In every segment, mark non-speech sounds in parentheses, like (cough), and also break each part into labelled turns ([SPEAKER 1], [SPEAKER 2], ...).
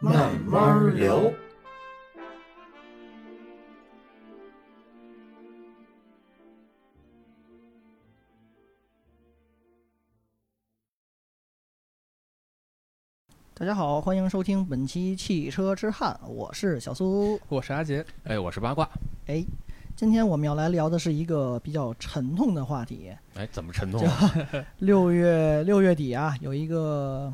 [SPEAKER 1] 慢慢聊。
[SPEAKER 2] 大家好，欢迎收听本期《汽车之汉》，我是小苏。
[SPEAKER 3] 我是阿杰，
[SPEAKER 4] 哎，我是八卦，
[SPEAKER 2] 哎，今天我们要来聊的是一个比较沉痛的话题。
[SPEAKER 4] 哎，怎么沉痛？
[SPEAKER 2] 六月六月底啊，有一个，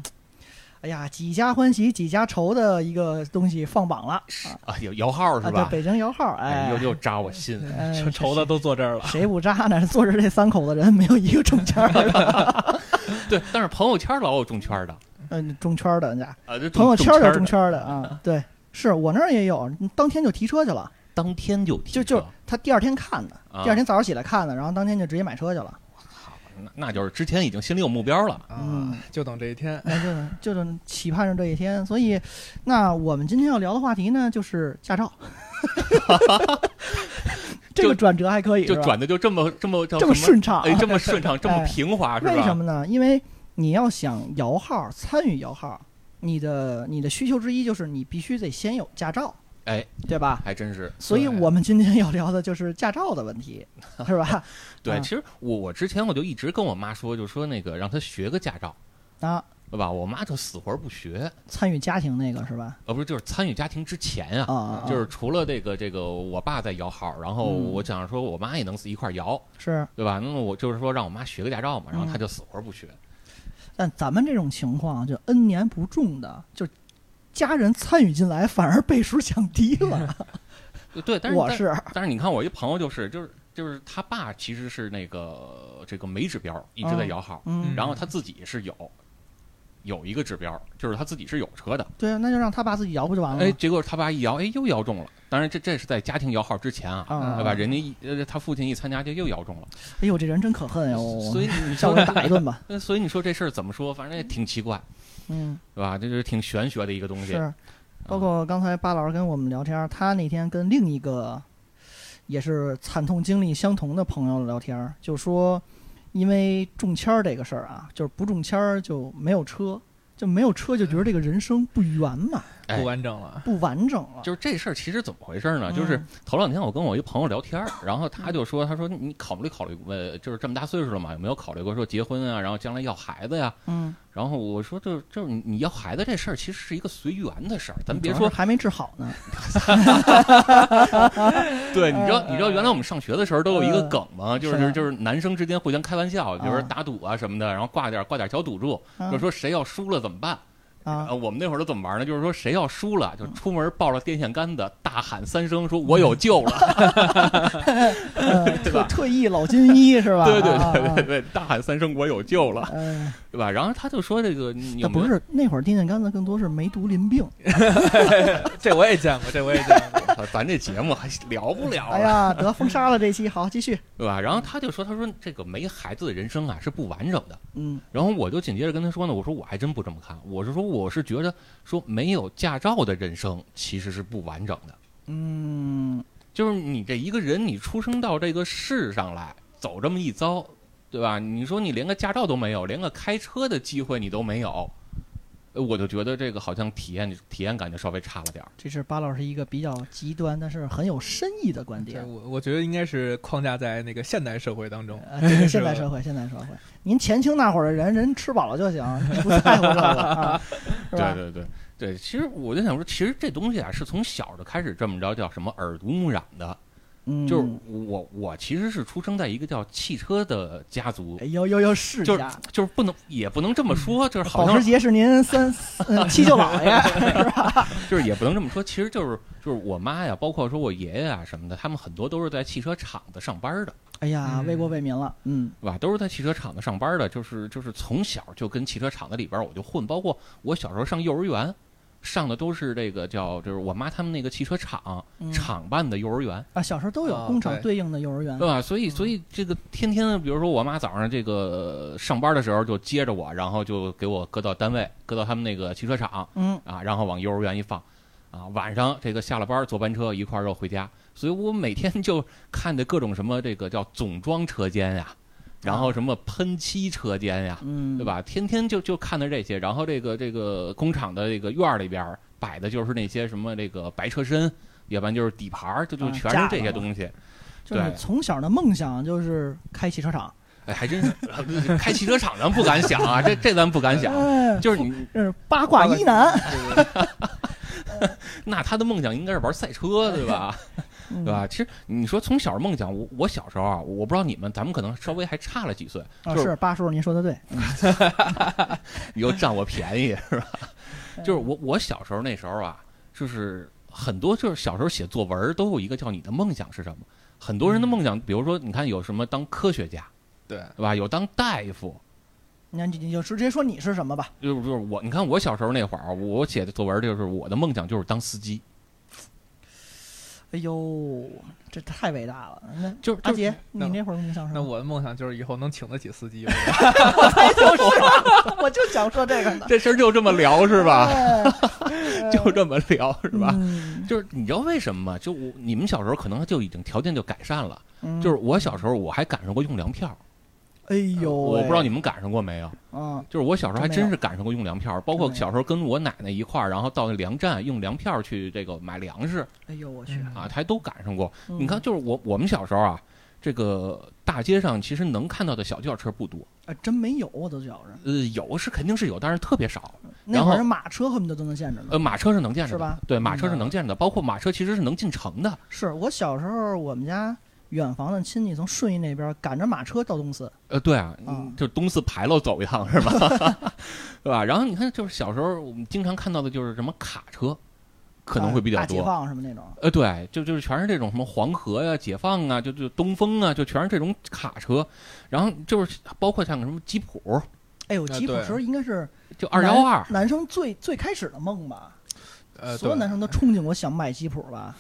[SPEAKER 2] 哎呀，几家欢喜几家愁的一个东西放榜了啊
[SPEAKER 4] 啊？有摇号
[SPEAKER 2] 啊！
[SPEAKER 4] 是
[SPEAKER 2] 对，
[SPEAKER 4] 吧？
[SPEAKER 2] 北京摇号，
[SPEAKER 4] 哎，
[SPEAKER 2] 哎
[SPEAKER 4] 又，又扎我心。
[SPEAKER 2] 哎
[SPEAKER 3] 愁愁的 (laughs) 都坐这儿
[SPEAKER 2] (laughs)
[SPEAKER 3] 了。
[SPEAKER 2] 谁不渣呢？坐着这三口子人没有一个中签儿的， (laughs)
[SPEAKER 4] 对，但是朋友圈老有中圈的
[SPEAKER 2] 嗯，中圈儿的人家，
[SPEAKER 4] 啊，这中
[SPEAKER 2] 朋友圈
[SPEAKER 4] 中
[SPEAKER 2] 儿的
[SPEAKER 4] 圈
[SPEAKER 2] 中
[SPEAKER 4] 的，
[SPEAKER 2] 圈儿的啊，对，是我那儿也有，当天就提车去了，
[SPEAKER 4] 当天就提
[SPEAKER 2] 就就
[SPEAKER 4] 车
[SPEAKER 2] 他第二天看的，
[SPEAKER 4] 啊
[SPEAKER 2] 第二天早上起来看的，然后当天就直接买车去了，
[SPEAKER 4] 那那就是之前已经心里有目标了。
[SPEAKER 2] 嗯
[SPEAKER 3] 啊，就等这一天。
[SPEAKER 4] 哎
[SPEAKER 2] 那就能就能期盼着这一天。所以，那我们今天要聊的话题呢，就是
[SPEAKER 4] (laughs)
[SPEAKER 2] 驾照。这
[SPEAKER 4] 就
[SPEAKER 2] 个转折还可以，
[SPEAKER 4] 就是
[SPEAKER 2] 吧
[SPEAKER 4] 转的就这么这么叫
[SPEAKER 2] 这么
[SPEAKER 4] 什
[SPEAKER 2] 顺畅。啊
[SPEAKER 4] 哎，这么顺
[SPEAKER 2] (laughs)
[SPEAKER 4] 畅，这么平啊滑，是吧？
[SPEAKER 2] 为什么呢？因为你要想摇号，参与摇号，你的你的需求之一就是你必须得先有驾照，
[SPEAKER 4] 哎，
[SPEAKER 2] 对吧？
[SPEAKER 4] 还真是。
[SPEAKER 2] 所以
[SPEAKER 3] 对
[SPEAKER 2] 我们今天要聊的就是驾照的问
[SPEAKER 4] (laughs)
[SPEAKER 2] 题，是吧？
[SPEAKER 4] 对，
[SPEAKER 2] 啊
[SPEAKER 4] 其实我我之前我就一直跟我妈说，就说那个让她学个驾照，
[SPEAKER 2] 啊，
[SPEAKER 4] 对吧？我妈就死活不学，
[SPEAKER 2] 参与家庭那个是吧？
[SPEAKER 4] 呃，不是，就是参与家庭之前啊，
[SPEAKER 2] 啊，啊
[SPEAKER 4] 就是除了这个这个我爸在摇号，然后
[SPEAKER 2] 嗯
[SPEAKER 4] 我想说我妈也能一块儿摇，
[SPEAKER 2] 是，
[SPEAKER 4] 对吧？那么我就是说让我妈学个驾照嘛，然后
[SPEAKER 2] 嗯
[SPEAKER 4] 她就死活不学。
[SPEAKER 2] 但咱们这种情况就 N 年不中的，就家人参与进来反而倍数降低了。
[SPEAKER 4] 对，嗯但是
[SPEAKER 2] 我
[SPEAKER 4] 但
[SPEAKER 2] 是
[SPEAKER 4] 但是你看我一朋友就是就是就是他爸其实是那个这个没指标，一直在摇号，
[SPEAKER 2] 嗯，
[SPEAKER 3] 嗯
[SPEAKER 4] 然后他自己是有有一个指标，就是他自己是有车的，
[SPEAKER 2] 对啊，那就让他爸自己摇不就完了
[SPEAKER 4] 哎，
[SPEAKER 2] 吗？
[SPEAKER 4] 结果他爸一摇，哎，又摇中了。当然这这是在家庭摇号之前啊。
[SPEAKER 2] 啊，
[SPEAKER 4] 对吧？人家一呃，他父亲一参加就又摇中了，
[SPEAKER 2] 哎呦，这人真可恨哟！
[SPEAKER 4] 所以你
[SPEAKER 2] 叫
[SPEAKER 4] 说
[SPEAKER 2] 我打一
[SPEAKER 4] (laughs)
[SPEAKER 2] 顿吧。
[SPEAKER 4] 这，呃所以你说这事儿怎么说？反正也挺奇怪，
[SPEAKER 2] 嗯，
[SPEAKER 4] 对吧？这就是挺玄学的一个东西。嗯
[SPEAKER 2] 是。包括刚才巴老师跟我们聊天儿，他那天跟另一个也是惨痛经历相同的朋友聊天儿，就说因为中签儿这个事儿啊，就是不中签儿就没有车，就没有车就觉得这个人生不圆满、
[SPEAKER 4] 哎
[SPEAKER 3] 不完整了，
[SPEAKER 2] 不完整
[SPEAKER 4] (laughs)
[SPEAKER 2] 了。
[SPEAKER 4] 就是这事儿其实怎么回事呢？就是
[SPEAKER 2] 嗯
[SPEAKER 4] 头两天我跟我一朋友聊天儿，然后他就说，他说你考虑考虑，呃，就是这么大岁数了嘛，有没有考虑过说结婚啊，然后将来要孩子呀？
[SPEAKER 2] 嗯，
[SPEAKER 4] 然后我说就，就是你你要孩子这事儿，其实是一个随缘的事儿，咱别
[SPEAKER 2] 主要
[SPEAKER 4] 说
[SPEAKER 2] 是，还没治好呢。
[SPEAKER 4] (laughs) 对，你知道你知道原来我们上学的时候都有一个
[SPEAKER 2] 嗯
[SPEAKER 4] 梗嘛，就是是
[SPEAKER 2] 啊
[SPEAKER 4] 就是男生之间互相开玩笑，比如说
[SPEAKER 2] 啊
[SPEAKER 4] 打赌啊什么的，然后挂点挂点小赌注，
[SPEAKER 2] 啊
[SPEAKER 4] 就说谁要输了怎么办？
[SPEAKER 2] 啊
[SPEAKER 4] 呃，我们那会儿都怎么玩呢？就是说谁要输了，就出门抱着电线杆子大喊三声，说我有救了。
[SPEAKER 2] 呃特特意老金一是吧？
[SPEAKER 4] (laughs) 对对
[SPEAKER 2] 啊
[SPEAKER 4] 对对
[SPEAKER 2] 啊
[SPEAKER 4] 对，大喊三声“我有救了
[SPEAKER 2] 啊嗯，”，
[SPEAKER 4] 对吧？然后他就说这个你
[SPEAKER 2] 这
[SPEAKER 4] 有没哦
[SPEAKER 2] 不
[SPEAKER 4] 有？
[SPEAKER 2] 是那会儿电线杆子更多是梅毒淋病。
[SPEAKER 3] 这我也见过，这我也见过。
[SPEAKER 4] 咱这节目还聊不了
[SPEAKER 2] 哎
[SPEAKER 4] 了，
[SPEAKER 2] 呀，得封杀了这期，好继续。
[SPEAKER 4] 对吧？然后他就说：“他说这个没孩子的人生啊是不完整的。
[SPEAKER 2] 嗯”
[SPEAKER 4] 然后我就紧接着跟他说呢：“我说我还真不这么看，我是说我是觉得说没有驾照的人生其实是不完整的，
[SPEAKER 2] 嗯，
[SPEAKER 4] 就是你这一个人，你出生到这个世上来，走这么一遭，对吧？你说你连个驾照都没有，连个开车的机会你都没有。”呃我就觉得这个好像体验体验感就稍微差了点儿。
[SPEAKER 2] 这是巴老师一个比较极端，但是很有深意的观
[SPEAKER 3] (laughs) 对
[SPEAKER 2] 点。
[SPEAKER 3] 我我觉得应该是框架在那个现代社
[SPEAKER 4] (laughs)
[SPEAKER 3] 会当中。
[SPEAKER 2] 呃，这个现代
[SPEAKER 3] 是吧
[SPEAKER 2] 社会，现代社会，您前清那会儿的人，人吃饱了就行，不在乎这个啊，是吧？
[SPEAKER 4] 对对对对，其实我就想说，其实这东西啊，是从小就开始这么着，叫什么耳濡目染的。
[SPEAKER 2] 嗯，
[SPEAKER 4] 就是我我其实是出生在一个叫汽车的家族
[SPEAKER 2] 哎，嗯呦呦呦，是
[SPEAKER 4] 就是
[SPEAKER 2] 家，
[SPEAKER 4] 就是不能也不能这么说，就是好
[SPEAKER 2] 保时
[SPEAKER 4] 像
[SPEAKER 2] 捷是
[SPEAKER 4] (laughs)
[SPEAKER 2] 您三呃七舅姥爷，是吧？
[SPEAKER 4] 就是也不能这么说，其实就是就是我妈呀，包括说我爷爷啊什么的，他们很多都是在汽车厂子上班的，
[SPEAKER 2] 哎呀，
[SPEAKER 3] 嗯
[SPEAKER 2] 为国为民了，嗯
[SPEAKER 4] 对吧？都是在汽车厂子上班的，就是就是从小就跟汽车厂子里边我就混，包括我小时候上幼儿园。上的都是这个叫，就是我妈他们那个汽车厂
[SPEAKER 2] 嗯
[SPEAKER 4] 厂办的幼儿园，
[SPEAKER 2] 啊，小时候都有
[SPEAKER 3] 啊
[SPEAKER 2] 工厂
[SPEAKER 3] 对
[SPEAKER 2] 对应的幼儿园
[SPEAKER 4] 对，吧？所以，所以这个天天，比如说我妈早上这个呃上班的时候就接着我，然后就给我搁到单位，搁到他们那个汽车厂
[SPEAKER 2] 嗯，
[SPEAKER 4] 啊，然后往幼儿园一放，啊，晚上这个下了班坐班车一块儿又回家，所以我每天就看着各种什么这个叫总装车间呀，然后什么喷漆车间呀，
[SPEAKER 2] 嗯，
[SPEAKER 4] 对？吧？天天就就看的这些，然后这个这个工厂的这个院儿里边儿摆的就是那些什么这个白车身，要不然就是底盘儿，这就
[SPEAKER 2] 啊
[SPEAKER 4] 全
[SPEAKER 2] 架
[SPEAKER 4] 是
[SPEAKER 2] 子
[SPEAKER 4] 这些
[SPEAKER 2] 嘛
[SPEAKER 4] 东西。
[SPEAKER 2] 就是你
[SPEAKER 4] 对
[SPEAKER 2] 从小的梦想就是开汽车厂，
[SPEAKER 4] 哎，还真是开汽车厂咱不敢想啊，这这咱不敢想。
[SPEAKER 2] 哎，
[SPEAKER 4] 就是你，
[SPEAKER 2] 这是八卦一男，
[SPEAKER 4] 那他的梦想应该是玩赛车，对吧？对？
[SPEAKER 2] 对
[SPEAKER 4] 吧？其实你说从小梦想，我我小时候啊，我不知道你们，咱们可能稍微还差了几岁，
[SPEAKER 2] 啊，
[SPEAKER 4] 就是
[SPEAKER 2] 是八叔，您说的对，
[SPEAKER 4] 你又占我便宜是吧？就是我我小时候那时候啊，就是很多就是小时候写作文儿都有一个叫你的梦想是什么。很多人
[SPEAKER 2] 嗯
[SPEAKER 4] 的梦想，比如说你看有什么当科学家，
[SPEAKER 3] 对，
[SPEAKER 4] 对吧？有当大夫，
[SPEAKER 2] 那你你就直接说你是什么吧，
[SPEAKER 4] 就是就是我，你看我小时候那会儿，啊我写的作文就是我的梦想就是当司机，
[SPEAKER 2] 哎呦，这太伟大了，那。
[SPEAKER 4] 就是
[SPEAKER 2] 阿
[SPEAKER 4] 就是
[SPEAKER 2] 杰，你
[SPEAKER 3] 那
[SPEAKER 2] 那会儿梦想是什
[SPEAKER 3] 那
[SPEAKER 2] 么？
[SPEAKER 3] 我的梦想就是以后能请得起司机。
[SPEAKER 2] 我猜就是， (laughs) 我就想说这个呢，
[SPEAKER 4] (laughs) 这事儿就这么聊 (laughs) 是
[SPEAKER 3] (laughs)
[SPEAKER 4] 吧？
[SPEAKER 2] 哎？
[SPEAKER 4] 就这么聊 (laughs) 是
[SPEAKER 2] 是
[SPEAKER 4] 吧？？
[SPEAKER 2] (laughs)
[SPEAKER 4] 就是你知道为什么吗？就我你们小时候可能就已经条件就改善了，
[SPEAKER 2] 嗯
[SPEAKER 4] 就是，我小时候我还赶上过用粮票，
[SPEAKER 2] 哎呦，
[SPEAKER 4] 我不知道
[SPEAKER 2] 你，
[SPEAKER 4] 你们赶上过没有？
[SPEAKER 2] 嗯，
[SPEAKER 4] 就是我小时候还
[SPEAKER 2] 真没有
[SPEAKER 4] 真是赶上过用粮票，包括
[SPEAKER 2] 真没有
[SPEAKER 4] 小时候跟我奶奶一块儿，然后到那粮站用粮票去这个买粮食
[SPEAKER 2] 哎呦我去，
[SPEAKER 4] 啊，还都赶上过。
[SPEAKER 2] 嗯
[SPEAKER 4] 你看，就是我我们小时候啊，这个大街上其实能看到的小轿车不多，
[SPEAKER 2] 啊，真没有，我都觉着
[SPEAKER 4] 呃，有是肯定是有，但是特别少。
[SPEAKER 2] 那会儿马车恨不得都能见着呢。
[SPEAKER 4] 呃，马车是能见着
[SPEAKER 2] 是
[SPEAKER 4] 的，
[SPEAKER 2] 吧？
[SPEAKER 4] 对，马车是能见着的，包括马车其实是能进城的。
[SPEAKER 2] 是我小时候，我们家远房的亲戚从顺义那边赶着马车到东四，
[SPEAKER 4] 呃，对啊，
[SPEAKER 2] 啊
[SPEAKER 4] 就东四牌楼走一趟是吧？ (laughs) 对吧？然后你看，就是小时候我们经常看到的就是什么卡车，可能会比较
[SPEAKER 2] 大
[SPEAKER 4] 多
[SPEAKER 2] 解。放什么那种。
[SPEAKER 4] 呃，对，就就是全是这种什么黄河呀、解放啊，就就东风啊，就全是这种卡车，然后就是包括像什么吉普，
[SPEAKER 2] 哎呦，
[SPEAKER 4] 呃
[SPEAKER 2] 吉普
[SPEAKER 3] 对
[SPEAKER 2] 车应该是
[SPEAKER 4] 就二幺二
[SPEAKER 2] 男，男生最最开始的梦吧，
[SPEAKER 3] 呃，
[SPEAKER 2] 所有
[SPEAKER 3] 对
[SPEAKER 2] 男生都憧憬过想买吉普吧？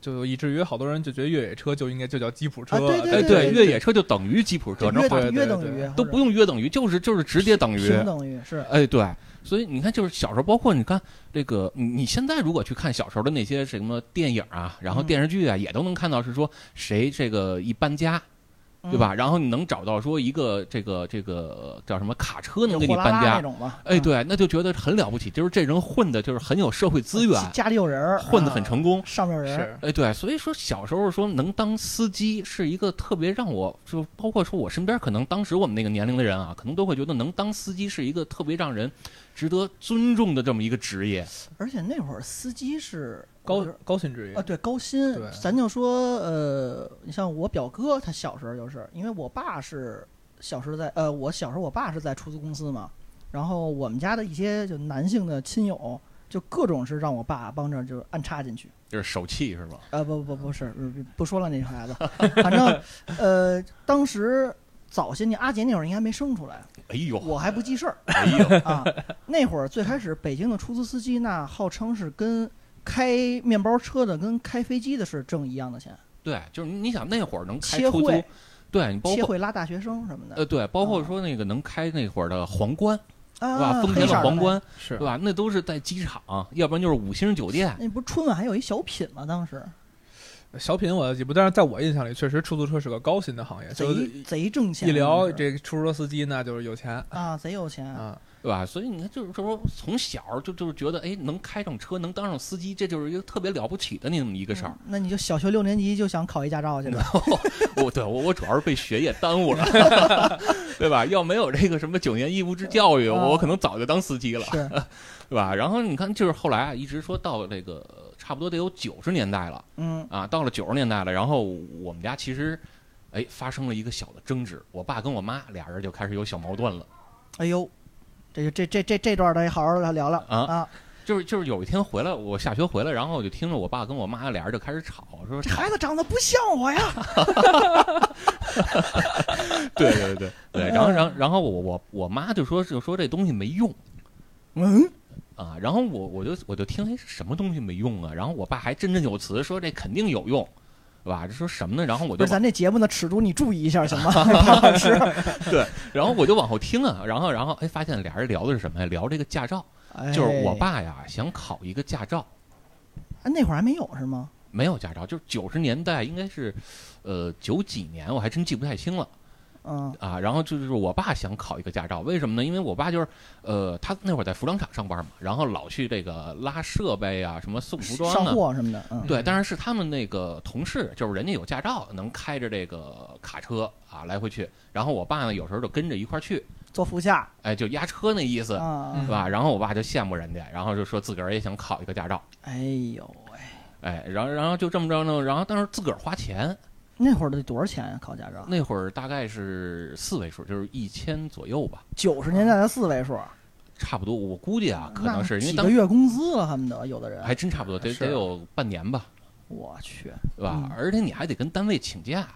[SPEAKER 3] 就以至于好多人就觉得越野车就应该就叫吉普车。
[SPEAKER 2] 啊对
[SPEAKER 4] 哎，
[SPEAKER 2] 对对
[SPEAKER 4] 越野车就等于吉普车，
[SPEAKER 2] 约
[SPEAKER 4] 那话
[SPEAKER 3] 对
[SPEAKER 2] 等
[SPEAKER 3] 对
[SPEAKER 2] 约等于
[SPEAKER 3] 对
[SPEAKER 2] 或
[SPEAKER 4] 都
[SPEAKER 2] 者
[SPEAKER 4] 不用约等于，就是就是直接等于。
[SPEAKER 2] 平等于是
[SPEAKER 4] 哎，对，所以你看，就是小时候，包括你看这个，你你现在如果去看小时候的那些什么电影啊，然后
[SPEAKER 2] 嗯
[SPEAKER 4] 电视剧啊，也都能看到是说谁这个一搬家，对？
[SPEAKER 2] 嗯
[SPEAKER 4] 吧？然后你能找到说一个这个这个叫什么卡车能
[SPEAKER 2] 有
[SPEAKER 4] 给你
[SPEAKER 2] 货拉拉
[SPEAKER 4] 搬家
[SPEAKER 2] 那，种吧？
[SPEAKER 4] 哎，
[SPEAKER 2] 嗯，
[SPEAKER 4] 对，那就觉得很了不起，就是这人混的就是很有社会资源，
[SPEAKER 2] 家里有人儿，
[SPEAKER 4] 混得
[SPEAKER 2] 啊
[SPEAKER 4] 很成功。
[SPEAKER 2] 上面有人儿，
[SPEAKER 3] 是，
[SPEAKER 4] 哎，对，所以说小时候说能当司机是一个特别让我就包括说我身边可能当时我们那个年龄的人啊，可能都会觉得能当司机是一个特别让人值得尊重的这么一个职业。
[SPEAKER 2] 而且那会儿司机是
[SPEAKER 3] 高高薪职业
[SPEAKER 2] 啊，。对高薪
[SPEAKER 3] 对，
[SPEAKER 2] 咱就说呃，你像我表哥，他小时候就是，因为我爸是小时候在呃，我小时候我爸是在出租公司嘛，然后我们家的一些就男性的亲友，就各种是让我爸帮着就安插进去。
[SPEAKER 4] 就是手气是吧？
[SPEAKER 2] 呃，不不不不是，不不说了那孩子， (laughs) 反正呃，当时早些年阿杰那会儿应该没生出来，
[SPEAKER 4] 哎呦，
[SPEAKER 2] 我还不记事儿
[SPEAKER 4] (laughs) 哎呦，
[SPEAKER 2] 啊。那会儿最开始北京的出租司机那号称是跟开面包车的跟开飞机的是挣一样的钱，
[SPEAKER 4] 对，就是你想那会儿能开
[SPEAKER 2] 切
[SPEAKER 4] 出租
[SPEAKER 2] 会，
[SPEAKER 4] 对你包
[SPEAKER 2] 切
[SPEAKER 4] 括
[SPEAKER 2] 会拉大学生什么的
[SPEAKER 4] 呃，对，包括说那个能开那会儿的皇冠，是吧？
[SPEAKER 2] 啊，
[SPEAKER 4] 丰
[SPEAKER 2] 黑
[SPEAKER 4] 田
[SPEAKER 2] 色
[SPEAKER 4] 的
[SPEAKER 2] 儿
[SPEAKER 4] 皇
[SPEAKER 2] 那。
[SPEAKER 4] 冠，
[SPEAKER 3] 是
[SPEAKER 4] 对吧？那都是在机场，要不然就是五星酒店。
[SPEAKER 2] 那不是春晚还有一小品吗？当时
[SPEAKER 3] 小品我记不，但是在我印象里，确实出租车是个高薪的行业。哎就
[SPEAKER 2] 贼贼挣钱，
[SPEAKER 3] 一聊
[SPEAKER 2] 当时
[SPEAKER 3] 这个出租车司机呢，就是有钱
[SPEAKER 2] 啊，贼有钱。
[SPEAKER 3] 啊， (laughs)
[SPEAKER 4] 对吧？所以你看，就是说从小就就是觉得，哎，能开上车，能当上司机，这就是一个特别了不起的那么一个事儿 (laughs)
[SPEAKER 2] 嗯。那你就小学六年级就想考一驾照去
[SPEAKER 3] (laughs)
[SPEAKER 2] 了，
[SPEAKER 4] 我对我我主要是被学业耽误了， (laughs) 对吧？要没有这个什么九年义务制教育，
[SPEAKER 2] 啊
[SPEAKER 4] 我可能早就当司机了，
[SPEAKER 2] 是，
[SPEAKER 4] 对吧？然后你看，就是后来啊，一直说到这个差不多得有九十年代了
[SPEAKER 2] 嗯
[SPEAKER 4] 啊，到了九十年代了，然后我们家其实。哎，发生了一个小的争执，我爸跟我妈俩人就开始有小矛盾了。
[SPEAKER 2] 哎呦，这就这这这这段得好好聊聊
[SPEAKER 4] 啊
[SPEAKER 2] 啊！
[SPEAKER 4] 就是就是有一天回来，我下学回来，然后我就听着我爸跟我妈俩人就开始吵，说
[SPEAKER 2] 这
[SPEAKER 4] 吵
[SPEAKER 2] 孩子长得不像我呀！
[SPEAKER 4] (laughs) 对对对对，然后然后然后我我我妈就说就说这东西没用
[SPEAKER 2] 嗯，
[SPEAKER 4] 啊，然后我我就我就听哎什么东西没用啊，然后我爸还振振有词说这肯定有用，对吧？这说什么呢？然后我
[SPEAKER 2] 不
[SPEAKER 4] 就是
[SPEAKER 2] 咱这节目的尺度，你注意一下行吗？ (laughs)
[SPEAKER 4] (laughs)
[SPEAKER 2] 潘老师，
[SPEAKER 4] 然后我就往后听啊，然后然后哎发现俩人聊的是什么呀？聊这个驾照，就是我
[SPEAKER 2] 哎
[SPEAKER 4] 爸呀想考一个驾照，
[SPEAKER 2] 啊那会儿还没有是吗？
[SPEAKER 4] 没有驾照，就是九十年代应该是，呃九几年我还真记不太清了。
[SPEAKER 2] 嗯，
[SPEAKER 4] 啊，然后就是我爸想考一个驾照，为什么呢？因为我爸就是，呃，他那会儿在服装厂上班嘛，然后老去这个拉设备啊，什么送服装
[SPEAKER 2] 上
[SPEAKER 4] 啊，
[SPEAKER 2] 货什么的，嗯，
[SPEAKER 4] 对，当然是他们那个同事，就是人家有驾照，能开着这个卡车啊来回去，然后我爸呢有时候就跟着一块儿去，
[SPEAKER 2] 坐副驾
[SPEAKER 4] 哎，就押车那意思，
[SPEAKER 2] 啊
[SPEAKER 3] 嗯
[SPEAKER 4] 是，吧？然后我爸就羡慕人家，然后就说自个儿也想考一个驾照，
[SPEAKER 2] 哎呦喂，
[SPEAKER 4] 哎，然后然后就这么着呢，然后但是自个儿花钱，
[SPEAKER 2] 那会儿得多少钱呀？啊考驾照，
[SPEAKER 4] 那会儿大概是四位数，就是一千左右吧。
[SPEAKER 2] 九十年代的四位数，
[SPEAKER 4] 差不多，我估计啊，可能
[SPEAKER 2] 那
[SPEAKER 4] 是因为
[SPEAKER 2] 几
[SPEAKER 4] 当
[SPEAKER 2] 个月工资了，恨不得有的人，
[SPEAKER 4] 还真差不多，得
[SPEAKER 3] 是
[SPEAKER 4] 得有半年吧，
[SPEAKER 2] 我去，
[SPEAKER 4] 对吧？
[SPEAKER 2] 嗯
[SPEAKER 4] 而且你还得跟单位请假，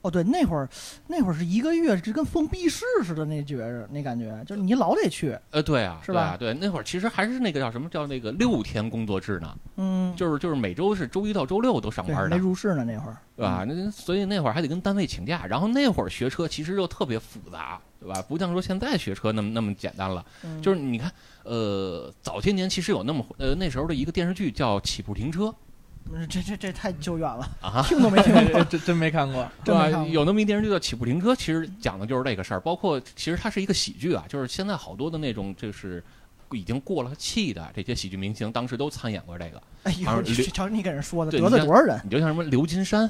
[SPEAKER 2] 哦对，那会儿那会儿是一个月就跟封闭式似的，那觉着那感觉就是你老得去，
[SPEAKER 4] 呃，对啊，
[SPEAKER 2] 是
[SPEAKER 4] 对
[SPEAKER 2] 吧
[SPEAKER 4] 啊，对，那会儿其实还是那个叫什么叫那个六天工作制呢，
[SPEAKER 2] 嗯，
[SPEAKER 4] 就是就是每周是周一到周六都上
[SPEAKER 2] 对
[SPEAKER 4] 班
[SPEAKER 2] 没嗯
[SPEAKER 4] 的，
[SPEAKER 2] 入市呢那会儿，
[SPEAKER 4] 对吧？那所以那会儿还得跟单位请假，然后那会儿学车其实又特别复杂，对吧？不像说现在学车那么那么简单了，
[SPEAKER 2] 嗯？
[SPEAKER 4] 就是是你看，呃，早些年其实有那么呃那时候的一个电视剧叫《起步停车》。
[SPEAKER 2] 嗯这这这太久远了，
[SPEAKER 4] 啊
[SPEAKER 2] 听都没
[SPEAKER 4] (laughs)
[SPEAKER 2] 听过。
[SPEAKER 3] 真真没看过。
[SPEAKER 2] 真
[SPEAKER 4] 对
[SPEAKER 2] 没
[SPEAKER 4] 吧
[SPEAKER 2] 看过？
[SPEAKER 4] 有那么一电视剧叫《起步停车》，其实讲的就是这个事儿。包括其实它是一个喜剧啊，就是现在好多的那种就是已经过了气的这些喜剧明星，当时都参演过这个。
[SPEAKER 2] 哎呦，
[SPEAKER 4] 好像
[SPEAKER 2] 这
[SPEAKER 4] 刘
[SPEAKER 2] 这瞧你给人说的，
[SPEAKER 4] 对
[SPEAKER 2] 得罪
[SPEAKER 4] 你看
[SPEAKER 2] 多少人？
[SPEAKER 4] 你就像什么刘金山，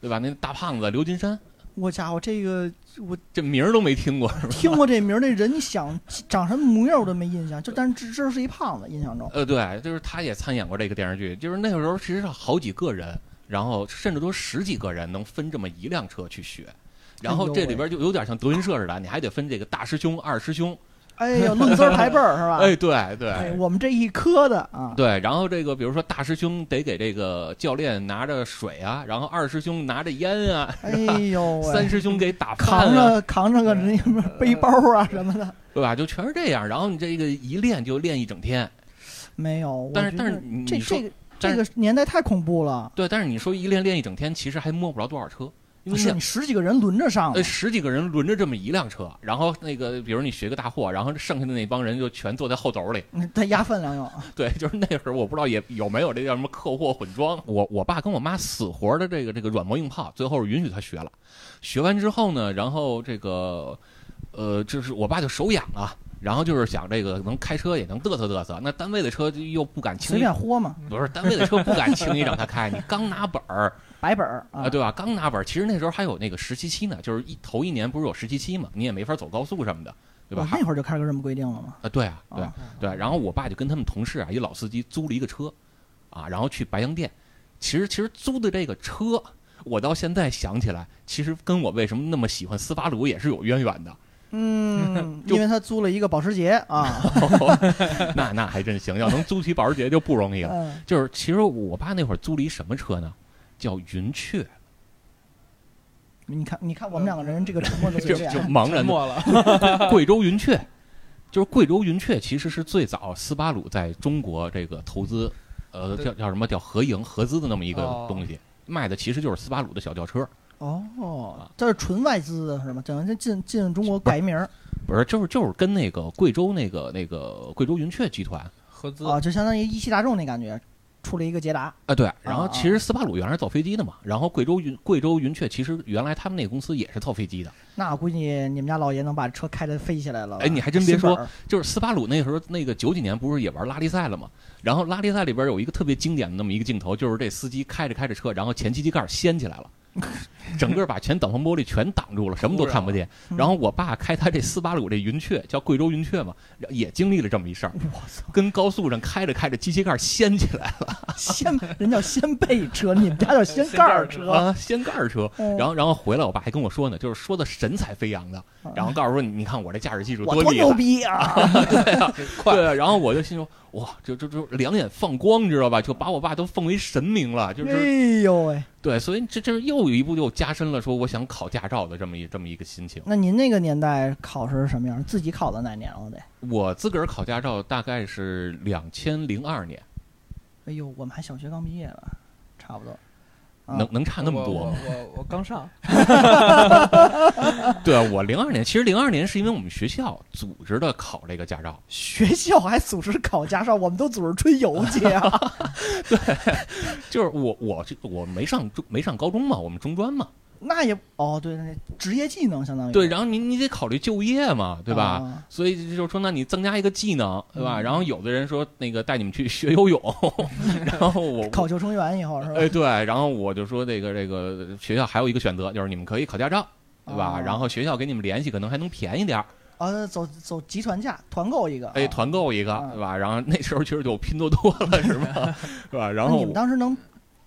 [SPEAKER 4] 对吧？那大胖子刘金山，
[SPEAKER 2] 我家伙，这个我
[SPEAKER 4] 这名儿都没听过。 (laughs)
[SPEAKER 2] 听过这名儿，那人你想长什么模样我都没印象，就但是知知道是一胖子，印象中。
[SPEAKER 4] 呃，对，就是他也参演过这个电视剧。就是那个时候，其实是好几个人，然后甚至都十几个人能分这么一辆车去学。然
[SPEAKER 2] 哎
[SPEAKER 4] 后这里边就有点像德云社似的，你还得分这个大师兄、二师兄。
[SPEAKER 2] 哎呦，论资儿排辈儿是吧？
[SPEAKER 4] (laughs) 哎，对对，
[SPEAKER 2] 哎，我们这一科的
[SPEAKER 4] (laughs)
[SPEAKER 2] 啊，
[SPEAKER 4] 对，然后这个比如说大师兄得给这个教练拿着水啊，然后二师兄拿着烟啊，
[SPEAKER 2] 哎呦喂，
[SPEAKER 4] 三师兄给打
[SPEAKER 2] 扛
[SPEAKER 4] 饭啊，
[SPEAKER 2] 着扛着个那什
[SPEAKER 4] 呃
[SPEAKER 2] 么背包啊什么的，
[SPEAKER 4] 对吧？就全是这样。然后你这个一练就练一整天，
[SPEAKER 2] 没有。我
[SPEAKER 4] 但是
[SPEAKER 2] 觉
[SPEAKER 4] 但
[SPEAKER 2] 得
[SPEAKER 4] 是你
[SPEAKER 2] 这
[SPEAKER 4] 你说
[SPEAKER 2] 这个
[SPEAKER 4] 但
[SPEAKER 2] 这
[SPEAKER 4] 是
[SPEAKER 2] 个年代太恐怖了，
[SPEAKER 4] 对，但是你说一练练一整天，其实还摸不着多少车，因为你
[SPEAKER 2] 啊是
[SPEAKER 4] 想
[SPEAKER 2] 你十几个人轮着上
[SPEAKER 4] 呃，十几个人轮着这么一辆车，然后那个比如你学个大货，然后剩下的那帮人就全坐在后斗里。
[SPEAKER 2] 嗯他压分量又
[SPEAKER 4] (laughs) 对，就是那会儿我不知道也有没有这叫什么客货混装。我我爸跟我妈死活的这个这个软磨硬泡，最后是允许他学了。学完之后呢，然后这个呃，就是我爸就手痒啊，然后就是想这个能开车也能嘚瑟嘚瑟。那单位的车就又不敢轻
[SPEAKER 2] 随
[SPEAKER 4] 易，
[SPEAKER 2] 便豁嘛，
[SPEAKER 4] 不是单位的车不敢轻易让他开。你刚拿本
[SPEAKER 2] (laughs)
[SPEAKER 4] 儿
[SPEAKER 2] 白本儿
[SPEAKER 4] 啊，，对吧？刚拿本儿，其实那时候还有那个实习期呢，就是一头一年不是有实习期嘛，你也没法走高速什么的，对吧？
[SPEAKER 2] 我
[SPEAKER 4] 还
[SPEAKER 2] 哦那会儿就开始有这么规定了嘛。
[SPEAKER 4] 啊，对啊，对啊
[SPEAKER 2] 啊
[SPEAKER 4] 对。然后我爸就跟他们同事啊，一老司机租了一个车，啊，然后去白洋淀。其实其实租的这个车，我到现在想起来，其实跟我为什么那么喜欢斯巴鲁也是有渊源的。 (laughs)
[SPEAKER 2] 嗯，
[SPEAKER 4] 就
[SPEAKER 2] 因为他租了一个保时捷啊，
[SPEAKER 4] 那那还真行，要能租起保时捷就不容易了。
[SPEAKER 2] 嗯，
[SPEAKER 4] 就是其实我爸那会儿租了一什么车呢？叫云雀，
[SPEAKER 2] 你看，你看我们两个人这个沉默的
[SPEAKER 4] 就
[SPEAKER 2] 嘴
[SPEAKER 4] 嗯 (laughs) 就
[SPEAKER 2] 脸，
[SPEAKER 4] 茫然
[SPEAKER 3] 沉
[SPEAKER 4] 的
[SPEAKER 3] 默了，
[SPEAKER 4] 贵州云雀。就是贵州云雀其实是最早斯巴鲁在中国这个投资，呃，
[SPEAKER 3] 对
[SPEAKER 4] 叫叫什么叫合营合资的那么一个
[SPEAKER 3] 哦
[SPEAKER 4] 东西，卖的其实就是斯巴鲁的小轿车。啊
[SPEAKER 2] 哦，这是纯外资的是吗？等于这进进中国
[SPEAKER 4] (laughs)
[SPEAKER 2] 改名儿
[SPEAKER 4] 不是，就是就是跟那个贵州那个那个贵州云雀集团
[SPEAKER 3] 合资
[SPEAKER 2] 啊，就相当于一汽大众那感觉，出了一个捷达，
[SPEAKER 4] 啊，对。然
[SPEAKER 2] 啊
[SPEAKER 4] 后其实斯巴鲁原来是造飞机的嘛，然后贵州云贵州云雀其实原来他们那个公司也是造飞机的。
[SPEAKER 2] 那我估计你们家老爷能把车开得飞起来了。
[SPEAKER 4] 哎你还真别说
[SPEAKER 2] 新本儿，
[SPEAKER 4] 就是斯巴鲁那时候那个九几年不是也玩拉力赛了嘛？然后拉力赛里边有一个特别经典的那么一个镜头，就是这司机开着开着车，然后前机器盖掀起来
[SPEAKER 2] (laughs)
[SPEAKER 4] 了。整个把前挡风玻璃全挡住了，什么都看不见。
[SPEAKER 2] 嗯
[SPEAKER 4] 然后我爸开他这斯巴鲁这云雀，叫贵州云雀嘛，也经历了这么一事儿，
[SPEAKER 2] 我操，
[SPEAKER 4] 跟高速上开着开着机器盖掀起来
[SPEAKER 2] 掀人叫掀背
[SPEAKER 4] (laughs)
[SPEAKER 2] 车，你们家叫掀盖儿
[SPEAKER 4] 了
[SPEAKER 2] 车。
[SPEAKER 4] 啊，掀盖儿车。
[SPEAKER 2] 嗯
[SPEAKER 4] 然后然后回来，我爸还跟我说呢，就是说的神采飞扬的，然后告诉说你你看我这驾驶技术
[SPEAKER 2] 嗯我多
[SPEAKER 4] 厉害
[SPEAKER 2] 牛，逼啊！
[SPEAKER 4] 快！对，然后我就心说 (laughs) 哇，这这这两眼放光，你知道吧？就把我爸都奉为神明了，就是
[SPEAKER 2] 哎呦喂，
[SPEAKER 4] 对，所以这这又一步又加深了说我想考驾照的这么一这么一个心情。
[SPEAKER 2] 那您那个年代考试是什么样？自己考的哪年了得？
[SPEAKER 4] 我自个儿考驾照大概是两千零二年，
[SPEAKER 2] 哎呦，我们还小学刚毕业了，差不多。啊、
[SPEAKER 4] 能能差那么多
[SPEAKER 3] 我
[SPEAKER 4] 吗？
[SPEAKER 3] 我我我刚上，
[SPEAKER 4] 对啊，我零二年，其实零二年是因为我们学校组织的考这个驾照，
[SPEAKER 2] 学校还组织考驾照，我们都组织春游去
[SPEAKER 4] (laughs)
[SPEAKER 2] 啊！
[SPEAKER 4] 就是我我这我没上中没上高中嘛，我们中专嘛，
[SPEAKER 2] 那也哦，对，那职业技能相当于
[SPEAKER 4] 对，然后你你得考虑就业嘛，对吧？
[SPEAKER 2] 啊
[SPEAKER 4] 所以就是说，那你增加一个技能，对吧？
[SPEAKER 2] 嗯
[SPEAKER 4] 然后有的人说那个带你们去学游
[SPEAKER 2] (laughs)
[SPEAKER 4] 泳，然后我
[SPEAKER 2] 考救生员以后是吧？
[SPEAKER 4] 哎对，然后我就说这个这个学校还有一个选择就是你们可以考驾照，对吧？
[SPEAKER 2] 哦
[SPEAKER 4] 然后学校给你们联系，可能还能便宜点儿，
[SPEAKER 2] 啊，走走集团价，团购一个。
[SPEAKER 4] 哎，
[SPEAKER 2] 啊
[SPEAKER 4] 团购一个，
[SPEAKER 2] 啊
[SPEAKER 4] 对吧？然后那时候其实就拼多多了，是
[SPEAKER 2] (laughs)
[SPEAKER 4] 吧？是吧？然
[SPEAKER 2] 那
[SPEAKER 4] 后
[SPEAKER 2] 你们当时能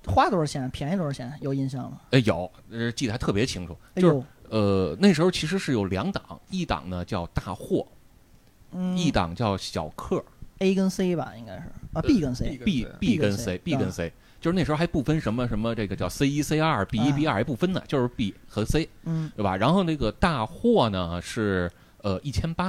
[SPEAKER 2] 花多少钱？便宜多少钱？有印象吗？
[SPEAKER 4] 哎有，呃记得还特别清楚，
[SPEAKER 2] 哎
[SPEAKER 4] 就是
[SPEAKER 2] 呦，
[SPEAKER 4] 呃，那时候其实是有两档，一档呢叫大货，
[SPEAKER 2] 嗯
[SPEAKER 4] 一档叫小客
[SPEAKER 2] ，A 跟 C 吧，应该是啊，B 跟 C，
[SPEAKER 4] 呃，B
[SPEAKER 2] B 跟
[SPEAKER 4] 跟
[SPEAKER 2] C
[SPEAKER 4] C，B 跟
[SPEAKER 2] 啊
[SPEAKER 4] C，就是那时候还不分什么什么这个叫 C 一 C 二 B 一
[SPEAKER 2] 啊
[SPEAKER 4] B 二还不分呢，就是 B 和 C，
[SPEAKER 2] 嗯
[SPEAKER 4] 对吧？然后那个大货呢是呃一千八，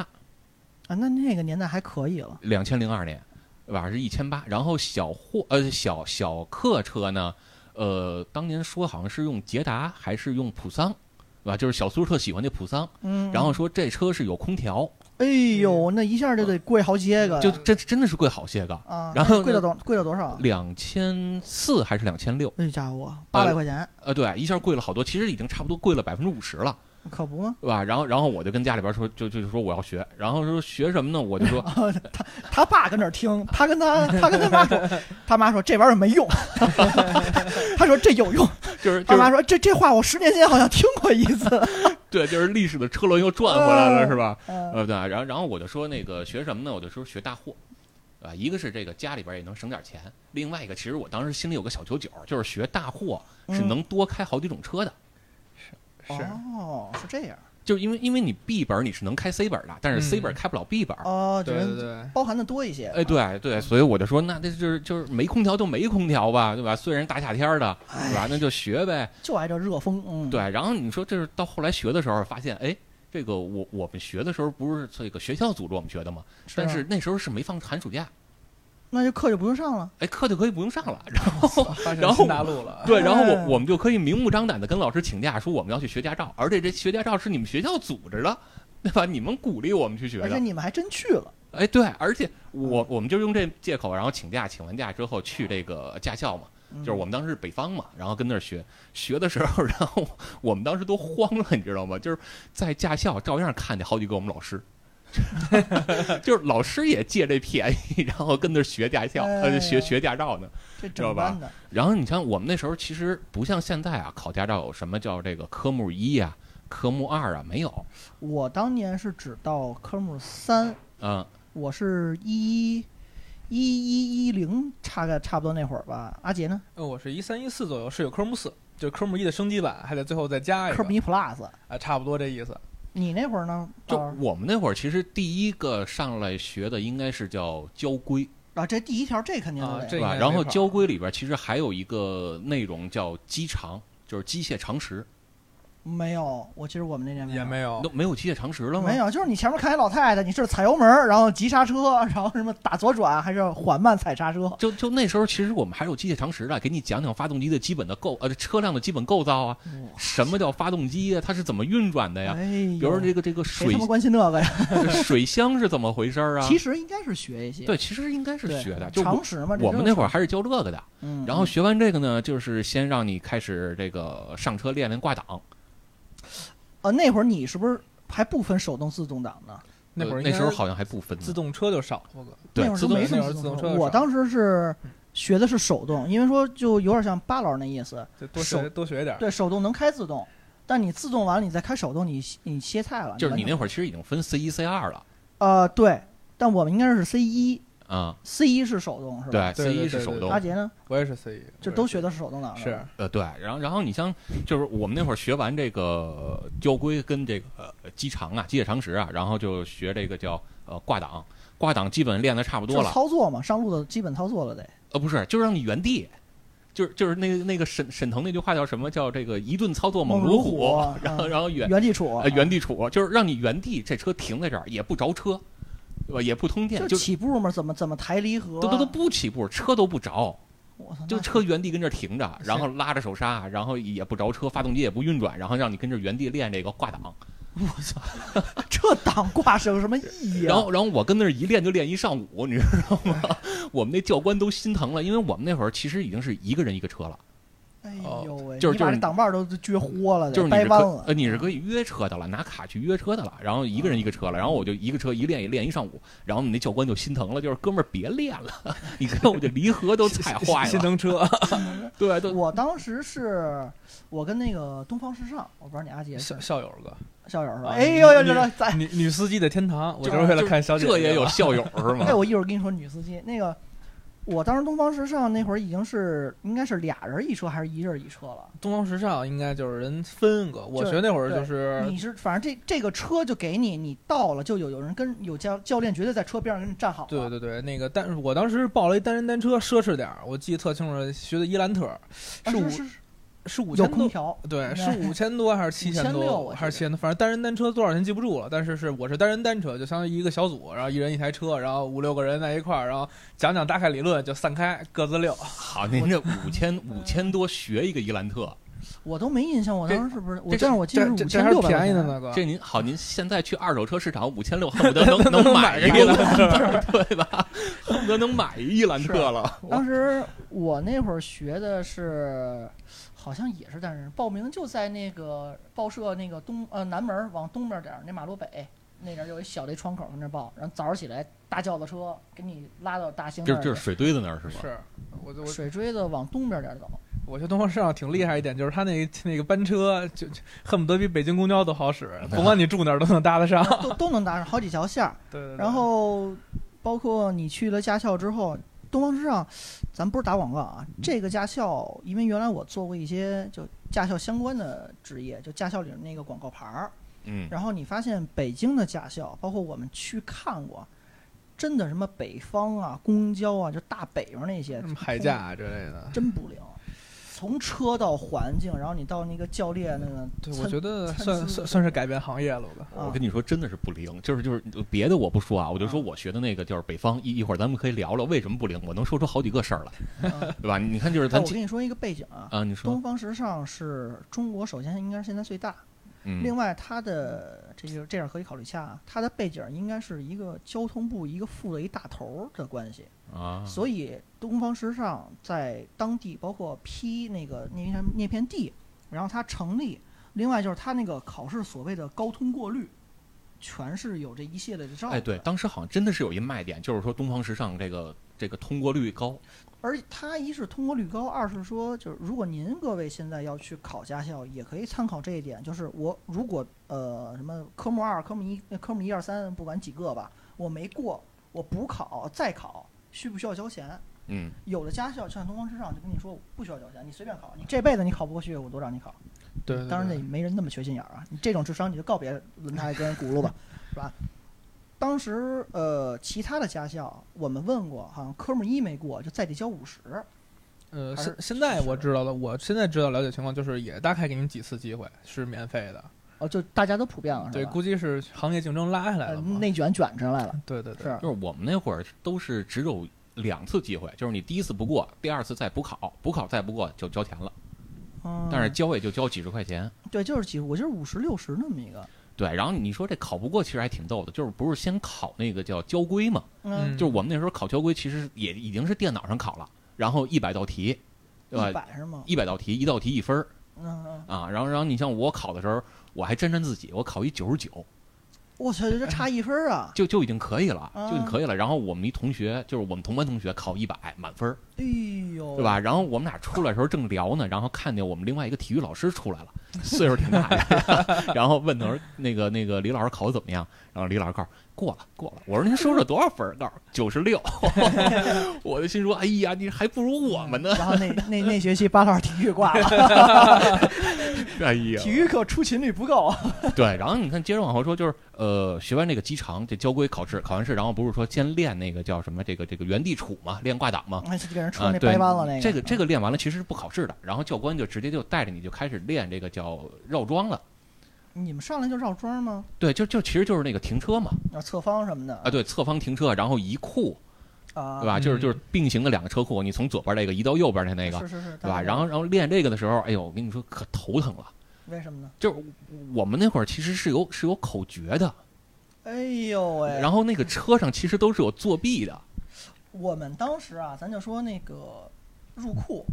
[SPEAKER 2] 啊，那那个年代还可以了，
[SPEAKER 4] 两千零二年，对吧？是一千八。然后小货呃小小客车呢，呃当年说好像是用捷达还是用普桑，对吧？就是小苏特喜欢那普桑，
[SPEAKER 2] 嗯，
[SPEAKER 4] 然后说这车是有空调，
[SPEAKER 2] 哎呦，那一下就得贵好些个呀，
[SPEAKER 4] 就这真的是贵好些个。
[SPEAKER 2] 啊，
[SPEAKER 4] 然后
[SPEAKER 2] 贵
[SPEAKER 4] 呢
[SPEAKER 2] 了多贵了多少？
[SPEAKER 4] 两千四还是两千六？
[SPEAKER 2] 哎家伙，八百块钱，
[SPEAKER 4] 呃，对，一下贵了好多，其实已经差不多贵了百分之五十了，
[SPEAKER 2] 可不吗？
[SPEAKER 4] 对吧？然后，然后我就跟家里边说，就就就说我要学，然后说学什么呢？我就
[SPEAKER 2] (laughs)
[SPEAKER 4] 说
[SPEAKER 2] 他爸跟那儿听，他
[SPEAKER 4] (laughs)
[SPEAKER 2] 跟他他跟他妈说，他妈说这玩意儿没用，他说这有用，
[SPEAKER 4] 就是就
[SPEAKER 2] 他妈
[SPEAKER 4] 是
[SPEAKER 2] 说这这话我十年前好像听过一次，
[SPEAKER 4] 对，就是历史的车轮又转回来了，是吧？
[SPEAKER 2] 嗯
[SPEAKER 4] 呃，对，然后然后我就说那个学什么呢？我就说学大货，啊，一个是这个家里边也能省点钱，另外一个其实我当时心里有个小九九，就是学大货
[SPEAKER 2] 嗯
[SPEAKER 4] 是能多开好几种车的，
[SPEAKER 2] 哦，是这样，
[SPEAKER 4] 就是因为因为你 B 本你是能开 C 本的，但是 C
[SPEAKER 3] 嗯
[SPEAKER 4] 本开不了 B 本，
[SPEAKER 2] 哦，只
[SPEAKER 3] 对对
[SPEAKER 2] 能
[SPEAKER 3] 对，
[SPEAKER 2] 包含的多一些，
[SPEAKER 4] 哎，对对，所以我就说，那这就是就是没空调就没空调吧，对吧？虽然大夏天儿的，对
[SPEAKER 2] 哎
[SPEAKER 4] 吧？那就学呗，
[SPEAKER 2] 就爱这热风，嗯，
[SPEAKER 4] 对。然后你说这是到后来学的时候发现，哎，这个我我们学的时候不是这个学校组织我们学的嘛，
[SPEAKER 2] 啊，
[SPEAKER 4] 但是那时候是没放寒暑假，
[SPEAKER 2] 那就课就不用上了，
[SPEAKER 4] 哎，课就可以不用
[SPEAKER 2] (laughs)
[SPEAKER 4] 上了，然后。
[SPEAKER 2] 哦
[SPEAKER 3] 发
[SPEAKER 4] 然
[SPEAKER 3] 现
[SPEAKER 4] 后
[SPEAKER 3] 新大陆了，
[SPEAKER 4] 对，然后
[SPEAKER 2] 哎
[SPEAKER 4] 我我们就可以明目张胆的跟老师请假，说我们要去学驾照，而且这学驾照是你们学校组织的，对吧？你们鼓励我们去学
[SPEAKER 2] 而且
[SPEAKER 4] 的，
[SPEAKER 2] 你们还真去了，
[SPEAKER 4] 哎，对，而且我我们就用这借口，然后请假，请完假之后去这个驾校嘛，
[SPEAKER 2] 嗯
[SPEAKER 4] 就是我们当时是北方嘛，然后跟那儿学学的时候， (laughs) 然后我们当时都慌了，你知道吗？就是在驾校照样看见好几个我们老师， (laughs) 就是老师也借这便宜，然后跟那儿学驾校，
[SPEAKER 2] 哎
[SPEAKER 4] 呃，
[SPEAKER 2] 呀
[SPEAKER 4] 学学驾照呢。
[SPEAKER 2] 这
[SPEAKER 4] 知道
[SPEAKER 2] 整
[SPEAKER 4] 吧
[SPEAKER 2] 班的，
[SPEAKER 4] 然后你像我们那时候其实不像现在啊，考驾照有什么叫这个科目一啊、科目二啊，没有。
[SPEAKER 2] 我当年是只到科目三，
[SPEAKER 4] 嗯，
[SPEAKER 2] 我是一一一一零，差个差不多那会儿吧。阿杰呢？
[SPEAKER 3] 嗯我是一三一四左右，是有科目四，就是科目一的升级版，还得最后再加一
[SPEAKER 2] 科
[SPEAKER 3] 个
[SPEAKER 2] 目，一 plus，
[SPEAKER 3] 啊，差不多这意思。
[SPEAKER 2] 你那会儿呢？
[SPEAKER 4] 就
[SPEAKER 2] 啊
[SPEAKER 4] 我们那会儿其实第一个上来学的应该是叫交规，
[SPEAKER 2] 啊，这第一条这肯定
[SPEAKER 3] 啊
[SPEAKER 2] 得
[SPEAKER 3] 这
[SPEAKER 4] 对
[SPEAKER 3] 应
[SPEAKER 4] 吧？
[SPEAKER 3] 该
[SPEAKER 4] 然
[SPEAKER 3] 没
[SPEAKER 4] 后
[SPEAKER 3] 法儿
[SPEAKER 4] 交规里边其实还有一个内容叫机常，就是机械常识。
[SPEAKER 2] 没有，我记得我们那年
[SPEAKER 3] 也没
[SPEAKER 2] 有。
[SPEAKER 3] 有
[SPEAKER 4] 都，没有机械常识了吗？
[SPEAKER 2] 没有，就是你前面看一老太太，你是踩油门儿，然后急刹车，然后什么打左转，还是缓慢踩刹车？
[SPEAKER 4] 就就那时候，其实我们还有机械常识的，给你讲讲发动机的基本的构呃车辆的基本构造啊，什么叫发动机啊，它是怎么运转的呀？
[SPEAKER 2] 哎
[SPEAKER 4] 比
[SPEAKER 2] 呦，
[SPEAKER 4] 如说这个这个
[SPEAKER 2] 谁
[SPEAKER 4] 水
[SPEAKER 2] 他妈关心那个呀？
[SPEAKER 4] 水箱是怎么回事儿啊
[SPEAKER 2] 其？实应该是学一些，
[SPEAKER 4] 对，其实应该是
[SPEAKER 2] 对，
[SPEAKER 4] 学的，就
[SPEAKER 2] 常
[SPEAKER 4] 我
[SPEAKER 2] 识啊嘛。这
[SPEAKER 4] 我们
[SPEAKER 2] 就
[SPEAKER 4] 那
[SPEAKER 2] 是
[SPEAKER 4] 会儿还是教这个的。
[SPEAKER 2] 嗯，
[SPEAKER 4] 然后学完这个呢，就是先让你开始这个上车练练挂档，
[SPEAKER 2] 呃，那会儿你是不是还不分手动自动挡呢？
[SPEAKER 3] 那会儿
[SPEAKER 4] 呃
[SPEAKER 3] 应该
[SPEAKER 4] 那时候好像还不分呢
[SPEAKER 3] 自动车就少，我哥
[SPEAKER 4] 对
[SPEAKER 2] 那会儿
[SPEAKER 4] 自
[SPEAKER 2] 都
[SPEAKER 4] 动
[SPEAKER 2] 没什
[SPEAKER 3] 那
[SPEAKER 2] 么
[SPEAKER 3] 会儿
[SPEAKER 2] 自
[SPEAKER 3] 自动
[SPEAKER 2] 动
[SPEAKER 3] 车
[SPEAKER 2] 我
[SPEAKER 3] 少
[SPEAKER 2] 当时是学的是手动，因为说就有点像巴老师那意思，
[SPEAKER 4] 嗯
[SPEAKER 3] 就多
[SPEAKER 2] 手
[SPEAKER 3] 学多学点儿。
[SPEAKER 2] 对，手动能开自动，但你自动完了你再开手动，你你歇菜了。
[SPEAKER 4] 就是
[SPEAKER 2] 完
[SPEAKER 4] 你
[SPEAKER 2] 全
[SPEAKER 4] 那会儿其实已经分 C 一 C 二了
[SPEAKER 2] 呃对，但我们应该是 C 一
[SPEAKER 4] 啊，
[SPEAKER 2] ，C 一是手动是吧？
[SPEAKER 4] 对，C 一是
[SPEAKER 3] 对对
[SPEAKER 4] 手
[SPEAKER 3] 对
[SPEAKER 4] 动
[SPEAKER 2] 阿，杰呢，
[SPEAKER 3] 我也是 C 一，
[SPEAKER 2] 就
[SPEAKER 3] 我也
[SPEAKER 2] 都
[SPEAKER 3] 是
[SPEAKER 2] 学的是手动挡
[SPEAKER 3] 是
[SPEAKER 2] 吧。
[SPEAKER 4] 呃，对，然后然后你像就是我们那会儿学完这个呃交规跟这个呃机常啊、机械常识啊，然后就学这个叫呃挂档，挂档基本练的差不
[SPEAKER 2] 就
[SPEAKER 4] 多
[SPEAKER 2] 是
[SPEAKER 4] 了。
[SPEAKER 2] 操作嘛，上路的基本操作了得。
[SPEAKER 4] 呃，不是，就让你原地，就是就是那个那个沈沈腾那句话叫什么？叫这个一顿操作猛
[SPEAKER 2] 猛如
[SPEAKER 4] 虎， (laughs)
[SPEAKER 2] 虎啊
[SPEAKER 4] 然后然后原
[SPEAKER 2] 原地处
[SPEAKER 4] 呃，原地杵，就是让你原地这车停在这儿也不着车，对吧？也不通电，
[SPEAKER 2] 啊
[SPEAKER 4] 就
[SPEAKER 2] 就起步嘛，怎么怎么抬离合啊？
[SPEAKER 4] 都都都不起步，车都不着，
[SPEAKER 2] 我操，
[SPEAKER 4] 就
[SPEAKER 2] 那
[SPEAKER 4] 车原地跟这儿停着，然后拉着手刹，然后也不着车，发动机也不运转，然后让你跟这儿原地练这个挂档，
[SPEAKER 2] 这档挂是有什么意义
[SPEAKER 4] (laughs)
[SPEAKER 2] 啊？
[SPEAKER 4] 然后然后我跟那儿一练就练一上午，你知道吗？ (laughs) 我们那教官都心疼了，因为我们那会儿其实已经是一个人一个车了，
[SPEAKER 2] 哎呦喂，
[SPEAKER 4] 哦就是
[SPEAKER 2] 你把
[SPEAKER 4] 就是
[SPEAKER 2] 这档把儿都撅豁了，
[SPEAKER 4] 就是你
[SPEAKER 2] 掰
[SPEAKER 4] 是可
[SPEAKER 2] 弯了。
[SPEAKER 4] 呃你是可以约车的了，拿卡去约车的了，然后一个人一个车了，然后我就一个车一练也练一上午，然后我们那教官就心疼了，就是哥们儿别练了， (laughs) 你看我这离合都踩坏
[SPEAKER 3] 新
[SPEAKER 4] 了，
[SPEAKER 3] 能车，
[SPEAKER 4] 对，都
[SPEAKER 2] 我当时是我跟那个东方时尚，我不知道你阿杰
[SPEAKER 3] 校
[SPEAKER 2] 是
[SPEAKER 3] 校友哥，
[SPEAKER 2] 校友是吧？
[SPEAKER 3] 啊
[SPEAKER 2] 哎呦，呦
[SPEAKER 3] 你
[SPEAKER 2] 知道在
[SPEAKER 3] 女女司机的天堂，我就是为了看小姐姐
[SPEAKER 4] 这
[SPEAKER 3] 的。
[SPEAKER 4] 也有校友是吗
[SPEAKER 2] 哎，？ (laughs) 我一会儿跟你说女司机那个。我当时东方时尚那会儿已经是应该是俩人一车还是一人一车了？
[SPEAKER 3] 东方时尚应该就是人分个，我学那会儿就是
[SPEAKER 2] 你是反正这这个车就给你，你到了就有有人跟有教教练绝对在车边上给你站好了。
[SPEAKER 3] 对对对，那个但是我当时是报了一单人单车，奢侈点儿，我记得特清楚，学的伊兰特，
[SPEAKER 2] 啊
[SPEAKER 3] 是五
[SPEAKER 2] 是
[SPEAKER 3] 是五
[SPEAKER 2] 有
[SPEAKER 3] 千
[SPEAKER 2] 空
[SPEAKER 3] 多，
[SPEAKER 2] 调，
[SPEAKER 3] 对，
[SPEAKER 2] 应
[SPEAKER 3] 是
[SPEAKER 2] 该
[SPEAKER 3] 五千多还是七千
[SPEAKER 2] 5600
[SPEAKER 3] 多
[SPEAKER 2] 我记得
[SPEAKER 3] 还是七千多，反正单人单车多少钱记不住了，但是是我是单人单车，就相当于一个小组，然后一人一台车，然后五六个人在一块儿，然后讲讲大概理论就散开各自溜，
[SPEAKER 4] 好，您这五千五千多学一个伊兰特，
[SPEAKER 2] 我都没印象，我当时是不是我
[SPEAKER 4] 这
[SPEAKER 2] 但是我记得
[SPEAKER 3] 这
[SPEAKER 2] 是五
[SPEAKER 3] 这这
[SPEAKER 2] 千
[SPEAKER 3] 还是
[SPEAKER 2] 六百啊
[SPEAKER 3] 便宜的呢，哥，
[SPEAKER 4] 这您好，您现在去二手车市场五千六，恨不得
[SPEAKER 2] (laughs)
[SPEAKER 4] 能
[SPEAKER 3] 能
[SPEAKER 4] 能
[SPEAKER 3] 买
[SPEAKER 4] 买
[SPEAKER 3] 个
[SPEAKER 4] 一
[SPEAKER 3] 伊
[SPEAKER 4] 个
[SPEAKER 3] 兰
[SPEAKER 4] 兰特， (laughs) 对吧？恨不得能买一伊兰特了。
[SPEAKER 2] 当时我那会儿学的是，好像也是单人，报名就在那个报社那个东呃南门儿往东边儿点儿那马路北那点儿有一小的窗口儿跟那儿报，然后早上起来大轿子车给你拉到大兴
[SPEAKER 4] 就
[SPEAKER 2] 那儿
[SPEAKER 4] 是
[SPEAKER 2] 去，
[SPEAKER 4] 就是水堆子那儿是吗？
[SPEAKER 3] 是我我
[SPEAKER 2] 水锥子往东边儿点儿走。
[SPEAKER 3] 我觉得东方时尚挺厉害一点，就是他那那个班车就就恨不得比北京公交都好使，
[SPEAKER 2] 啊
[SPEAKER 3] 甭管你住哪儿都能搭得上。
[SPEAKER 2] 都都能搭上好几条线儿。
[SPEAKER 3] 对对对
[SPEAKER 2] 然后包括你去了驾校之后，东方时尚，咱不是打广告啊，这个驾校，因为原来我做过一些就驾校相关的职业，就驾校里那个广告牌儿。
[SPEAKER 4] 嗯，
[SPEAKER 2] 然后你发现北京的驾校，包括我们去看过。真的什么北方啊、公交啊，就大北方那些
[SPEAKER 3] 什么海驾啊之类的，
[SPEAKER 2] 真不灵。从车到环境，然后你到那个教练那个
[SPEAKER 3] 对
[SPEAKER 2] 参，
[SPEAKER 3] 我觉得
[SPEAKER 2] 参
[SPEAKER 3] 算
[SPEAKER 2] 差
[SPEAKER 3] 算算是改变行业了吧。
[SPEAKER 2] 啊
[SPEAKER 4] 我跟你说，真的是不灵，就是就是别的我不说啊，我就
[SPEAKER 2] 嗯
[SPEAKER 4] 说我学的那个就是北方，一一会儿咱们可以聊聊为什么不灵，我能说出好几个事儿来，
[SPEAKER 2] 嗯
[SPEAKER 4] 对吧？你看，就是
[SPEAKER 2] 哎
[SPEAKER 4] 咱
[SPEAKER 2] 我跟你说一个背景啊，
[SPEAKER 4] 啊，你说
[SPEAKER 2] 东，方时尚是中国首先应该是现在最大，
[SPEAKER 4] 嗯
[SPEAKER 2] 另外它的这就是这样可以考虑一下啊，它的背景应该是一个交通部一个副的一大头儿的关系，
[SPEAKER 4] 啊，
[SPEAKER 2] 所以东方时尚在当地包括批那个那片那片地，然后它成立，另外就是它那个考试所谓的高通过滤，全是有这一系列的照顾的。
[SPEAKER 4] 哎，对，当时好像真的是有一卖点，就是说东方时尚这个这个通过率高，
[SPEAKER 2] 而它一是通过率高，二是说就是如果您各位现在要去考驾校，也可以参考这一点。就是我如果呃什么科目二、科目一、呃科目一二三不管几个吧，我没过，我补考再考，需不需要交钱？
[SPEAKER 4] 嗯。
[SPEAKER 2] 有的驾校像东方时尚就跟你说我不需要交钱，你随便考，你这辈子你考不过去我都让你考。
[SPEAKER 3] 对对对
[SPEAKER 2] 当然那没人那么缺心眼儿啊，你这种智商你就告别轮胎跟轱辘
[SPEAKER 3] (laughs)
[SPEAKER 2] 吧，是吧？当时呃，其他的驾校我们问过，好像科目一没过，就再得交五十。
[SPEAKER 3] 呃，
[SPEAKER 2] 还
[SPEAKER 3] 现
[SPEAKER 2] 是
[SPEAKER 3] 现在我知道了，我现在知道了解情况就是也大概给你几次机会是免费的，
[SPEAKER 2] 哦，就大家都普遍了，
[SPEAKER 3] 对，
[SPEAKER 2] 是吧？
[SPEAKER 3] 估计是行业竞争拉下来
[SPEAKER 2] 呃
[SPEAKER 3] 了嘛。
[SPEAKER 2] 内卷卷上
[SPEAKER 3] (laughs)
[SPEAKER 2] 来了，
[SPEAKER 3] 对对对，
[SPEAKER 2] 是啊
[SPEAKER 4] 就是我们那会儿都是只有两次机会，就是你第一次不过，第二次再补考，补考再不过就交钱了，
[SPEAKER 2] 嗯，
[SPEAKER 4] 但是交也就交几十块钱。
[SPEAKER 2] 对，就是几，我就是五十六十那么一个，
[SPEAKER 4] 对，然后你说这考不过，其实还挺逗的，就是不是先考那个叫交规嘛？
[SPEAKER 3] 嗯，
[SPEAKER 4] 就是我们那时候考交规，其实也已经是电脑上考了，然后一百道题，对
[SPEAKER 2] 一
[SPEAKER 4] 吧？
[SPEAKER 2] 百是吗？
[SPEAKER 4] 一百道题，一道题一分儿
[SPEAKER 2] 嗯，嗯
[SPEAKER 4] 啊。然后，然后你像我考的时候，我还沾沾自喜，我考一九十九，
[SPEAKER 2] 我操，这差一分啊！
[SPEAKER 4] 就就已经可以了，
[SPEAKER 2] 啊
[SPEAKER 4] 就已经可以了。然后我们一同学，就是我们同班同学，考一百满分儿。
[SPEAKER 2] 哎呦，
[SPEAKER 4] 对？吧？然后我们俩出来的时候正聊呢，然后看见我们另外一个体育老师出来了，岁数挺大的， (laughs) 然后问他说：“那个那个李老师考得怎么样？”然后李老师告诉我过了过了。我说：“您说说多少分儿？”告诉九十六。 (laughs) 我就心说：“哎呀，你还不如我们呢。
[SPEAKER 2] 然后那那那学期八老师体育挂了，
[SPEAKER 4] (laughs) 哎呀
[SPEAKER 2] 体育课出勤率不够，
[SPEAKER 4] 对，然后你看，接着往后说，就是呃，学完这个机长这交规考试，考完试，然后不是说先练那个叫什么这个这个原地杵嘛，练挂档嘛，
[SPEAKER 2] 哎，这给人冲
[SPEAKER 4] 啊，
[SPEAKER 2] (laughs) 那
[SPEAKER 4] 对
[SPEAKER 2] 掰弯了那
[SPEAKER 4] 这个
[SPEAKER 2] 个
[SPEAKER 4] 这个练完了其实是不考试的，然后教官就直接就带着你就开始练这个叫绕桩了。
[SPEAKER 2] 嗯你们上来就绕桩吗？
[SPEAKER 4] 对，就就其实就是那个停车嘛，
[SPEAKER 2] 啊，侧方什么的
[SPEAKER 4] 啊，对，侧方停车，然后移库，
[SPEAKER 2] 啊，
[SPEAKER 4] 对吧？就是就是
[SPEAKER 3] 嗯
[SPEAKER 4] 并行的两个车库，你从左边那个移到右边的那个，
[SPEAKER 2] 是是是，
[SPEAKER 4] 对吧？然后然后练这个的时候，哎呦，我跟你说可头疼了。
[SPEAKER 2] 为什么呢？
[SPEAKER 4] 就是我们那会儿其实是有是有口诀的，
[SPEAKER 2] 哎呦喂！
[SPEAKER 4] 然后那个车上其实都是有作弊的，
[SPEAKER 2] 我们当时啊，咱就说那个入库，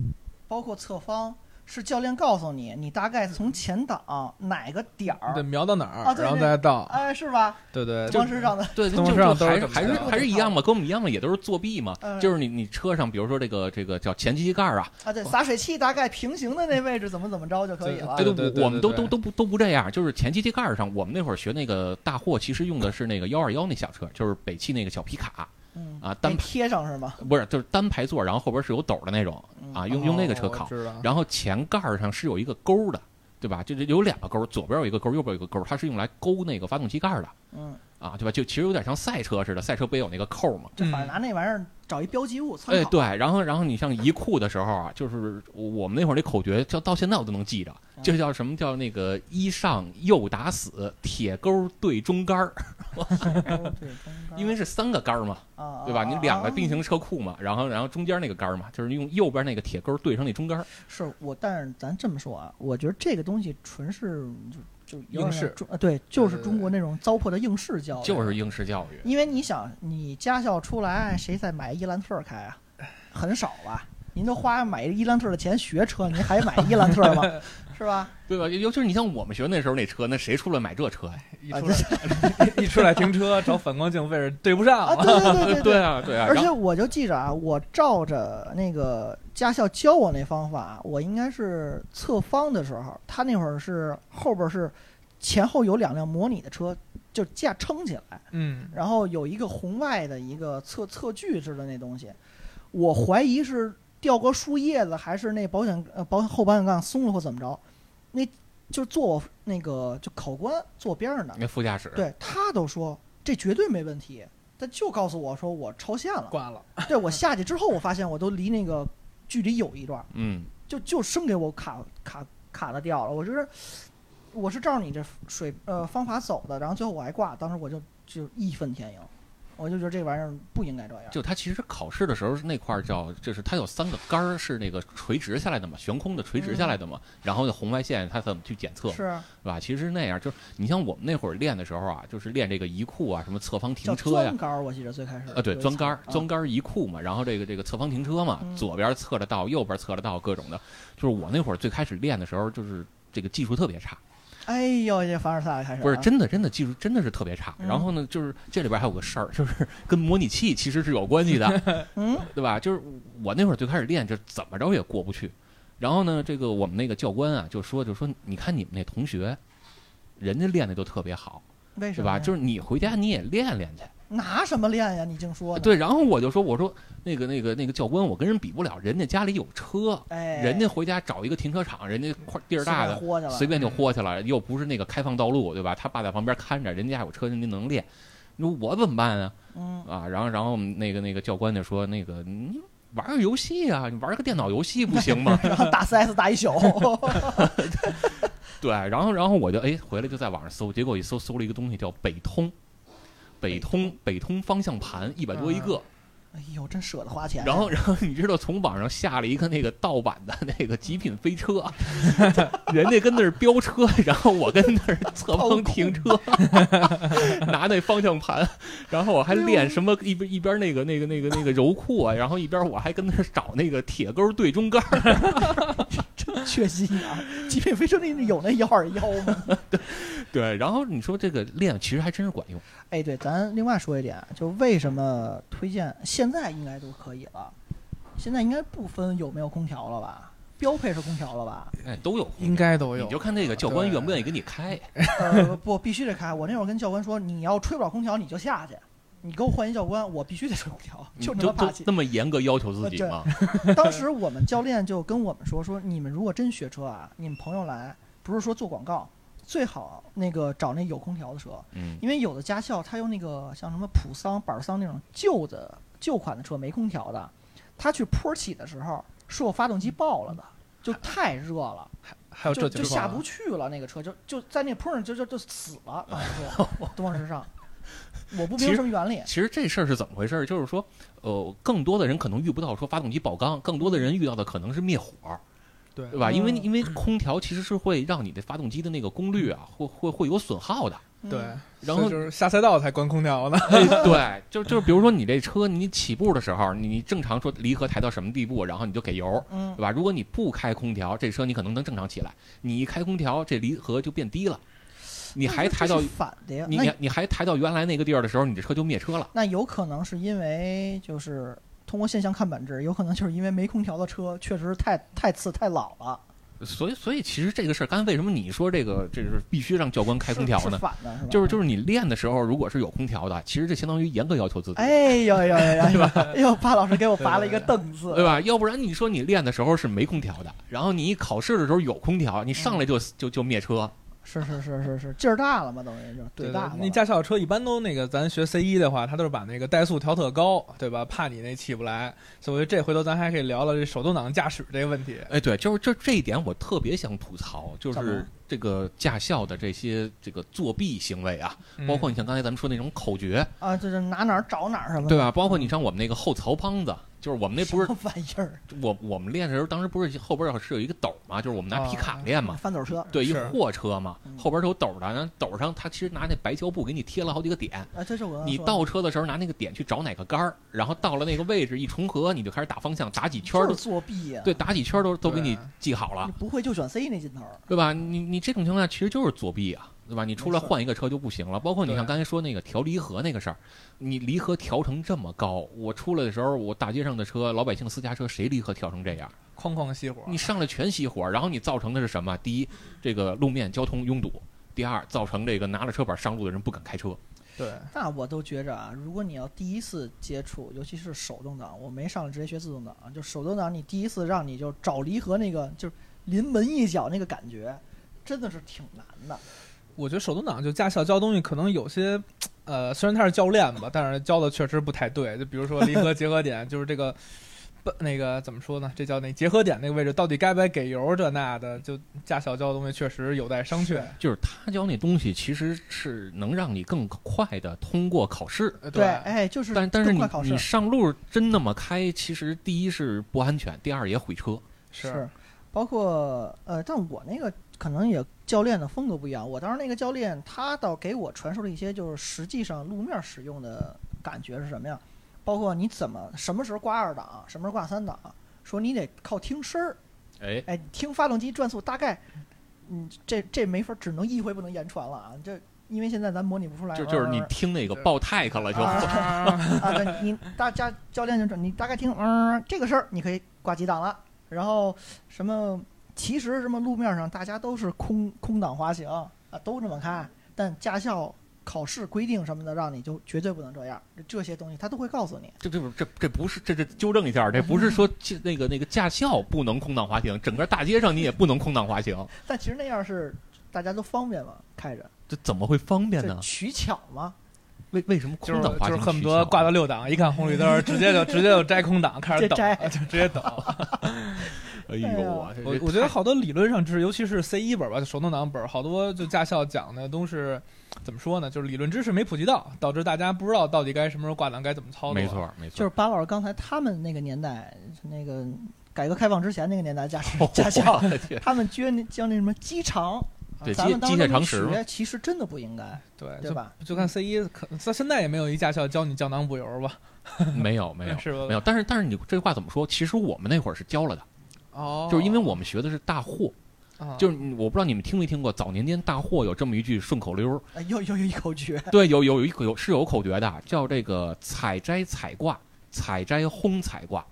[SPEAKER 2] 包括侧方，是教练告诉你，你大概从前挡哪个点
[SPEAKER 3] 得
[SPEAKER 2] 儿，
[SPEAKER 3] 瞄到哪
[SPEAKER 2] 啊
[SPEAKER 3] 儿，
[SPEAKER 2] 对
[SPEAKER 3] 然后
[SPEAKER 2] 对
[SPEAKER 3] 再到，
[SPEAKER 2] 哎，是吧？
[SPEAKER 3] 对对，
[SPEAKER 2] 当时让他
[SPEAKER 4] 对，
[SPEAKER 3] 自
[SPEAKER 4] 就
[SPEAKER 3] 动
[SPEAKER 4] 就
[SPEAKER 3] 车上都
[SPEAKER 4] 还是
[SPEAKER 3] 是这么
[SPEAKER 4] 还是
[SPEAKER 3] 着
[SPEAKER 4] 还是一样嘛，跟我们一样嘛，也都是作弊嘛。
[SPEAKER 2] 嗯
[SPEAKER 4] 就是你你车上，比如说这个这个叫前机盖啊，
[SPEAKER 2] 啊，对，洒水器大概平行的那位置怎么怎么着就可以了。
[SPEAKER 3] 对
[SPEAKER 4] 对
[SPEAKER 3] 对对
[SPEAKER 4] 我我们都
[SPEAKER 3] 对
[SPEAKER 4] 都都不都不这样，就是前机盖上，我们那会儿学那个大货，其实用的是那个幺二幺那小车，就是北汽那个小皮卡
[SPEAKER 2] 嗯，
[SPEAKER 4] 啊，
[SPEAKER 2] 得
[SPEAKER 4] 单排
[SPEAKER 2] 贴上是吗？
[SPEAKER 4] 不是就是单排座，然后后边是有斗的那种
[SPEAKER 2] 嗯
[SPEAKER 4] 啊，用用那个车考
[SPEAKER 3] 哦我，知
[SPEAKER 2] 啊
[SPEAKER 3] 道。
[SPEAKER 4] 然后前盖上是有一个钩的，对吧？就是有两个钩，左边有一个钩，右边有一个钩，它是用来勾那个发动机盖的
[SPEAKER 2] 嗯，
[SPEAKER 4] 啊，对吧？就其实有点像赛车似的，赛车不也有那个扣吗？
[SPEAKER 2] 就反正拿那玩意儿找一标记物参
[SPEAKER 4] 哎，
[SPEAKER 2] 考。
[SPEAKER 4] 对，然后然后你像移库的时候啊，就是我们那会儿那口诀，叫到现在我都能记着，就叫什么叫那个一上右打死，铁钩对中杆儿，
[SPEAKER 2] 对，中间
[SPEAKER 4] 因为是三个杆儿嘛，
[SPEAKER 2] 嗯啊，
[SPEAKER 4] 对吧？
[SPEAKER 2] 啊
[SPEAKER 4] 你两个并。行车库嘛，然后然后中间那个杆儿嘛，就是用右边那个铁钩对上那中杆儿，
[SPEAKER 2] 啊是我，但是咱这么说啊，我觉得这个东西纯是就就有点
[SPEAKER 3] 应试
[SPEAKER 2] 中，啊对，就是
[SPEAKER 3] 对对
[SPEAKER 2] 中国那种糟粕的应试教育，
[SPEAKER 4] 就是应试教育。
[SPEAKER 2] 因为你想，你驾校出来，谁再买伊兰特儿开啊？很少吧？您都花买伊兰特儿的钱学车，您还买伊兰特
[SPEAKER 3] (laughs)
[SPEAKER 2] 儿吗？是吧？
[SPEAKER 4] 对吧？尤其是你像我们学那时候那车，那谁出来买这车呀？
[SPEAKER 3] 一
[SPEAKER 2] 啊
[SPEAKER 3] 出来
[SPEAKER 2] (laughs)
[SPEAKER 3] 一出来停车找反光镜位置对不上
[SPEAKER 2] 啊，，对对
[SPEAKER 3] (laughs)
[SPEAKER 2] 对对
[SPEAKER 4] 对啊，对啊。
[SPEAKER 2] 而
[SPEAKER 4] 然
[SPEAKER 2] 且
[SPEAKER 4] 后
[SPEAKER 2] 我就记着啊，我照着那个驾校教我那方法，我应该是侧方的时候，他那会儿是后边是前后有两辆模拟的车就架撑起来，
[SPEAKER 3] 嗯，
[SPEAKER 2] 然后有一个红外的一个测测距似的那东西，我怀疑是掉个树叶子，还是那保险呃保后保险杠松了或怎么着，那就坐我那个就考官坐边上的，
[SPEAKER 4] 那副驾驶，
[SPEAKER 2] 对他都说这绝对没问题，他就告诉我说我超限了。
[SPEAKER 3] 挂了，
[SPEAKER 2] 对我下去之后，我发现我都离那个距离有一段儿，
[SPEAKER 4] 嗯，
[SPEAKER 2] 就就生给我卡卡卡的掉了。我就是我是照你这水呃方法走的，然后最后我还挂，当时我就就义愤填膺，我就觉得这玩意儿不应该这样。
[SPEAKER 4] 就它其实考试的时候是那块儿叫，就是它有三个杆儿是那个垂直下来的嘛，悬空的垂直下来的嘛，然后那红外线它怎么去检测，
[SPEAKER 2] 嗯是啊
[SPEAKER 4] 对吧？其实那样就是你像我们那会儿练的时候啊，就是练这个移库啊，什么侧方
[SPEAKER 2] 叫
[SPEAKER 4] 停车呀
[SPEAKER 2] 钻。杆儿，我记得最开始
[SPEAKER 4] 啊，对，
[SPEAKER 2] 有一
[SPEAKER 4] 钻杆儿
[SPEAKER 2] 层，啊
[SPEAKER 4] 钻杆儿移库嘛，然后这个这个侧方停车嘛，
[SPEAKER 2] 嗯
[SPEAKER 4] 左边测着道，右边测着道，各种的。就是我那会儿最开始练的时候，就是这个技术特别差，
[SPEAKER 2] 哎呦，这凡尔赛开始
[SPEAKER 4] 不是
[SPEAKER 2] 啊
[SPEAKER 4] 真的，真的技术真的是特别差。
[SPEAKER 2] 嗯
[SPEAKER 4] 然后呢，就是这里边还有个事儿，就是跟模拟器其实是有关系的，
[SPEAKER 2] 嗯
[SPEAKER 4] 对吧？就是我那会儿最开始练，就怎么着也过不去。然后呢，这个我们那个教官啊，就说就说，你看你们那同学，人家练的都特别好，
[SPEAKER 2] 为什
[SPEAKER 4] 对
[SPEAKER 2] 么
[SPEAKER 4] 吧？
[SPEAKER 2] 呀
[SPEAKER 4] 就是你回家你也练练去。
[SPEAKER 2] 拿什么练呀？你净说呢
[SPEAKER 4] 对，然后我就说我说那个那个那个教官，我跟人比不了，人家家里有车，
[SPEAKER 2] 哎，
[SPEAKER 4] 人家回家找一个停车场，人家块地儿
[SPEAKER 2] 啊
[SPEAKER 4] 大的，
[SPEAKER 2] 豁去了，
[SPEAKER 4] 随便就豁去了，又不是那个开放道路，对吧？他爸在旁边看着，人家有车，人家能练。你说我怎么办啊？
[SPEAKER 2] 嗯
[SPEAKER 4] 啊，然后然后我们那个那个教官就说，那个你玩个游戏啊，你玩个电脑游戏不行吗？ (laughs)
[SPEAKER 2] 然后打 (laughs) CS 打一宿，
[SPEAKER 4] 对，然后然后我就哎回来就在网上搜，结果一搜搜了一个东西叫北通，北通北通方向盘一百多一个，
[SPEAKER 2] 哎呦，真舍得花钱呀。
[SPEAKER 4] 然后，然后你知道从网上下了一个那个盗版的那个极品飞车，啊人家跟那儿飙车，然后我跟那儿
[SPEAKER 2] (laughs)
[SPEAKER 4] 侧方停车，拿那方向盘，然后我
[SPEAKER 2] 哎
[SPEAKER 4] 还练什么一边一边那个那个那个那个柔库啊，然后一边我还跟那儿找那个铁钩对中
[SPEAKER 2] (laughs)
[SPEAKER 4] 杆儿，
[SPEAKER 2] 缺心眼儿。极品飞车那有那幺二幺吗？
[SPEAKER 4] 对，然后你说这个练其实还真是管用，
[SPEAKER 2] 哎，对，咱另外说一点啊，就为什么推荐现在应该都可以了，现在应该不分有没有空调了吧？标配是空调
[SPEAKER 4] (laughs)
[SPEAKER 2] 了吧？
[SPEAKER 4] 哎，都有，
[SPEAKER 3] 应该都
[SPEAKER 4] 你
[SPEAKER 3] 有
[SPEAKER 4] 就。看那个教官愿不愿意给你开，
[SPEAKER 2] 呃，不，必须得开。我那会儿跟教官说，你要吹不了空调，你就下去，你给我换一教官，我必须得吹空调，
[SPEAKER 4] 你
[SPEAKER 2] 就
[SPEAKER 4] 就
[SPEAKER 2] 这么
[SPEAKER 4] 就
[SPEAKER 2] 霸气呃
[SPEAKER 4] 那。么严格要求自己
[SPEAKER 2] 对 (laughs)
[SPEAKER 4] 吗？
[SPEAKER 2] 当时我们教练就跟我们说，说你们如果真学车啊，你们朋友来，不是说做广告，最好那个找那有空调的车，
[SPEAKER 4] 嗯
[SPEAKER 2] 因为有的驾校它用那个像什么普桑、板桑那种旧的旧款的车没空调的，它去坡起的时候是我发动机爆了的，就太热了，
[SPEAKER 3] 还
[SPEAKER 4] 哦
[SPEAKER 3] 有
[SPEAKER 2] 就
[SPEAKER 3] 这
[SPEAKER 2] 就
[SPEAKER 3] 情
[SPEAKER 2] 下
[SPEAKER 3] 况啊
[SPEAKER 2] 不去了，那个车就就在那坡上就就就死了，当时说东方
[SPEAKER 4] (laughs)
[SPEAKER 2] 时尚，我不
[SPEAKER 4] 哦其
[SPEAKER 2] 明
[SPEAKER 4] 实
[SPEAKER 2] 什么原理，
[SPEAKER 4] 其实这事儿是怎么回事儿？就是说，呃，更多的人可能遇不到说发动机爆缸，更多的人遇到的可能是灭火儿，
[SPEAKER 3] 对
[SPEAKER 4] 对吧？因为
[SPEAKER 2] 嗯
[SPEAKER 4] 因为空调其实是会让你的发动机的那个功率啊，会会会有损耗的。
[SPEAKER 2] 嗯
[SPEAKER 3] 对，
[SPEAKER 4] 然
[SPEAKER 3] 所
[SPEAKER 4] 后
[SPEAKER 3] 以就是下赛道才关空调呢。
[SPEAKER 4] 哎，对，就就是比如说你这车你起步的时候，你你正常说离合抬到什么地步，然后你就给油，
[SPEAKER 2] 嗯
[SPEAKER 4] 对吧？如果你不开空调，这车你可能能正常起来；你一开空调，这离合就变低了，你还
[SPEAKER 2] 这
[SPEAKER 4] 抬到
[SPEAKER 2] 是反的呀，
[SPEAKER 4] 你
[SPEAKER 2] 那
[SPEAKER 4] 你你还抬到原来那个地儿的时候，你这车就灭车了。
[SPEAKER 2] 那有可能是因为就是通过现象看本质，有可能就是因为没空调的车确实太太次太老了，
[SPEAKER 4] 所以所以其实这个事儿，刚才为什么你说这个这是必须让教官开空调
[SPEAKER 2] 是是
[SPEAKER 4] 呢？
[SPEAKER 2] 反的是吧？
[SPEAKER 4] 就是就是你练的时候，如果是有空调的，其实这相当于严格要求 (laughs) 自己。
[SPEAKER 2] 哎呦呦呦呦呦！哎呦，巴老师给我拔了一个凳子，
[SPEAKER 4] 对吧？要不然你说你练的时候是没空调的，然后你一考试的时候有空调，你上来就就就灭车，
[SPEAKER 2] 是是是是是，劲儿大了嘛，等于就是怼大了嘛。
[SPEAKER 3] 那驾校车一般都那个，咱学 C 一的话，他都是把那个怠速调特高，对吧？怕你那起不来，所以我觉得这回头咱还可以聊聊这手动挡驾驶这个问题。
[SPEAKER 4] 哎，对，就是这这一点我特别想吐槽，就
[SPEAKER 3] 怎么
[SPEAKER 4] 是
[SPEAKER 3] 了
[SPEAKER 4] 这个驾校的这些这个作弊行为啊，
[SPEAKER 3] 嗯
[SPEAKER 4] 包括你像刚才咱们说那种口诀，
[SPEAKER 2] 啊，就是拿哪儿找哪儿什么的，
[SPEAKER 4] 对吧？包括你像我们那个后槽帮子，就是我们那不是
[SPEAKER 2] 什么玩意
[SPEAKER 4] (laughs)
[SPEAKER 2] 儿？
[SPEAKER 4] 我我们练的时候，当时不是后边儿是有一个斗嘛，就是我们拿皮卡练嘛，
[SPEAKER 2] 翻斗车
[SPEAKER 4] 嗯对，一
[SPEAKER 3] 是
[SPEAKER 4] 货车嘛
[SPEAKER 2] 嗯，
[SPEAKER 4] 后边儿是有斗的，然后斗上他其实拿那白胶布给你贴了好几个点，
[SPEAKER 2] 啊，这是我刚才
[SPEAKER 4] 你
[SPEAKER 2] 说的
[SPEAKER 4] 倒车的时候拿那个点去找哪个杆儿，然后到了那个位置一重合，你就开始打方向，打几圈儿
[SPEAKER 2] 就
[SPEAKER 4] 都
[SPEAKER 2] 是作弊呀，
[SPEAKER 4] 对，打几圈儿都都给你
[SPEAKER 3] 对
[SPEAKER 4] 记好了
[SPEAKER 2] 你。不会就选 C 那劲头儿，
[SPEAKER 4] 对吧？你你这种情况下其实就是作弊啊，对吧？你出来
[SPEAKER 2] 没错
[SPEAKER 4] 换一个车就不行了。包括你像
[SPEAKER 3] 对
[SPEAKER 4] 刚才说那个调离合那个事儿，你离合调成这么高，我出来的时候，我大街上的车，老百姓私家车谁离合调成这样？
[SPEAKER 3] 哐哐熄火，
[SPEAKER 4] 你上来全熄火，然后你造成的是什么？第一，这个路面交通拥堵；第二，造成这个拿了车牌上路的人不敢开车。
[SPEAKER 3] 对
[SPEAKER 2] 那我都觉着啊，如果你要第一次接触，尤其是手动挡，我没上来直接学自动挡啊，就手动挡，你第一次让你就找离合那个，就是临门一脚那个感觉，真的是挺难的。
[SPEAKER 3] 我觉得手动挡就驾校教东西，可能有些，呃，虽然他是教练吧，但是教的确实不太对。就比如说离合结合点，就是这个，不那个怎么说呢？这叫那结合点那个位置到底该不该给油这那的，就驾校教的东西确实有待商榷。
[SPEAKER 4] 就是他教那东西，其实是能让你更快的通过考试。
[SPEAKER 3] 呃
[SPEAKER 2] 对，哎，就是
[SPEAKER 4] 但但是
[SPEAKER 2] 更
[SPEAKER 4] 你
[SPEAKER 2] 快考试
[SPEAKER 4] 你上路真那么开，其实第一是不安全，第二也毁车。
[SPEAKER 2] (laughs)
[SPEAKER 3] 是
[SPEAKER 2] 包括呃，但我那个可能也教练的风格不一样。我当时那个教练，他倒给我传授了一些就是实际上路面使用的感觉是什么呀？包括你怎么什么时候挂二档，什么时候挂三档，说你得靠听声儿，
[SPEAKER 4] 哎，
[SPEAKER 2] 哎，听发动机转速大概，嗯，这这没法，只能意会不能言传了啊。这因为现在咱模拟不出来，
[SPEAKER 4] 就就是你听那个爆泰克了就，
[SPEAKER 2] 啊，对，你大家教练就说，你大概听，嗯，这个事儿你可以挂几档了。然后什么，其实什么路面上大家都是空空档滑行啊，都这么开。但驾校考试规定什么的，让你就绝对不能这样，这些东西他都会告诉你。
[SPEAKER 4] 这这这这不是这这纠正一下，这不是
[SPEAKER 3] (laughs)
[SPEAKER 4] 说这那个那个驾校不能空档滑行，整个大街上你也不能空档滑行，
[SPEAKER 2] 但其实那样是大家都方便嘛，开着，
[SPEAKER 4] 这怎么会方便
[SPEAKER 2] 这
[SPEAKER 4] 呢？
[SPEAKER 2] 取巧嘛。
[SPEAKER 4] 为为什么
[SPEAKER 3] 就
[SPEAKER 4] 空
[SPEAKER 3] 是
[SPEAKER 4] 档滑
[SPEAKER 3] 就是
[SPEAKER 4] 行
[SPEAKER 3] 恨不
[SPEAKER 4] 取
[SPEAKER 3] 得
[SPEAKER 4] 消
[SPEAKER 3] 挂到六档，一看红绿灯儿，直接就直接就摘空档，开始
[SPEAKER 2] 这
[SPEAKER 3] 等
[SPEAKER 2] 摘
[SPEAKER 3] 了，就直接等。
[SPEAKER 4] 哎呦我这
[SPEAKER 3] 我我觉得好多理论上知识，尤其是 C 一本吧，就手动挡本儿，好多就驾校讲的都是怎么说呢？就是理论知识没普及到，导致大家不知道到底该什么时候挂档，该怎么操作。
[SPEAKER 4] 没，错没错，
[SPEAKER 2] 就是巴老师刚才他们那个年代，那个改革开放之前那个年代驾驶
[SPEAKER 4] 哦
[SPEAKER 2] 驾校，
[SPEAKER 4] 我去 (laughs)
[SPEAKER 2] 他们居然教那什么机长，啊
[SPEAKER 4] 对
[SPEAKER 2] 咱
[SPEAKER 4] 机
[SPEAKER 2] 们当时
[SPEAKER 4] 机械
[SPEAKER 2] 那么
[SPEAKER 4] 常识嘛
[SPEAKER 2] 学，其实真的不应该，
[SPEAKER 3] 对
[SPEAKER 2] 对？吧？
[SPEAKER 3] 就就看 C 一，可到现在也没有一驾校教你降档补油吧？
[SPEAKER 4] 没
[SPEAKER 2] (laughs)
[SPEAKER 4] 有没有
[SPEAKER 3] 是吧？
[SPEAKER 4] 没有，但是但是你这话怎么说？其实我们那会儿是教了的，
[SPEAKER 3] 哦，
[SPEAKER 4] 就是因为我们学的是大货，
[SPEAKER 3] 啊
[SPEAKER 4] 就是你我不知道你们听没听过，早年间大货有这么一句顺口溜 (laughs) 儿，
[SPEAKER 2] 哎又又有一口诀，
[SPEAKER 4] 对，有有有一口有是有口诀的，叫这个采摘采挂，采摘烘采挂。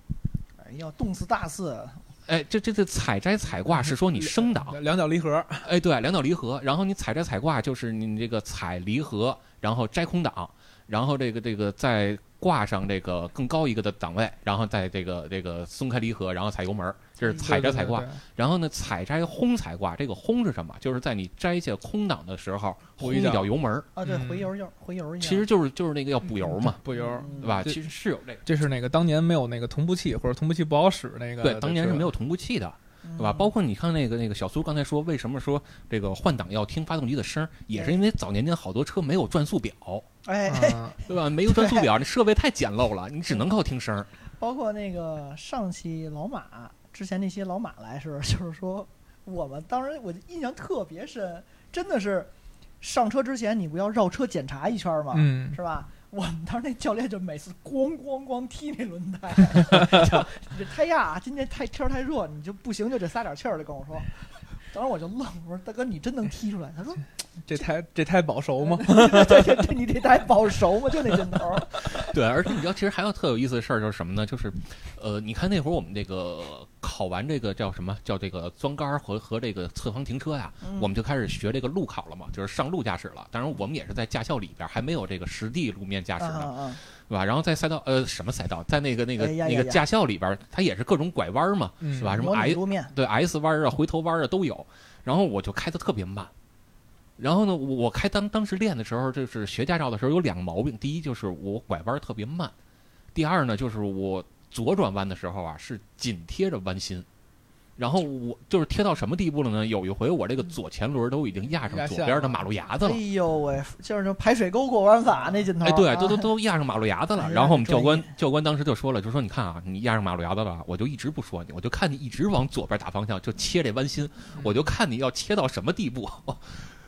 [SPEAKER 2] 哎要动次打次，
[SPEAKER 4] 哎，这这这采摘采挂是说你啊升档，
[SPEAKER 3] 两脚离合，
[SPEAKER 4] 哎，对，两脚离合，然后你采摘采挂就是你这个采离合，然后摘空档，然后这个这个再挂上这个更高一个的档位，然后再这个这个松开离合，然后踩油门儿，这是踩
[SPEAKER 3] 对
[SPEAKER 4] 着踩挂。，
[SPEAKER 3] 对对对
[SPEAKER 4] 然后呢，采摘轰采挂，这个轰是什么？就是在你摘下空档的时候，轰
[SPEAKER 3] 回
[SPEAKER 4] 一
[SPEAKER 3] 一脚
[SPEAKER 4] 脚油门儿，
[SPEAKER 2] 啊，对，
[SPEAKER 3] 嗯
[SPEAKER 2] 回油油回油一样。
[SPEAKER 4] 其实就是就是那个要补油嘛，
[SPEAKER 3] 补油。
[SPEAKER 2] 嗯
[SPEAKER 4] 对吧？
[SPEAKER 3] 对
[SPEAKER 4] 其实是有这个，
[SPEAKER 3] 这是那个当年没有那个同步器或者同步器不好使那个，
[SPEAKER 4] 对，当年是没
[SPEAKER 3] 有
[SPEAKER 4] 有同步器的，
[SPEAKER 2] 嗯
[SPEAKER 4] 对吧？包括你看那个那个小苏刚才说，为什么说这个换挡要听发动机的声儿，也是因为早年间好多车没有转速表，
[SPEAKER 2] 哎，
[SPEAKER 3] 啊，
[SPEAKER 4] 对吧？没有转速表，那设备太简陋了，你只能靠听声儿。
[SPEAKER 2] (laughs)
[SPEAKER 4] (laughs)
[SPEAKER 2] 包括那个上期老马之前那些老马来是， (laughs) 就是说我们当时我印象特别深，真的是上车之前你不要绕车检查一圈吗？
[SPEAKER 3] 嗯，
[SPEAKER 2] 是吧？ (laughs) 我们当时那教练就每次咣咣咣踢那轮胎， (laughs) 就你这胎压啊今天太天儿太热，你就不行，就得撒点气儿，就跟我说。 (laughs) 当时我就愣，我说大哥，你真能踢出来？他说
[SPEAKER 3] 这胎这胎保熟吗？
[SPEAKER 2] 这这这你这胎保熟吗？就那劲头儿。
[SPEAKER 4] (laughs) 对，而且你知道，其实还有特有意思的事儿就是什么呢？就是，呃，你看那会儿我们这个考完这个叫什么叫这个钻杆儿和和这个侧方停车呀、
[SPEAKER 2] 嗯
[SPEAKER 4] 我们就开始学这个路考了嘛，就是上路驾驶了。当然，我们也是在驾校里边儿，还没有这个实地路面驾驶
[SPEAKER 2] 啊
[SPEAKER 4] 呢，
[SPEAKER 2] 啊
[SPEAKER 4] 对吧？然后在赛道呃什么赛道，在那个那个
[SPEAKER 2] 哎呀呀
[SPEAKER 4] 那个
[SPEAKER 2] 呀
[SPEAKER 4] 驾校里边儿，它也是各种拐弯儿嘛，
[SPEAKER 3] 嗯
[SPEAKER 4] (laughs) 是吧？
[SPEAKER 2] 啊！
[SPEAKER 4] 什么
[SPEAKER 2] 模
[SPEAKER 4] I
[SPEAKER 2] 拟路面，
[SPEAKER 4] 对 S 弯儿啊、回头弯儿啊都有。然后我就开的特别慢。然后呢，我我开当当时练的时候，就是学驾照的时候有两个毛病：第一就是我拐弯儿特别慢，第二呢就是我左转弯的时候啊是紧贴着弯心。然后我就是贴到什么地步了呢？有一回我这个左前轮都已经压上
[SPEAKER 3] 嗯压
[SPEAKER 4] 左
[SPEAKER 3] 线
[SPEAKER 4] 边的
[SPEAKER 3] 了
[SPEAKER 4] 马路牙子
[SPEAKER 2] 哎
[SPEAKER 4] 了，
[SPEAKER 2] 呦喂，就是那排水沟过弯法那劲头儿。
[SPEAKER 4] 哎，对，
[SPEAKER 2] 啊
[SPEAKER 4] 都都都压上马路牙子了
[SPEAKER 2] 哎。呀
[SPEAKER 4] 然后我们教官
[SPEAKER 2] 专
[SPEAKER 4] 教官当时就说了，就说你看啊，你压上马路牙子了，我就一直不说你，我就看你一直往左边打方向，就切这弯心，
[SPEAKER 2] 嗯
[SPEAKER 4] 我就看你要切到什么地步， (laughs)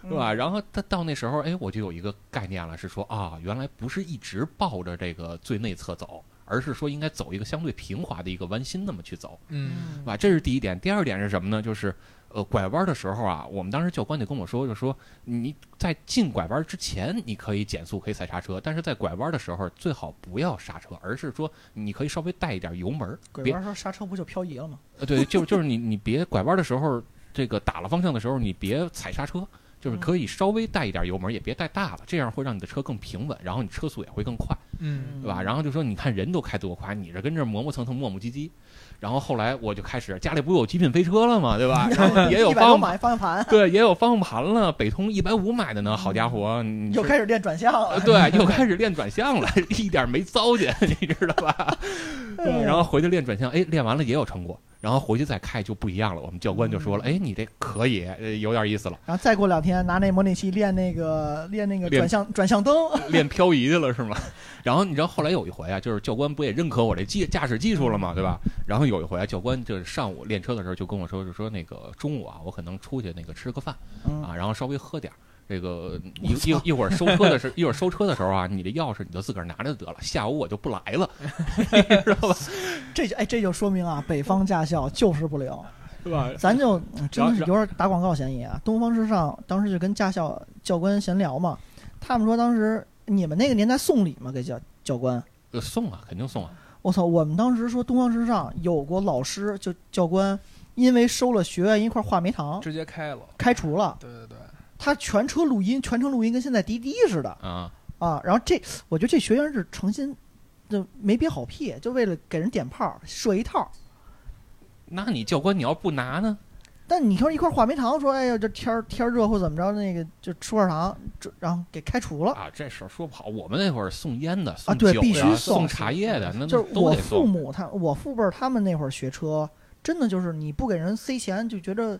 [SPEAKER 4] 是吧？然后他到那时候，哎，我就有一个概念了，是说啊，原来不是一直抱着这个最内侧走，而是说应该走一个相对平滑的一个弯心那么去走。
[SPEAKER 3] 嗯，
[SPEAKER 4] 啊，这是第一点。第二点是什么呢？就是呃，拐弯的时候啊，我们当时教官就跟我说，就说你在进拐弯之前，你可以减速，可以踩刹车，但是在拐弯的时候最好不要刹车，而是说你可以稍微带一点油门儿，
[SPEAKER 2] 鬼
[SPEAKER 4] 别
[SPEAKER 2] 玩说刹车不就漂移了吗？
[SPEAKER 4] 呃，对，就就是你你别拐弯的时候，这个打了方向的时候，你别踩刹车，就是可以稍微带一点油门儿，也别带大了，这样会让你的车更平稳，然后你车速也会更快。
[SPEAKER 3] 嗯
[SPEAKER 4] 对吧？然后就说你看人都开多快，你这跟这磨磨蹭蹭、磨磨唧唧。然后后来我就开始家里不有极品飞车了嘛，对吧？然后也有
[SPEAKER 2] (laughs) 一百
[SPEAKER 4] 方
[SPEAKER 2] 多
[SPEAKER 4] 向
[SPEAKER 2] 买方向盘，
[SPEAKER 4] 对，也有方向盘了，北通一百五买的呢，好家伙，你嗯是
[SPEAKER 2] 又
[SPEAKER 4] 呃
[SPEAKER 2] 开始练转向了。
[SPEAKER 4] 对，又开始练转向了， (laughs) 一点没糟践，你知道吧？ (laughs)
[SPEAKER 2] 嗯
[SPEAKER 4] 对，然后回去练转向，哎，练完了也有成果，然后回去再开就不一样了。我们教官就说了，
[SPEAKER 2] 嗯
[SPEAKER 4] 哎，你这可以，呃有点意思了，
[SPEAKER 2] 然后再过两天拿那模拟器练那个练那个
[SPEAKER 4] 练
[SPEAKER 2] 转向转向灯，
[SPEAKER 4] 练漂移去了是吗？ (laughs) 然后你知道后来有一回啊，就是教官不也认可我这技驾驶技术了嘛，对吧？然后有一回啊，教官就是上午练车的时候就跟我说，就说那个中午啊，我可能出去那个吃个饭
[SPEAKER 2] 嗯
[SPEAKER 4] 啊，然后稍微喝点儿。这个
[SPEAKER 2] (laughs)
[SPEAKER 4] 一一一会儿收车的时候，一会儿收车的时候啊，你的钥匙你就自个儿拿着得了。下午我就不来了，你知道吧？
[SPEAKER 2] 这就哎这就说明啊，北方驾校就是不灵。
[SPEAKER 4] 是吧？
[SPEAKER 2] (laughs) 咱就嗯真的是
[SPEAKER 4] 然
[SPEAKER 2] 有点打广告嫌疑啊。东方时尚当时就跟驾校教官闲聊嘛，他们说当时你们那个年代送礼吗？给教教官，
[SPEAKER 4] 呃送啊，肯定送啊。
[SPEAKER 2] 我操！我们当时说东方时尚有过老师就教官，因为收了学院一块话梅堂
[SPEAKER 3] 直接开了，
[SPEAKER 2] 开除了，
[SPEAKER 3] 对对对，
[SPEAKER 2] 他全车录音，全程录音跟现在滴滴似的
[SPEAKER 4] 啊，
[SPEAKER 2] 啊。然后这我觉得这学员是诚心，就没憋好屁，就为了给人点炮设一套。
[SPEAKER 4] 那你教官你要不拿呢？
[SPEAKER 2] 但你说一块话梅糖，说哎呀这天儿天儿热或怎么着，那个就吃块糖，这然后给开除了。
[SPEAKER 4] 啊，这事儿说不好。我们那会儿送烟的、送
[SPEAKER 2] 啊对
[SPEAKER 4] 酒
[SPEAKER 2] 必须
[SPEAKER 4] 的、
[SPEAKER 2] 送
[SPEAKER 4] 送茶叶的，那那
[SPEAKER 2] 就是
[SPEAKER 4] 都
[SPEAKER 2] 我
[SPEAKER 4] 得
[SPEAKER 2] 父
[SPEAKER 4] 送。
[SPEAKER 2] 母他我父辈儿他们那会儿学车，真的就是你不给人塞钱，就觉着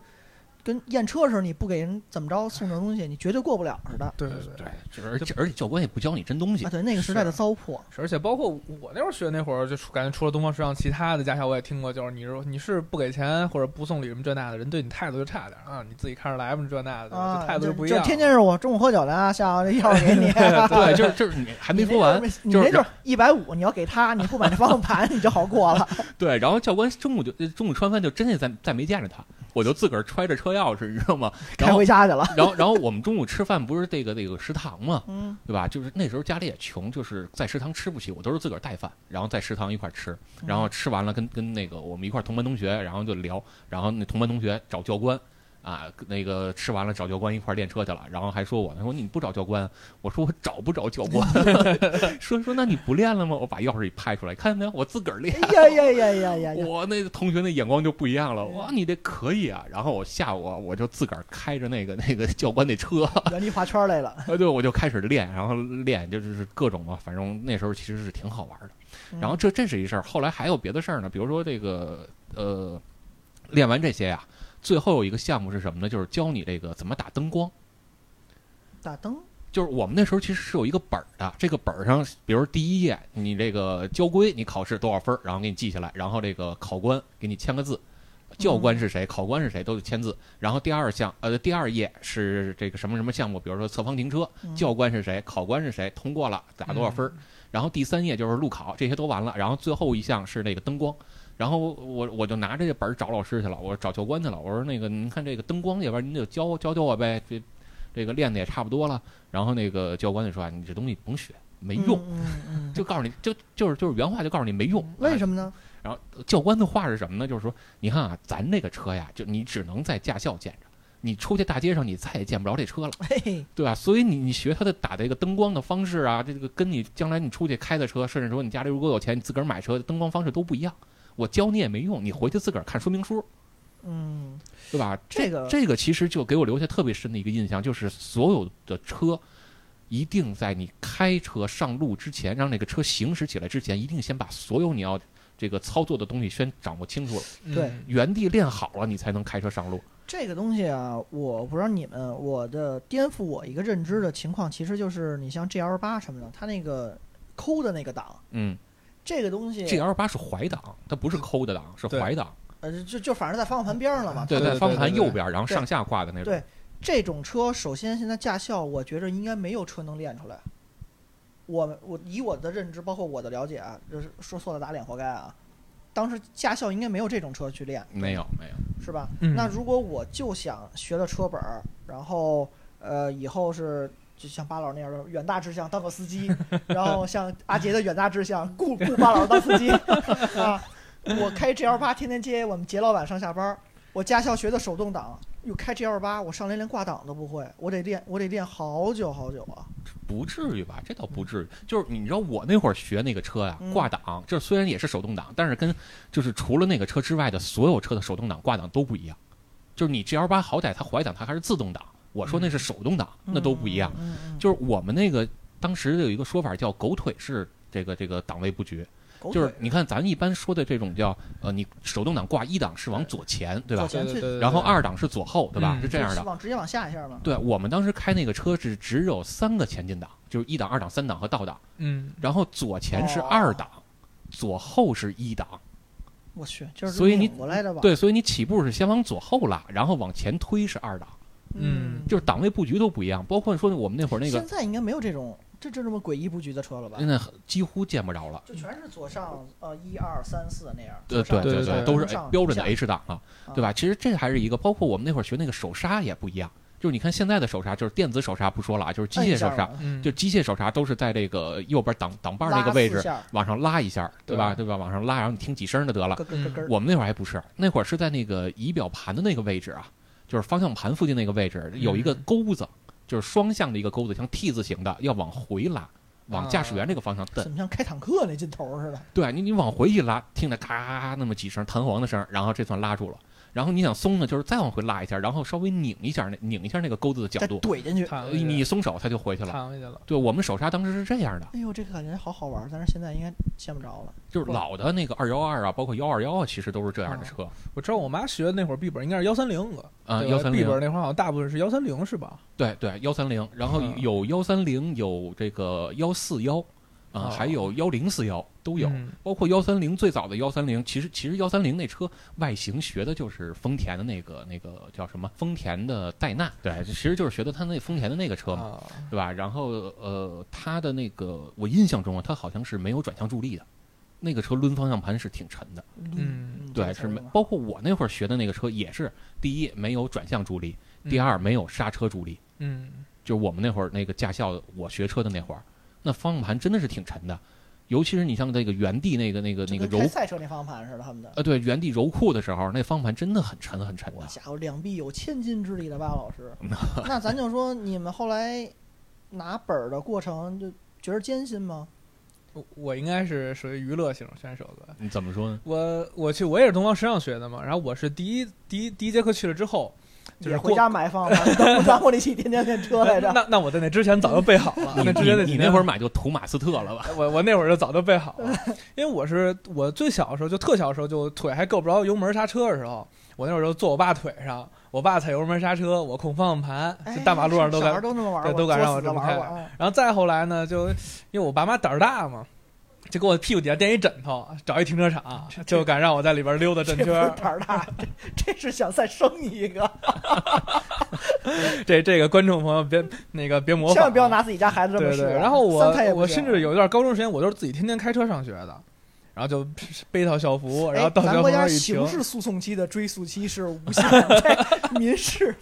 [SPEAKER 2] 跟验车似的，你不给人怎么着送这东西，你绝对过不了似的。
[SPEAKER 3] 对对对
[SPEAKER 4] 呃对，这而且而且教官也不教你真东西
[SPEAKER 2] 啊，。对那个时代的糟粕，
[SPEAKER 3] 是而且包括我那会儿学那会儿，就除感觉除了东方时尚，其他的驾校我也听过，就是你是你是不给钱或者不送礼什么这那的人，对你态度就差点儿啊，你自己看着来吧，这那的，
[SPEAKER 2] 啊，
[SPEAKER 3] 这态度
[SPEAKER 2] 就
[SPEAKER 3] 就不一样
[SPEAKER 2] 就
[SPEAKER 3] 了。
[SPEAKER 2] 天天是我中午喝酒来啊，下午这钥匙给
[SPEAKER 3] (laughs)
[SPEAKER 2] 你。 (laughs)
[SPEAKER 4] 对，就是就是你还没说完。
[SPEAKER 2] 你那阵儿你
[SPEAKER 4] 就是
[SPEAKER 2] 那阵一百五，你要给他，你不买那方向盘，你 (laughs) 就好
[SPEAKER 4] (laughs)
[SPEAKER 2] 过了。
[SPEAKER 4] 对，然后教官中午就呃中午吃完饭就真的再再没见着他，我就自个儿揣着车钥匙，你知道吗？然
[SPEAKER 2] 开
[SPEAKER 4] 后
[SPEAKER 2] 回家去了。
[SPEAKER 4] 然后然后我们中午吃饭不是这个这个食堂嘛， (laughs)
[SPEAKER 2] 嗯，
[SPEAKER 4] 对吧？就是那时候家里也穷，就是在食堂吃不起，我都是自个儿带饭，然后在食堂一块儿吃，
[SPEAKER 2] 嗯
[SPEAKER 4] 然后吃完了跟跟那个我们一块儿同班同学，然后就聊，然后那同班同学找教官。啊，那个吃完了找教官一块儿练车去了，然后还说我，他说你不找教官，我说我找不着教官，说说那你不练了吗？我把钥匙一拍出来，看见没有，我自个儿练。
[SPEAKER 2] 哎呀呀呀呀呀呀！
[SPEAKER 4] 我那同学那眼光就不一样了，哇，你这可以啊！然后我下午啊我就自个儿开着那个那个教官那车，
[SPEAKER 2] 原地画圈
[SPEAKER 4] (laughs)
[SPEAKER 2] 来了。
[SPEAKER 4] 呃，对，我就开始练，然后练就是各种嘛，反正那时候其实是挺好玩的。
[SPEAKER 2] 嗯
[SPEAKER 4] 然后这这是一事儿，后来还有别的事儿呢，比如说这个呃，练完这些呀、最后有一个项目是什么呢？就是教你这个怎么打灯光。
[SPEAKER 2] 打灯，
[SPEAKER 4] 就是我们那时候其实是有一个本儿的，这个本儿上，比如第一页你这个交规，你考试多少分儿，然后给你记下来，然后这个考官给你签个字，教官是谁，考官是谁都得签字。然后第二项，呃，第二页是这个什么什么项目，比如说侧方停车，
[SPEAKER 2] 嗯
[SPEAKER 4] 教官是谁，考官是谁，通过了打多少分儿。然后第三页就是路考，这些都完了。然后最后一项是那个灯光。然后我我就拿着这本儿找老师去了，我找教官去了。我说那个您看这个灯光这边儿您就教教教我呗，这这个练的也差不多了。然后那个教官就说啊，你这东西甭学，没用，
[SPEAKER 2] 嗯。嗯嗯嗯
[SPEAKER 4] 就告诉你就就是就是原话就告诉你没用。
[SPEAKER 2] 为什
[SPEAKER 4] 么？
[SPEAKER 2] 么
[SPEAKER 4] (laughs)
[SPEAKER 2] 呢？
[SPEAKER 4] 然后教官的话是什么呢？就是说你看啊，咱这个车呀，就你只能在驾校见着，你出去大街上你再也见不着这车了。
[SPEAKER 2] 嘿嘿，
[SPEAKER 4] 对吧？所以你你学他的打这个灯光的方式啊，这个跟你将来你出去开的车，甚至说你家里如果有钱，你自个儿买车，灯光方式都不一样。我教你也没用，你回去自个儿看说明书，
[SPEAKER 2] 嗯，
[SPEAKER 4] 对吧？
[SPEAKER 2] 这个
[SPEAKER 4] 这个其实就给我留下特别深的一个印象，就是所有的车一定在你开车上路之前，让那个车行驶起来之前，一定先把所有你要这个操作的东西先掌握清楚了，
[SPEAKER 2] 对
[SPEAKER 4] 原地练好了，你才能开车上路。
[SPEAKER 2] 这个东西啊，我不知道你们，我的颠覆我一个认知的情况，其实就是你像 GL 八什么的，它那个抠的那个档，
[SPEAKER 4] 嗯
[SPEAKER 2] 这个东西，
[SPEAKER 4] ，G L 八是怀档，它不是抠的档，是
[SPEAKER 3] 对
[SPEAKER 4] 怀档。
[SPEAKER 2] 呃，就就反正在方向盘边上了嘛。
[SPEAKER 4] 对，
[SPEAKER 3] 对
[SPEAKER 4] 在
[SPEAKER 3] 对
[SPEAKER 4] 方向
[SPEAKER 3] 对
[SPEAKER 4] 盘
[SPEAKER 3] 对
[SPEAKER 4] 右
[SPEAKER 3] 对
[SPEAKER 4] 边儿，然后
[SPEAKER 2] 对
[SPEAKER 4] 上下挂的那种。
[SPEAKER 2] 对这种车，首先现在驾校，我觉着应该没有车能练出来。我我以我的认知，包括我的了解啊，就是说错了打脸活该啊。当时驾校应该没有这种车去练，
[SPEAKER 4] 没有没有，
[SPEAKER 2] 是吧？
[SPEAKER 3] 嗯
[SPEAKER 2] 那如果我就想学了车本儿，然后呃以后是就像巴老那样的远大志向当个司机，然
[SPEAKER 4] (laughs)
[SPEAKER 2] 后像阿杰的远大志向雇雇巴老当司机 (laughs) 啊，我开 G L 八天天接我们杰老板上下班儿，我驾校学的手动挡，又开 G L 八，我上来连挂档都不会，我得练我得练好久好久啊，
[SPEAKER 4] 不至于吧？这倒不至于。就是你知道我那会儿学那个车呀、
[SPEAKER 2] 嗯
[SPEAKER 4] 挂档就是虽然也是手动挡，但是跟就是除了那个车之外的所有车的手动挡挂档都不一样。就是你 G L 八好歹它怀档它还是自动挡，我说那是手动挡，那都不一样。
[SPEAKER 2] 嗯。嗯嗯
[SPEAKER 4] 就是我们那个当时有一个说法叫“狗腿式”这个这个档位布局，
[SPEAKER 2] 狗
[SPEAKER 4] 就是
[SPEAKER 2] 腿
[SPEAKER 4] 你看咱一般说的这种叫呃，你手动挡挂一档是往左前，对吧
[SPEAKER 2] 往？前
[SPEAKER 3] 对对对，
[SPEAKER 4] 然后二档是左后，对吧？
[SPEAKER 3] 嗯
[SPEAKER 4] 是这样的
[SPEAKER 2] 是。往直接往下一下嘛，
[SPEAKER 4] 对我们当时开那个车是只有三个前进档，就是一档、二档、三档和倒档，
[SPEAKER 3] 嗯，
[SPEAKER 4] 然后左前是
[SPEAKER 2] 哦
[SPEAKER 4] 二档，左后是一档。
[SPEAKER 2] 我去，就是
[SPEAKER 4] 所以你
[SPEAKER 2] 拧过来的吧？，
[SPEAKER 4] 对，所以你起步是先往左后拉，然后往前推是二档，
[SPEAKER 3] 嗯
[SPEAKER 4] 就是档位布局都不一样。包括说我们那会儿那个
[SPEAKER 2] 现，在应该没有这种这这这么诡异布局的车了吧？
[SPEAKER 4] 现在几乎见不着了。
[SPEAKER 2] 就全是左上呃一二三四那样。
[SPEAKER 4] 对
[SPEAKER 2] 左上
[SPEAKER 4] 对
[SPEAKER 3] 对
[SPEAKER 4] 对，
[SPEAKER 3] 对
[SPEAKER 4] 都是
[SPEAKER 2] 中上
[SPEAKER 4] 标准的
[SPEAKER 2] 下嗯
[SPEAKER 4] H 档了，对吧？其实这还是一个，包括我们那会儿学那个手刹也不一样，就是你看现在的手刹，就是电子手刹不说了啊，就是机械手刹，
[SPEAKER 3] 嗯，
[SPEAKER 4] 就机械手刹都是在这个右边档档把儿那个位置，往上拉一下，对吧？对吧？往上拉，然后你听几声就得了。
[SPEAKER 2] 咯咯咯咯。
[SPEAKER 4] 我们那会儿还不是，那会儿是在那个仪表盘的那个位置啊，就是方向盘附近那个位置有一个钩子，就是双向的一个钩子，像 T 字形的，要往回拉，往驾驶员这个方向蹬
[SPEAKER 2] 怎。么像开坦克那劲头
[SPEAKER 4] (laughs)
[SPEAKER 2] 似的？
[SPEAKER 4] 对你，你往回一拉，听着咔那么几声弹簧的声儿，然后这算拉住了。然后你想松呢，就是再往回拉一下，然后稍微拧一下那拧一下那个钩子的角
[SPEAKER 2] 再
[SPEAKER 4] 度，
[SPEAKER 2] 怼进去。
[SPEAKER 3] 躺
[SPEAKER 4] 呃
[SPEAKER 3] 回去
[SPEAKER 4] 你松手它就回去了。
[SPEAKER 3] 躺回去了，
[SPEAKER 4] 对我们手刹当时是这样的。
[SPEAKER 2] 哎呦，这个感觉好好玩，但是现在应该见不着了。
[SPEAKER 4] 就是老的那个二幺二啊，包括幺二幺啊，其实都是这样的车
[SPEAKER 3] 我知道我妈学的那会儿 B 本应该是幺三零个，
[SPEAKER 4] 啊，
[SPEAKER 3] 对
[SPEAKER 4] 幺
[SPEAKER 3] 吧
[SPEAKER 4] 三
[SPEAKER 3] B 本
[SPEAKER 4] 零，
[SPEAKER 3] 那会儿好像大部分是幺三零是吧？
[SPEAKER 4] 对对，幺三零，然后
[SPEAKER 3] 嗯
[SPEAKER 4] 有幺三零，有这个幺四幺啊，
[SPEAKER 3] 哦
[SPEAKER 4] 还有幺零四幺都有，
[SPEAKER 3] 嗯
[SPEAKER 4] 包括幺三零最早的幺三零，其实其实幺三零那车外形学的就是丰田的那个那个叫什么丰田的戴纳，对，其实就是学的它那丰田的那个车嘛，
[SPEAKER 3] 啊，
[SPEAKER 4] 对吧？然后呃，它的那个我印象中啊，它好像是没有转向助力的，那个车抡方向盘是挺沉的。
[SPEAKER 3] 嗯，
[SPEAKER 4] 对，是没，包括我那会儿学的那个车也是，第一没有转向助力，第
[SPEAKER 3] 嗯，
[SPEAKER 4] 二没有刹车助力。
[SPEAKER 3] 嗯，
[SPEAKER 4] 就是我们那会儿那个驾校，我学车的那会儿，那方向盘真的是挺沉的，尤其是你像那个原地那个那个
[SPEAKER 2] 就
[SPEAKER 4] 那个
[SPEAKER 2] 跟
[SPEAKER 4] 揉
[SPEAKER 2] 开赛车那方向盘似的，他们的。
[SPEAKER 4] 呃，对，原地揉库的时候，那方盘真的很沉很沉
[SPEAKER 2] 我
[SPEAKER 4] 的。
[SPEAKER 2] 家伙，两臂有千斤之力的巴老
[SPEAKER 4] (laughs)
[SPEAKER 2] 师，那咱就说你们后来拿本儿的过程，就觉得艰辛吗？
[SPEAKER 3] 我我应该是属于娱乐型选手的。
[SPEAKER 4] 你怎么说呢？
[SPEAKER 3] 我我去，我也是东方时尚学的嘛，然后我是第一第一第一节课去了之后，就是
[SPEAKER 2] 也
[SPEAKER 3] 过
[SPEAKER 2] 回家买方 (laughs) 向盘，咱不咱不那期天天练车来着。
[SPEAKER 3] 那那我在那之前早就备好了，
[SPEAKER 4] 你
[SPEAKER 3] 那之前在
[SPEAKER 4] 你你那会儿买就图马斯特了吧？
[SPEAKER 3] 我我那会儿就早就备好了，因为我是我最小的时候就特小的时候就腿还够不着油门刹车的时候，我那会儿就坐我爸腿上，我爸踩油门刹车，我控方向盘，
[SPEAKER 2] 哎
[SPEAKER 3] 就大马路上都
[SPEAKER 2] 小孩
[SPEAKER 3] 敢。
[SPEAKER 2] 儿都那么玩儿
[SPEAKER 3] 对
[SPEAKER 2] 过，
[SPEAKER 3] 都敢让
[SPEAKER 2] 作
[SPEAKER 3] 我
[SPEAKER 2] 死
[SPEAKER 3] 这么
[SPEAKER 2] 玩儿
[SPEAKER 3] 开
[SPEAKER 2] 过
[SPEAKER 3] (laughs)
[SPEAKER 2] 啊。
[SPEAKER 3] 然后再后来呢，就因为我爸妈胆儿大嘛，就给我屁股底下垫一枕头，找一停车场，就敢让我在里边溜达
[SPEAKER 2] 这
[SPEAKER 3] 转
[SPEAKER 2] 不
[SPEAKER 3] 圈
[SPEAKER 2] 是
[SPEAKER 3] 儿。
[SPEAKER 2] 胆儿大，这这是想再生你一个，
[SPEAKER 3] 这这个观众朋友别那个 (laughs) 别模仿，啊
[SPEAKER 2] 千万不要。拿自己家孩子这么
[SPEAKER 3] 对
[SPEAKER 2] 试
[SPEAKER 3] 对，
[SPEAKER 2] 啊。
[SPEAKER 3] 然后我
[SPEAKER 2] 三胎也不
[SPEAKER 3] 我
[SPEAKER 2] 行啊
[SPEAKER 3] 甚至有一段高中时间，我都是自己天天开车上学的，然后就背套校服，然后
[SPEAKER 2] 哎
[SPEAKER 3] 到
[SPEAKER 2] 咱
[SPEAKER 3] 校
[SPEAKER 2] 国
[SPEAKER 3] 门
[SPEAKER 2] 家
[SPEAKER 3] 口一
[SPEAKER 2] 刑
[SPEAKER 3] 停，
[SPEAKER 2] 事诉讼期的追诉期是无限的，
[SPEAKER 3] (laughs)
[SPEAKER 2] 这民事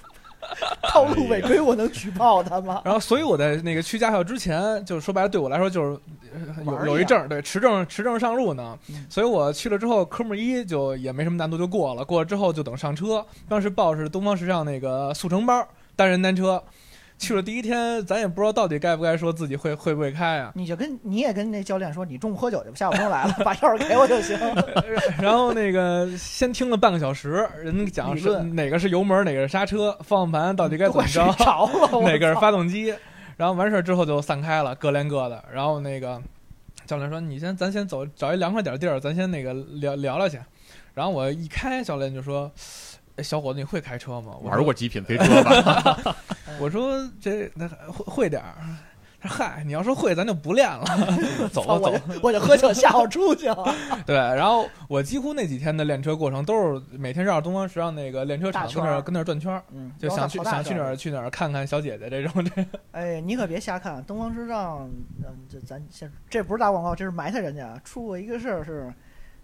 [SPEAKER 2] 套路
[SPEAKER 3] 哎
[SPEAKER 2] 违规，我能举报他吗？
[SPEAKER 3] 然后，所以我在那个去驾校之前，就是说白了，对我来说就是呃
[SPEAKER 2] 玩儿一
[SPEAKER 3] 有有一
[SPEAKER 2] 样
[SPEAKER 3] 证儿，对持证持证上路呢
[SPEAKER 2] 嗯。。
[SPEAKER 3] 所以我去了之后，科目一就也没什么难度，就过了。过了之后就等上车。当时报是东方时尚那个速成班儿单人单车，去了第一天，咱也不知道到底该不该说自己会会不会开啊
[SPEAKER 2] 你就跟你也跟那教练说，你中午喝酒去吧，下午不用来了，把钥匙给我就行。
[SPEAKER 3] 然后那个先听了半个小时，人讲
[SPEAKER 2] 理
[SPEAKER 3] 是
[SPEAKER 2] 论
[SPEAKER 3] 哪个是油门，哪个是刹车，方向 (laughs) 盘到底该
[SPEAKER 2] 都
[SPEAKER 3] 怎么
[SPEAKER 2] 快睡
[SPEAKER 3] 着。
[SPEAKER 2] 着了，我
[SPEAKER 3] 哪个是
[SPEAKER 2] 操
[SPEAKER 3] 发动机，然后完事儿之后就散开了，各练各的。然后那个教练说：“你先，咱先走，找一凉快点儿地儿，咱先那个聊聊聊去。”然后我一开，教练就说：“哎小伙子，你会开车吗？”我说
[SPEAKER 4] 玩
[SPEAKER 3] (laughs)
[SPEAKER 4] 过极品飞车吧？
[SPEAKER 3] 我说：“这那会会点儿。”他说：“嗨，你要说会，咱就不练了， (laughs) 走吧
[SPEAKER 2] 我
[SPEAKER 3] 走
[SPEAKER 2] 就。我就喝酒，下午出去了。”
[SPEAKER 3] 对，然后我几乎那几天的练车过程都是每天绕着东方时尚那个练车
[SPEAKER 2] 大
[SPEAKER 3] 场
[SPEAKER 2] 圈
[SPEAKER 3] 跟
[SPEAKER 2] 儿
[SPEAKER 3] 那儿跟那儿转圈儿，
[SPEAKER 2] 嗯，
[SPEAKER 3] 就想去想去哪儿。去哪儿看看小姐姐这种。
[SPEAKER 2] (laughs)
[SPEAKER 3] 这
[SPEAKER 2] 哎，你可别瞎看，东方之丈，嗯，这咱先这不是打广告，这是埋汰人家。啊出过一个事儿是，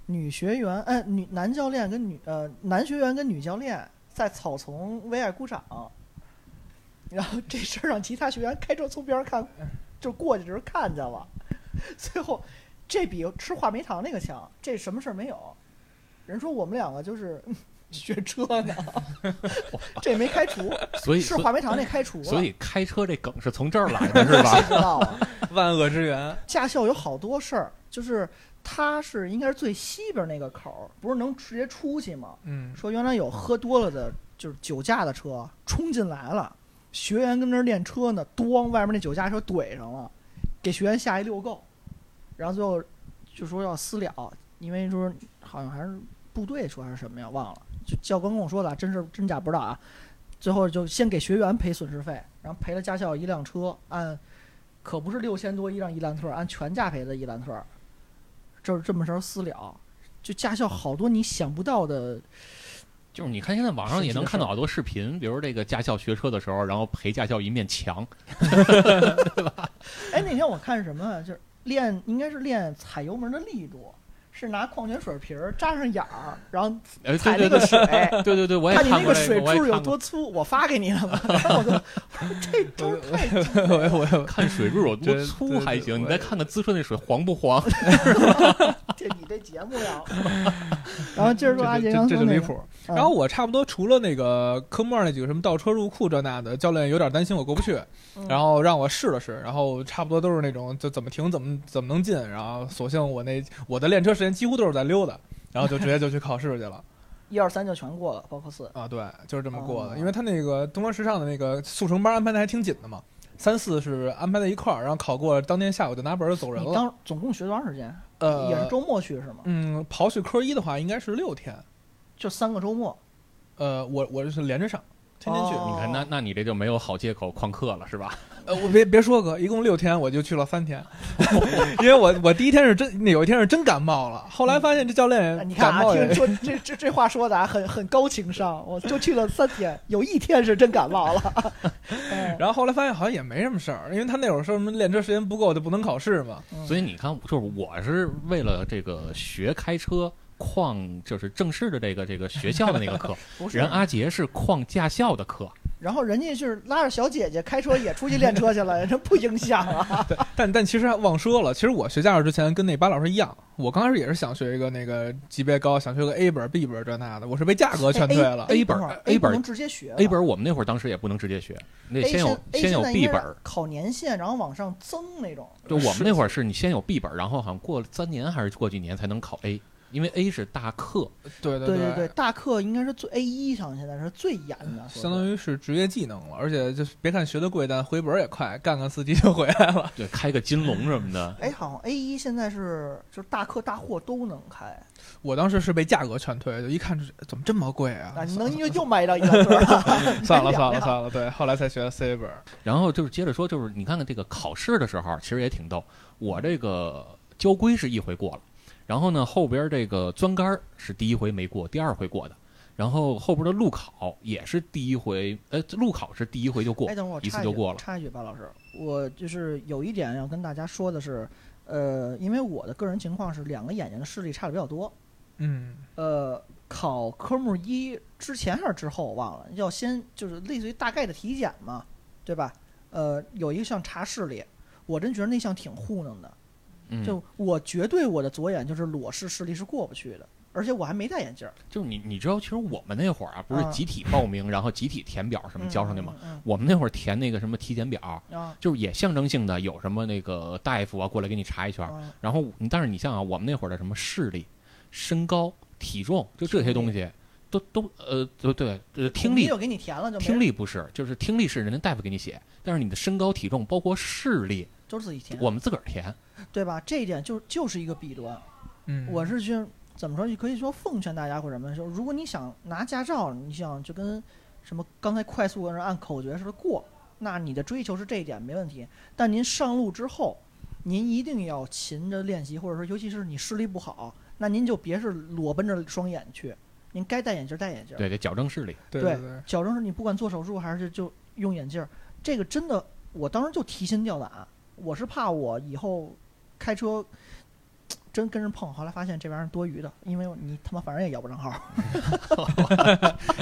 [SPEAKER 2] 女学员，哎，女男教练跟女呃男学员跟女教练在草丛为爱鼓掌，然后这事儿让其他学员开车从边上看，就过去的时候看见了，最后这比吃话梅糖那个强，这什么事儿没有。人说我们两个就是 (laughs) 嗯学车呢，这没开除，
[SPEAKER 4] 所以
[SPEAKER 2] 是
[SPEAKER 4] 所
[SPEAKER 2] 话梅糖那开除
[SPEAKER 4] 以
[SPEAKER 2] 了，
[SPEAKER 4] 所以开车这梗是从这儿来的，是
[SPEAKER 2] (laughs)
[SPEAKER 4] 吧？
[SPEAKER 2] 知道了。
[SPEAKER 3] 万恶之源。”
[SPEAKER 2] (laughs) 驾校有好多事儿，就是它是应该是最西边那个口儿，不是能直接出去吗？
[SPEAKER 3] 嗯，
[SPEAKER 2] 说原来有喝多了的，就是酒驾的车冲进来了，学员跟那儿练车呢，咣，外面那酒驾车怼上了，给学员吓一溜够，然后最后就说要私了，因为说好像还是部队说还是什么呀，忘了，就教官跟我说的，真是真假不知道啊。最后就先给学员赔损失费，然后赔了驾校一辆车，按可不是六千多一辆伊兰特，按全价赔的伊兰特，就是这么事儿私了。就驾校好多你想不到的
[SPEAKER 4] 就是你看现在网上也能看到好多视频，比如这个驾校学车的时候，然后陪驾校一面墙，
[SPEAKER 2] 哎，那天我看什么，就是练，应该是练踩油门的力度，是拿矿泉水瓶儿扎上眼儿，然后
[SPEAKER 4] 哎，
[SPEAKER 2] 踩
[SPEAKER 4] 对对
[SPEAKER 2] 那个
[SPEAKER 4] 对，
[SPEAKER 2] 水，
[SPEAKER 3] (laughs)
[SPEAKER 4] 对对对，我也
[SPEAKER 2] 看你
[SPEAKER 4] 看
[SPEAKER 2] 那
[SPEAKER 4] 过
[SPEAKER 2] 个
[SPEAKER 4] 这
[SPEAKER 2] 水
[SPEAKER 4] 个，我也
[SPEAKER 2] 柱有
[SPEAKER 4] 看过
[SPEAKER 2] 多粗，我发给你了吗？然后我就我说
[SPEAKER 3] (laughs)
[SPEAKER 2] 这招儿太低了
[SPEAKER 3] 我
[SPEAKER 2] (laughs)
[SPEAKER 3] 我
[SPEAKER 4] 看水柱有多
[SPEAKER 3] 对
[SPEAKER 4] 粗
[SPEAKER 3] 对
[SPEAKER 4] 还
[SPEAKER 3] 对
[SPEAKER 4] 行，你
[SPEAKER 3] 我
[SPEAKER 4] 再看看滋顺那水黄不黄？
[SPEAKER 2] 这你这节目呀。 (laughs) 然后接着说阿杰
[SPEAKER 3] 这
[SPEAKER 2] 刚
[SPEAKER 3] 这
[SPEAKER 2] 说
[SPEAKER 3] 这就
[SPEAKER 2] 那
[SPEAKER 3] 离
[SPEAKER 2] 个，嗯
[SPEAKER 3] 谱。然后我差不多除了那个科目二那几个什么倒车入库这那的，教练有点担心我过不去，
[SPEAKER 2] 嗯
[SPEAKER 3] 然后让我试了试，然后差不多都是那种就怎么停怎么怎么能进，然后索性我那我的练车时间几乎都是在溜达，然后就直接就去考试去了
[SPEAKER 2] 一二三就全过了，包括四。
[SPEAKER 3] 啊，对，就是这么过
[SPEAKER 2] 哦
[SPEAKER 3] 的。因为他那个东方时尚的那个速成班安排的还挺紧的嘛，三四是安排在一块儿，然后考过当天下午就拿本儿就走人
[SPEAKER 2] 你
[SPEAKER 3] 了。
[SPEAKER 2] 当总共学多长时间？
[SPEAKER 3] 呃，
[SPEAKER 2] 也是周末去是吗？
[SPEAKER 3] 嗯，刨去科一的话，应该是六天。
[SPEAKER 2] 就三个周末，
[SPEAKER 3] 呃，我我是连着上，天天去。
[SPEAKER 2] 哦
[SPEAKER 4] 你看那那你这就没有好借口旷课了是吧？
[SPEAKER 3] 呃，我别别说哥，一共六天，我就去了三天， (laughs) 因为我我第一天是真那有一天是真感冒了，后来发现这教
[SPEAKER 2] 哎
[SPEAKER 3] 练
[SPEAKER 2] 你看
[SPEAKER 3] 感
[SPEAKER 2] 啊，
[SPEAKER 3] 冒也
[SPEAKER 2] 听说这这这话说的啊，很很高情商。我就去了三天，有一天是真感冒了。哎
[SPEAKER 3] 然后后来发现好像也没什么事儿，因为他那会儿说什么练车时间不够就不能考试嘛，
[SPEAKER 2] 嗯
[SPEAKER 4] 所以你看，就是我是为了这个学开车旷，就是正式的这个这个学校的那个课，
[SPEAKER 2] (laughs) 不是
[SPEAKER 4] 人阿杰是旷驾校的课，
[SPEAKER 2] 然后人家是拉着小姐姐开车也出去练车去了，这不影响啊。
[SPEAKER 3] 对，但但其实还忘说了，其实我学驾照之前跟那巴老师一样，我刚开始也是想学一个那个级别高，想学个 A 本、B 本这那的，我是被价格劝退了。
[SPEAKER 2] 哎 A
[SPEAKER 4] A 本
[SPEAKER 2] 等会儿
[SPEAKER 4] A
[SPEAKER 2] 不
[SPEAKER 4] 本
[SPEAKER 2] 能直接学吧
[SPEAKER 4] A 本我们那会儿当时也不能直接学，你得
[SPEAKER 2] 嗯 A
[SPEAKER 4] 先有
[SPEAKER 2] 现 A
[SPEAKER 4] 先有
[SPEAKER 2] 现在
[SPEAKER 4] B
[SPEAKER 2] 应该
[SPEAKER 4] 本
[SPEAKER 2] 是
[SPEAKER 4] 儿。
[SPEAKER 2] 考年限，然后往上增那种。
[SPEAKER 4] 就我们那会儿是你先有 B 本儿，然后好像过了三年还是过几年才能考 A，因为 A 是大课。
[SPEAKER 3] 对对
[SPEAKER 2] 对
[SPEAKER 3] 对
[SPEAKER 2] 对，大课应该是最 A 一上现在是最严的，
[SPEAKER 3] 相当于是职业技能了，而且就是别看学的贵，但回本儿也快，干干司机就回来
[SPEAKER 2] 啊
[SPEAKER 3] 了。
[SPEAKER 4] 对，开个金龙什么的。
[SPEAKER 2] 哎，好像 A 一现在是就是大课大货都能开
[SPEAKER 3] 我当时是被价格劝退，就一看就是怎么这么贵啊，
[SPEAKER 2] 啊，！你 (laughs) 能又又买一辆一辆车了
[SPEAKER 3] 算
[SPEAKER 2] (laughs) 买
[SPEAKER 3] 了算了
[SPEAKER 2] 两辆
[SPEAKER 3] 算了，对，后来才学的 C 本儿。
[SPEAKER 4] 然后就是接着说，就是你看看这个考试的时候，其实也挺逗。我这个交规是一回过了，然后呢后边这个钻杆儿是第一回没过，第二回过的。然后后边的路考也是第一回，呃，路考是第一回就过
[SPEAKER 2] 哎，，等会儿我
[SPEAKER 4] 一次
[SPEAKER 2] 插
[SPEAKER 4] 就
[SPEAKER 2] 句
[SPEAKER 4] 过了
[SPEAKER 2] 插一句，巴老师，我就是有一点要跟大家说的是，呃，因为我的个人情况是两个眼睛的视力差的比较多，
[SPEAKER 3] 嗯，
[SPEAKER 2] 呃，考科目一之前还是之后我忘了，要先就是类似于大概的体检嘛，对吧？呃，有一个项查视力，我真觉得那项挺糊弄的，
[SPEAKER 4] 嗯，
[SPEAKER 2] 就我绝对我的左眼就是裸视视力是过不去的，而且我还没戴眼镜儿，
[SPEAKER 4] 就是你你知道，其实我们那会儿啊，不是
[SPEAKER 2] 啊
[SPEAKER 4] 集体报名，然后集体填表什么交上去吗？
[SPEAKER 2] 嗯？嗯
[SPEAKER 4] 我们那会儿填那个什么体检表，
[SPEAKER 2] 嗯啊
[SPEAKER 4] 就是也象征性的有什么那个大夫啊过来给你查一圈儿，
[SPEAKER 2] 啊，
[SPEAKER 4] 然后你但是你像啊，我们那会儿的什么视力、身高、体重，就这些东西都都呃对对呃听力
[SPEAKER 2] 就给你填了就没
[SPEAKER 4] 听
[SPEAKER 2] 人
[SPEAKER 4] 力不是，就是听力是人家大夫给你写，但是你的身高、体重包括视力，
[SPEAKER 2] 都是自己填，
[SPEAKER 4] 我们自个儿填。
[SPEAKER 2] 对吧？这一点就就是一个弊端。
[SPEAKER 3] 嗯，
[SPEAKER 2] 我是去怎么说，可以说奉劝大家或者什么说，如果你想拿驾照，你想就跟什么刚才快速地按口诀似的过，那你的追求是这一点没问题。但您上路之后，您一定要勤着练习，或者说尤其是你视力不好，那您就别是裸奔着双眼去，您该戴眼镜儿戴眼镜儿。
[SPEAKER 4] 对，得矫正视力。
[SPEAKER 3] 对
[SPEAKER 2] 对
[SPEAKER 3] 对，
[SPEAKER 2] 矫正是你不管做手术还是就用眼镜儿，这个真的，我当时就提心吊胆，我是怕我以后开车真跟人碰，后来发现这玩意儿多余的，因为你他妈反正也摇不上号，
[SPEAKER 4] (laughs)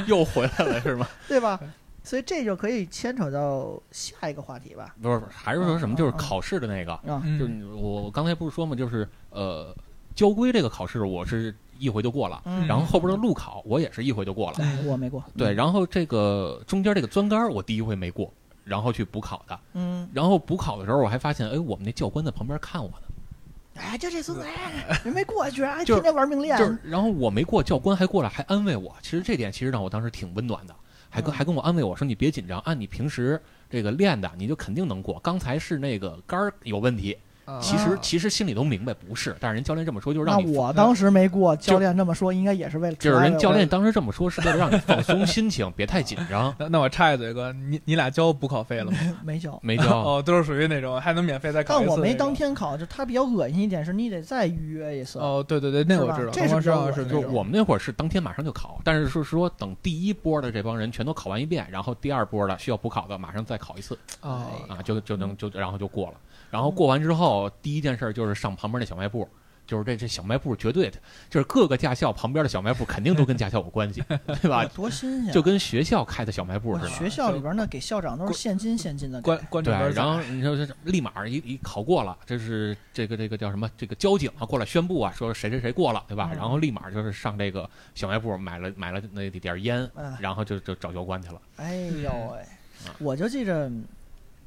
[SPEAKER 4] 又回来了是吗？
[SPEAKER 2] 对吧？所以这就可以牵扯到下一个话题吧。
[SPEAKER 4] (laughs) 不是，不是还是说什么？
[SPEAKER 2] 嗯
[SPEAKER 4] 就是考试的那个，
[SPEAKER 2] 啊，
[SPEAKER 3] 嗯
[SPEAKER 4] 就是你我刚才不是说嘛，就是呃，交规这个考试我是一回就过了，
[SPEAKER 2] 嗯
[SPEAKER 4] 然后后边的路考我也是一回就过了，
[SPEAKER 2] 哎，我没过。
[SPEAKER 4] 对，，然后这个中间这个钻杆儿我第一回没过，然后去补考的，
[SPEAKER 2] 嗯，
[SPEAKER 4] 然后补考的时候我还发现，哎，我们那教官在旁边看我呢，
[SPEAKER 2] 哎，就这孙子，哎，人没过，居然还
[SPEAKER 4] 就
[SPEAKER 2] 天
[SPEAKER 4] 是
[SPEAKER 2] 天玩命
[SPEAKER 3] 啊
[SPEAKER 2] 练，
[SPEAKER 4] 就是然后我没过，教官还过来还安慰我，其实这点其实让我当时挺温暖的，还跟
[SPEAKER 2] 嗯
[SPEAKER 4] 还跟我安慰我说，你别紧张，按你平时这个练的，你就肯定能过，刚才是那个杆儿有问题，
[SPEAKER 3] 啊
[SPEAKER 4] 其实其实心里都明白不是，但是人教练这么说就是
[SPEAKER 2] 那
[SPEAKER 4] 让你
[SPEAKER 2] 我当时没过，
[SPEAKER 4] 就
[SPEAKER 2] 教练这么说，应该也是为了
[SPEAKER 4] 就是
[SPEAKER 2] 安慰
[SPEAKER 4] 人
[SPEAKER 2] 我
[SPEAKER 4] 教练当时这么说，是为了让你放松心情，别太紧张。
[SPEAKER 3] 那那我插一嘴哥，你你俩交补考费了吗？
[SPEAKER 2] 没教。
[SPEAKER 4] 没教，
[SPEAKER 3] (laughs) 哦，都是属于那种还能免费再考一
[SPEAKER 2] 但
[SPEAKER 3] 次。
[SPEAKER 2] 我没当。天考，就他比较恶心一点是，你得再预约一次。
[SPEAKER 3] 哦，对对对，那
[SPEAKER 2] 是
[SPEAKER 3] 我
[SPEAKER 2] 吧
[SPEAKER 3] 知道，
[SPEAKER 2] 这是
[SPEAKER 3] 是
[SPEAKER 2] 比较
[SPEAKER 3] 是
[SPEAKER 2] 恶
[SPEAKER 3] 那
[SPEAKER 4] 就
[SPEAKER 3] 种
[SPEAKER 2] 心
[SPEAKER 4] 是我们那会儿是当天马上就考，但是是说等第一波的这帮人全都考完一遍，然后第二波的需要补考的马上再考一次
[SPEAKER 3] 哦
[SPEAKER 4] 啊，就就能就然后就过了。然后过完之后，第一件事就是上旁边那小卖部，就是这这小卖部绝对的就是各个驾校旁边的小卖部肯定都跟驾校有关
[SPEAKER 2] (laughs)
[SPEAKER 4] 系，对吧？
[SPEAKER 2] 多新鲜！啊
[SPEAKER 4] 就跟学校开的小卖部
[SPEAKER 2] 我
[SPEAKER 4] 似的。
[SPEAKER 2] 学校里边那给校长都是现金现金的给，
[SPEAKER 3] 关关
[SPEAKER 4] 对
[SPEAKER 3] 键，
[SPEAKER 4] 然后你说这立马一一考过了，这是这个这个叫什么？这个交警啊过来宣布啊，说谁谁谁过了，对吧？
[SPEAKER 2] 嗯
[SPEAKER 4] 然后立马就是上这个小卖部买了买了那点儿烟，
[SPEAKER 2] 嗯，
[SPEAKER 4] 然后就就找教官去了。
[SPEAKER 2] 哎
[SPEAKER 3] 嗯
[SPEAKER 2] 呦喂
[SPEAKER 4] 啊！
[SPEAKER 2] 我就记着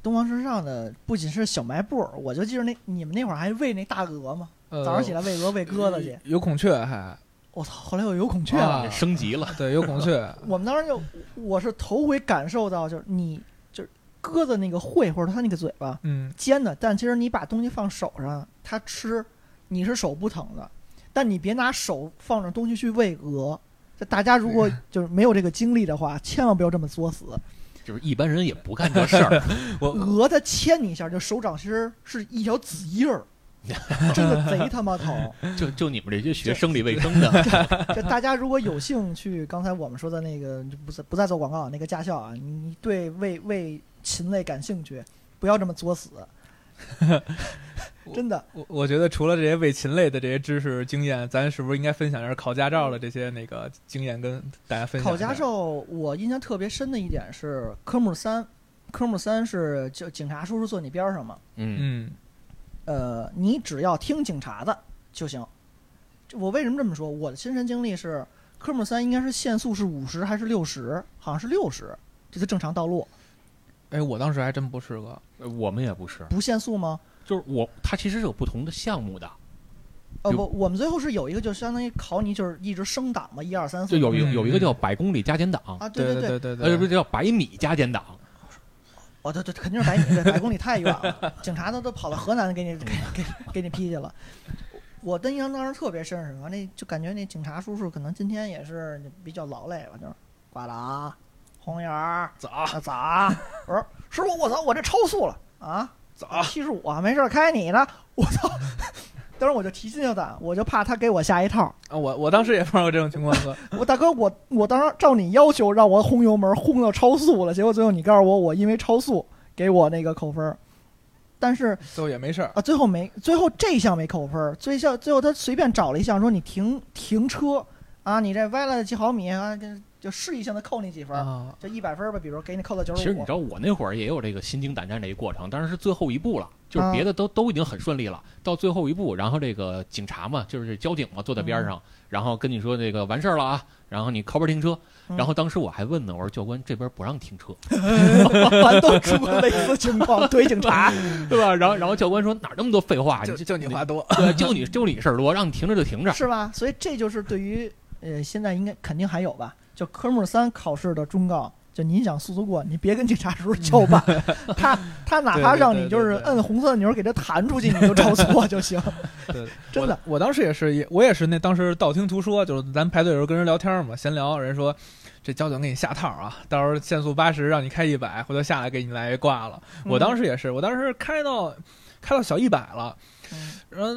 [SPEAKER 2] 东方时尚的不仅是小卖部，我就记着那你们那会儿还喂那大鹅吗？
[SPEAKER 3] 呃
[SPEAKER 2] 早上起来喂鹅喂鸽子去，
[SPEAKER 3] 有孔雀还
[SPEAKER 2] 我操！后来我有孔雀
[SPEAKER 3] 啊
[SPEAKER 2] 了。
[SPEAKER 4] 升级了，
[SPEAKER 3] 对有孔雀，
[SPEAKER 2] 我们当时就我是头回感受到，就是你就是鸽子那个喙或者它那个嘴巴，
[SPEAKER 3] 嗯，
[SPEAKER 2] 尖的，但其实你把东西放手上，它吃，你是手不疼的。但你别拿手放着东西去喂鹅，这大家如果就是没有这个经历的话，千万不要这么作死。
[SPEAKER 4] 就是一般人也不干这事
[SPEAKER 2] (laughs)
[SPEAKER 4] 儿。
[SPEAKER 3] 我
[SPEAKER 2] 鹅它牵你一下，就手掌心儿是一条紫印儿，真的贼他妈疼。
[SPEAKER 4] 就就你们这些学生理卫生
[SPEAKER 2] (laughs)
[SPEAKER 4] 的，
[SPEAKER 2] 这大家如果有幸去刚才我们说的那个，就不再不再做广告啊那个驾校啊，你你对喂喂禽类感兴趣，不要这么作死。真的。
[SPEAKER 3] 我我觉得除了这些为禽类的这些知识经验，咱是不是应该分享一下考驾照的这些那个经验，跟大家分享？
[SPEAKER 2] 考驾，照，我印象特别深的一点是科目三，科目三是就警察叔叔坐你边儿上嘛，
[SPEAKER 4] 嗯
[SPEAKER 3] 嗯，
[SPEAKER 2] 呃，你只要听警察的就行。这我为什么这么说？我的亲身经历是，科目三应该是限速是五十还是六十？好像是六十，这是正常道路，
[SPEAKER 3] 哎，我当时还真不是个，
[SPEAKER 4] 呃我们也不是，
[SPEAKER 2] 不限速吗？
[SPEAKER 4] 就是我，它其实是有不同的项目的，
[SPEAKER 2] 呃，
[SPEAKER 4] 有
[SPEAKER 2] 不，我们最后是有一个，就相当于考你，就是一直升档嘛，一二三
[SPEAKER 4] 就
[SPEAKER 2] 四
[SPEAKER 4] 有一
[SPEAKER 3] 嗯
[SPEAKER 4] 有一个叫百公里加减档，
[SPEAKER 2] 啊，对对
[SPEAKER 3] 对对
[SPEAKER 4] 呃，不是叫百米加减档，
[SPEAKER 2] 哦，对对，肯定是百米，对，百公里太远了，警察都都跑到河南给你给给给你批去了。我的印象当时特别深是什么？那就感觉那警察叔叔可能今天也是比较劳累吧，就是挂了啊，红眼儿
[SPEAKER 3] 咋
[SPEAKER 2] 啊咋？我说师傅，我操，我这超速了啊！
[SPEAKER 3] 咋
[SPEAKER 2] 七十五啊，没事儿开你呢，我操！当时我就提心吊胆，我就怕他给我下一套。
[SPEAKER 3] 啊，我我当时也碰到过这种情况哥， (laughs)
[SPEAKER 2] 我大哥，我我当时照你要求让我轰油门轰到超速了，结果最后你告诉我我因为超速给我那个扣分儿，但是
[SPEAKER 3] 最后也没事儿。
[SPEAKER 2] 啊最后没最后这一项没扣分儿，最后最后他随便找了一项说你停停车啊，你这歪了几毫米啊，跟就示意性的扣你几分儿，
[SPEAKER 3] 啊，
[SPEAKER 2] 就一百分儿吧，比如给你扣到九
[SPEAKER 4] 其
[SPEAKER 2] 十
[SPEAKER 4] 实你
[SPEAKER 2] 五
[SPEAKER 4] 知。道，我那会儿也有这个心惊胆战这一过程，但是是最后一步了，就是
[SPEAKER 2] 啊
[SPEAKER 4] 别的都、都已经很顺利了，到最后一步，然后这个警察嘛，就是交警嘛，坐在边上，然后跟你说这个完事儿了啊，然后你靠边停车，
[SPEAKER 2] 嗯
[SPEAKER 4] 然后当时我还问呢，我说教官这边不让停车，
[SPEAKER 2] 咱都出过类似情况，怼警察。
[SPEAKER 4] 对吧？然后然后教官说哪儿那么多废话，
[SPEAKER 3] 就
[SPEAKER 4] 这
[SPEAKER 3] 就你话多，
[SPEAKER 4] 对，就你就你事儿多，让你停着就停着。
[SPEAKER 2] 是吧？所以这就是对于呃，现在应该肯定还有吧，就科目三考试的忠告，就您想速速过，你别跟警察叔叔叫
[SPEAKER 3] (laughs)
[SPEAKER 2] 板，他他哪怕
[SPEAKER 3] 对对
[SPEAKER 2] 让
[SPEAKER 3] 对
[SPEAKER 2] 你
[SPEAKER 3] 对
[SPEAKER 2] 就是
[SPEAKER 3] 对
[SPEAKER 2] 摁红色的钮儿给他弹出去，你就照做就行。
[SPEAKER 3] 对，
[SPEAKER 2] (laughs) 真的
[SPEAKER 3] 我，我当时也是，也我也是那当时道听途说，就是咱排队的时候跟人聊天嘛，闲聊，人说这交警给你下套啊，到时候限速八十让你开一百，回头下来给你来一挂了。
[SPEAKER 2] 嗯
[SPEAKER 3] 我当时也是，我当时开到开到小一百了，
[SPEAKER 2] 嗯
[SPEAKER 3] 然后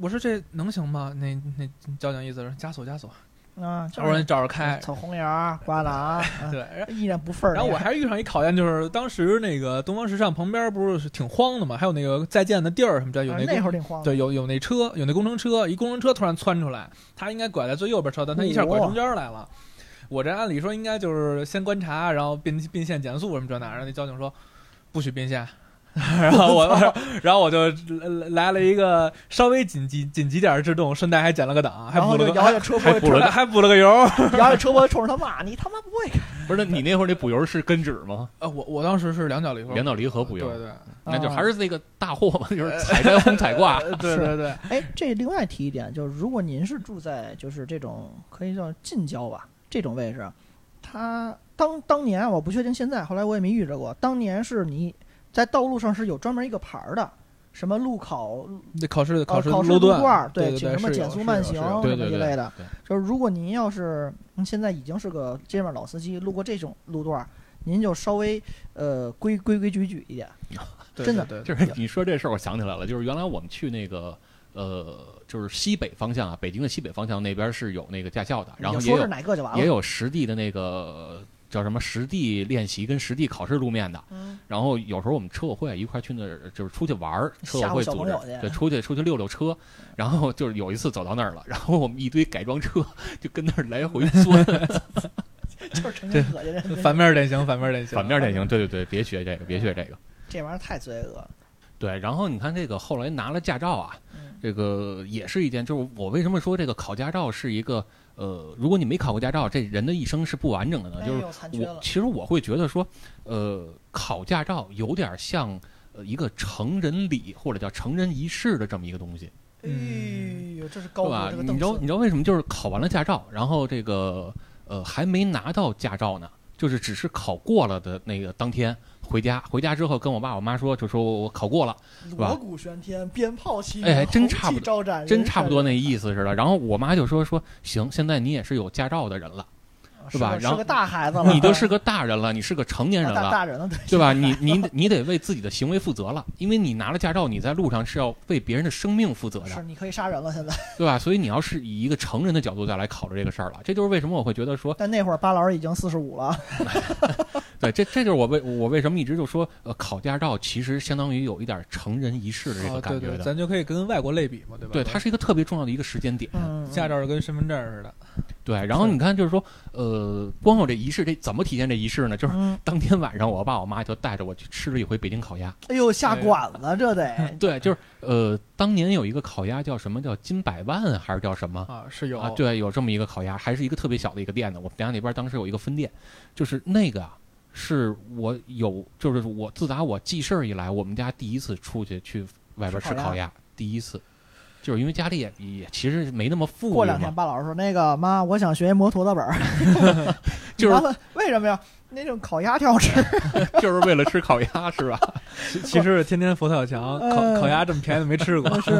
[SPEAKER 3] 我说这能行吗？那那交警意思是加速加速，
[SPEAKER 2] 啊，
[SPEAKER 3] 我说你照着开，
[SPEAKER 2] 走红帘儿、刮了啊，啊
[SPEAKER 3] (laughs)
[SPEAKER 2] (laughs)
[SPEAKER 3] 对，然后。
[SPEAKER 2] 一脸不忿儿的样
[SPEAKER 3] 然后
[SPEAKER 2] 子。
[SPEAKER 3] 我还遇上一考验，就是当时那个东方时尚旁边不是挺荒的嘛，还有那个再见的地儿什么的，有
[SPEAKER 2] 啊
[SPEAKER 3] 那
[SPEAKER 2] 那
[SPEAKER 3] 个
[SPEAKER 2] 会儿挺慌的，
[SPEAKER 3] 对，有有那车，有那工程车，一工程车突然窜出来，他应该拐在最右边车道，但他一下拐中间来了。我这按理说应该就是先观察，然后并并线减速什么这那，然后那交警说不许并线。然后我，然后我就来来了一个稍微紧急紧急点儿制动，顺带还减了个档，还
[SPEAKER 2] 然后
[SPEAKER 3] 补
[SPEAKER 2] 就
[SPEAKER 3] 了个
[SPEAKER 2] 摇下车
[SPEAKER 3] 还
[SPEAKER 2] 玻
[SPEAKER 3] 补了
[SPEAKER 2] 璃
[SPEAKER 3] 个还补了个油。
[SPEAKER 2] 冲，摇下车玻璃冲着他骂：“你他妈不会开
[SPEAKER 4] 不是，那你那会儿那补油是跟指吗？
[SPEAKER 3] 呃，我我当时是两脚离合，
[SPEAKER 4] 两脚离合补油，
[SPEAKER 3] 对对
[SPEAKER 4] 那
[SPEAKER 2] 啊
[SPEAKER 4] 就还是那个大货嘛， (laughs) 就是采摘红采
[SPEAKER 3] (laughs)
[SPEAKER 4] 挂。
[SPEAKER 3] 呃对
[SPEAKER 2] 是
[SPEAKER 3] 对对，！”
[SPEAKER 2] 哎，这另外提一点，就是如果您是住在就是这种可以叫近郊吧这种位置，他当当年啊我不确定现在，后来我也没遇着过。当年是你在道路上是有专门一个牌儿的，什么路考、
[SPEAKER 3] 那考试
[SPEAKER 2] 呃、
[SPEAKER 3] 试
[SPEAKER 2] 考试
[SPEAKER 3] 路
[SPEAKER 2] 段儿，
[SPEAKER 3] 对
[SPEAKER 2] 请
[SPEAKER 3] 对，
[SPEAKER 2] 什么
[SPEAKER 3] 是
[SPEAKER 2] 减
[SPEAKER 3] 有
[SPEAKER 2] 速
[SPEAKER 3] 是
[SPEAKER 2] 慢
[SPEAKER 3] 有
[SPEAKER 2] 行
[SPEAKER 3] 是有
[SPEAKER 4] 对
[SPEAKER 2] 什么
[SPEAKER 4] 对
[SPEAKER 2] 之
[SPEAKER 4] 对
[SPEAKER 2] 类的
[SPEAKER 4] 对。
[SPEAKER 2] 就是如果您要是嗯现在已经是个街面老司机，路过这种路段儿，您就稍微呃规规规矩矩一点。
[SPEAKER 3] 对
[SPEAKER 2] 真的
[SPEAKER 3] 对
[SPEAKER 4] 就
[SPEAKER 3] 对对
[SPEAKER 4] 是你说这事儿，我想起来了，就是原来我们去那个呃，就是西北方向啊，北京的西北方向那边是有那个驾校的，然后
[SPEAKER 2] 你
[SPEAKER 4] 也
[SPEAKER 2] 就说是
[SPEAKER 4] 有
[SPEAKER 2] 哪个就完了。
[SPEAKER 4] 也有实地的那个叫什么实地练习跟实地考试路面的。
[SPEAKER 2] 嗯 (laughs)
[SPEAKER 4] 然后有时候我们车友会一块儿去那儿，就是出去玩儿，车友会
[SPEAKER 2] 吓唬小
[SPEAKER 4] 组
[SPEAKER 2] 朋
[SPEAKER 4] 织
[SPEAKER 2] 友去
[SPEAKER 4] 对出去出去溜溜
[SPEAKER 2] (laughs)
[SPEAKER 4] 车。然后就是有一次走到那儿了，然后我们一堆改装车 (laughs) 就跟那儿来回 (laughs)
[SPEAKER 3] (laughs)
[SPEAKER 4] 钻，
[SPEAKER 2] 就是成天恶心人
[SPEAKER 3] 反面典型，反面典型，
[SPEAKER 4] 反面典型，对对对，别学这个，别学这个。
[SPEAKER 2] 这玩意儿太罪恶了。
[SPEAKER 4] 对，然后你看这个后来拿了驾照啊
[SPEAKER 2] 嗯，
[SPEAKER 4] 这个也是一件，就是我为什么说这个考驾照是一个呃，如果你没考过驾照，这人的一生是不完整的呢？
[SPEAKER 2] 哎
[SPEAKER 4] 就是
[SPEAKER 2] 呦，残缺
[SPEAKER 4] 我
[SPEAKER 2] 了。
[SPEAKER 4] 其实我会觉得说，呃，考驾照有点像呃一个成人礼或者叫成人仪式的这么一个东西，
[SPEAKER 2] 哎
[SPEAKER 3] 嗯
[SPEAKER 2] 呦，这是高
[SPEAKER 4] 对
[SPEAKER 2] 度
[SPEAKER 4] 吧？
[SPEAKER 2] 这个
[SPEAKER 4] 你
[SPEAKER 2] 档
[SPEAKER 4] 知道你
[SPEAKER 2] 次。
[SPEAKER 4] 知道为什么就是考完了驾照，然后这个呃还没拿到驾照呢？就是只是考过了的那个当天回家，回家之后跟我爸我妈说，就说我我考过了。吧
[SPEAKER 2] 锣鼓喧天，鞭炮齐鸣，
[SPEAKER 4] 哎还真
[SPEAKER 2] 红
[SPEAKER 4] 差
[SPEAKER 2] 旗
[SPEAKER 4] 不多
[SPEAKER 2] 招展
[SPEAKER 4] 真差不多那意思似的。然后我妈就说说行，现在你也是有驾照的人
[SPEAKER 2] (laughs)
[SPEAKER 4] 了，
[SPEAKER 2] 是
[SPEAKER 4] 是吧然
[SPEAKER 2] 是
[SPEAKER 4] 后
[SPEAKER 2] 个大孩子了，
[SPEAKER 4] 你都是个大人了，你是个成年
[SPEAKER 2] (laughs) 大
[SPEAKER 4] 人
[SPEAKER 2] 大
[SPEAKER 4] 了，
[SPEAKER 2] 大人了，对
[SPEAKER 4] 对吧？你
[SPEAKER 2] (laughs)
[SPEAKER 4] 你你得为自己的行为负责了，因为你拿了驾照，你在路上是要为别人的生命负责
[SPEAKER 2] 是
[SPEAKER 4] 的，
[SPEAKER 2] 你可以杀人了现在。
[SPEAKER 4] 对吧？所以你要是以一个成人的角度再来考虑这个事儿了，这就是为什么我会觉得说， (laughs)
[SPEAKER 2] 但那会儿巴老师已经四十五了，
[SPEAKER 4] 对，这这就是我为我为什么一直就说，呃，考驾照其实相当于有一点成人仪式的这个
[SPEAKER 3] 哦对
[SPEAKER 4] 感
[SPEAKER 3] 对
[SPEAKER 4] 觉，的。
[SPEAKER 3] 咱就可以跟外国类比嘛，对吧？
[SPEAKER 4] 对，它是一个特别重要的一个时间点。
[SPEAKER 2] 嗯，
[SPEAKER 3] 驾照是跟身份证似的，
[SPEAKER 4] 对，然后
[SPEAKER 3] 是
[SPEAKER 4] 你看，就是说，呃，光有这仪式，这怎么体现这仪式呢？就是
[SPEAKER 2] 嗯，
[SPEAKER 4] 当天晚上，我爸我妈就带着我去吃了一回北京烤鸭。
[SPEAKER 2] 哎呦，下馆子
[SPEAKER 4] (laughs)
[SPEAKER 2] 这得，
[SPEAKER 4] 对，就是呃，当年有一个烤鸭叫什么叫金百万啊还是叫什么？
[SPEAKER 3] 啊，是有
[SPEAKER 4] 啊，，对，有这么一个烤鸭，还是一个特别小的一个店的。我们家那边当时有一个分店，就是那个啊，是我有，就是我自打我记事儿以来，我们家第一次出去去外边
[SPEAKER 2] 吃
[SPEAKER 4] 吃
[SPEAKER 2] 烤
[SPEAKER 4] 烤鸭，第一次，就是因为家里也也其实没那么富裕嘛。
[SPEAKER 2] 过两天巴老师说那个妈，我想学摩托的本儿，
[SPEAKER 4] (laughs) 就是
[SPEAKER 2] 然后为什么呀？那种烤鸭挺好吃，
[SPEAKER 4] (laughs) 就是为了吃烤鸭是吧？
[SPEAKER 3] (laughs) 其其实天天佛跳墙，烤
[SPEAKER 2] 呃，
[SPEAKER 3] 烤鸭这么便宜的没吃过
[SPEAKER 2] 是，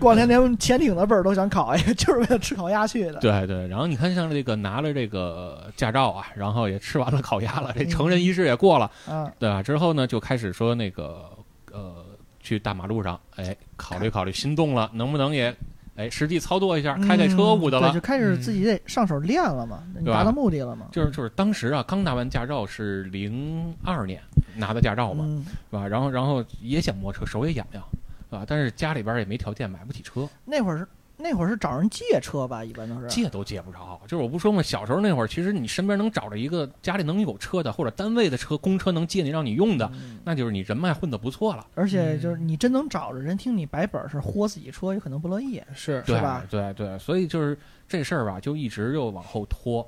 [SPEAKER 2] 过两天连潜艇的本儿都想考一个，就是为了吃烤鸭去的。
[SPEAKER 4] 对对，然后你看像这个拿了这个驾照啊，然后也吃完了烤鸭了，这成人仪式也过了，
[SPEAKER 2] 嗯，
[SPEAKER 4] 对吧？之后呢，就开始说那个呃，去大马路上，哎，考虑考虑，心动了，能不能也哎实际操作一下，开开车
[SPEAKER 2] 嗯
[SPEAKER 4] 务的
[SPEAKER 2] 对
[SPEAKER 4] 了。
[SPEAKER 2] 就开始自己得上手练了嘛，你
[SPEAKER 4] 对吧
[SPEAKER 2] 达到目的了嘛。
[SPEAKER 4] 就是就是当时啊，刚拿完驾照是零二年拿的驾照嘛，
[SPEAKER 2] 嗯，
[SPEAKER 4] 是吧？然后然后也想摸车，手也痒痒，是吧？但是家里边也没条件，买不起车，
[SPEAKER 2] 那会儿是那会儿是找人借车吧，一般都是。
[SPEAKER 4] 借都借不着。就是我不说嘛，小时候那会儿，其实你身边能找着一个家里能有车的，或者单位的车、公车能借你让你用的，嗯
[SPEAKER 2] 嗯
[SPEAKER 4] 那就是你人脉混得不错了，
[SPEAKER 2] 而且就是你真能找着人听你白本儿是豁自己车，有可能不乐意。
[SPEAKER 3] 是
[SPEAKER 2] (laughs) 是
[SPEAKER 4] 对
[SPEAKER 2] 吧
[SPEAKER 4] 对对，所以就是这事儿吧，就一直就往后拖，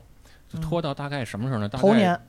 [SPEAKER 4] 就拖到大概什么时候呢？大概
[SPEAKER 2] 嗯头年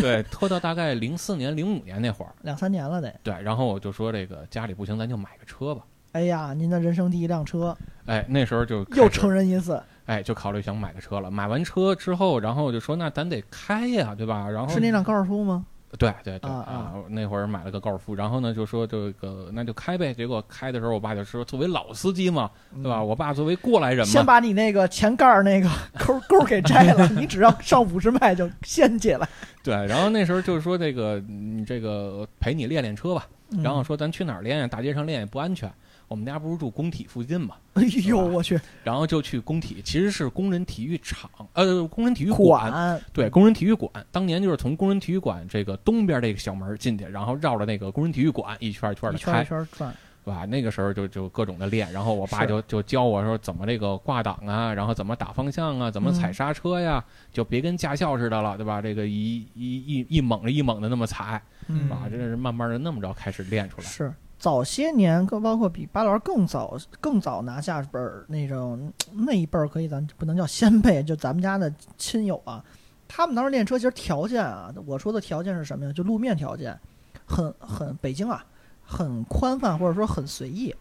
[SPEAKER 4] 对，拖到大概零四年、零五年那会儿，
[SPEAKER 2] 两三年了得。
[SPEAKER 4] 对。然后我就说这个家里不行，咱就买个车吧。
[SPEAKER 2] 哎呀，您的人生第一辆车
[SPEAKER 4] 哎，那时候就开
[SPEAKER 2] 又
[SPEAKER 4] 始
[SPEAKER 2] 成人一次，
[SPEAKER 4] 哎，就考虑想买个车了。买完车之后，然后我就说那咱得开呀，对吧？然后
[SPEAKER 2] 是那辆高尔夫吗？
[SPEAKER 4] 对对对
[SPEAKER 2] 啊
[SPEAKER 4] 啊！那会儿买了个高尔夫，然后呢就说这个那就开呗。结果开的时候，我爸就说作为老司机嘛，对吧？我爸作为过来人
[SPEAKER 2] 嗯先
[SPEAKER 4] 嘛，
[SPEAKER 2] 把你那个前盖儿那个钩钩给摘了，你只要上五十迈就掀起来。
[SPEAKER 4] 对。然后那时候就是说这个你这个陪你练练车吧，
[SPEAKER 2] 嗯
[SPEAKER 4] 然后说咱去哪儿练呀？大街上练也不安全。我们家不是住工体附近嘛，
[SPEAKER 2] 嗯，哎呦我去，
[SPEAKER 4] 然后就去工体，其实是工人体育场，呃，工人体育馆，
[SPEAKER 2] 管
[SPEAKER 4] 对，工人体育馆，当年就是从工人体育馆这个东边这个小门儿进去，然后绕着那个工人体育馆一圈一圈
[SPEAKER 2] 一
[SPEAKER 4] 的
[SPEAKER 2] 圈
[SPEAKER 4] 开
[SPEAKER 2] 一，圈转，
[SPEAKER 4] 对吧？那个时候就就各种的练，然后我爸
[SPEAKER 2] 是
[SPEAKER 4] 就就教我说怎么这个挂档啊，然后怎么打方向啊，怎么
[SPEAKER 2] 嗯
[SPEAKER 4] 踩刹车呀，就别跟驾校似的了，对吧？这个一一一一猛的一猛的那么踩，
[SPEAKER 2] 嗯
[SPEAKER 4] 啊，这是慢慢的那么着开始练出来。
[SPEAKER 2] 是早些年，更包括比巴老师更早、更早拿下本儿那种那一辈儿，可以咱不能叫先辈， (laughs) 就咱们家的亲友啊，他们当时练车其实条件啊，我说的条件是什么呀？就路面条件，很很北京啊，很宽泛或者说很随意。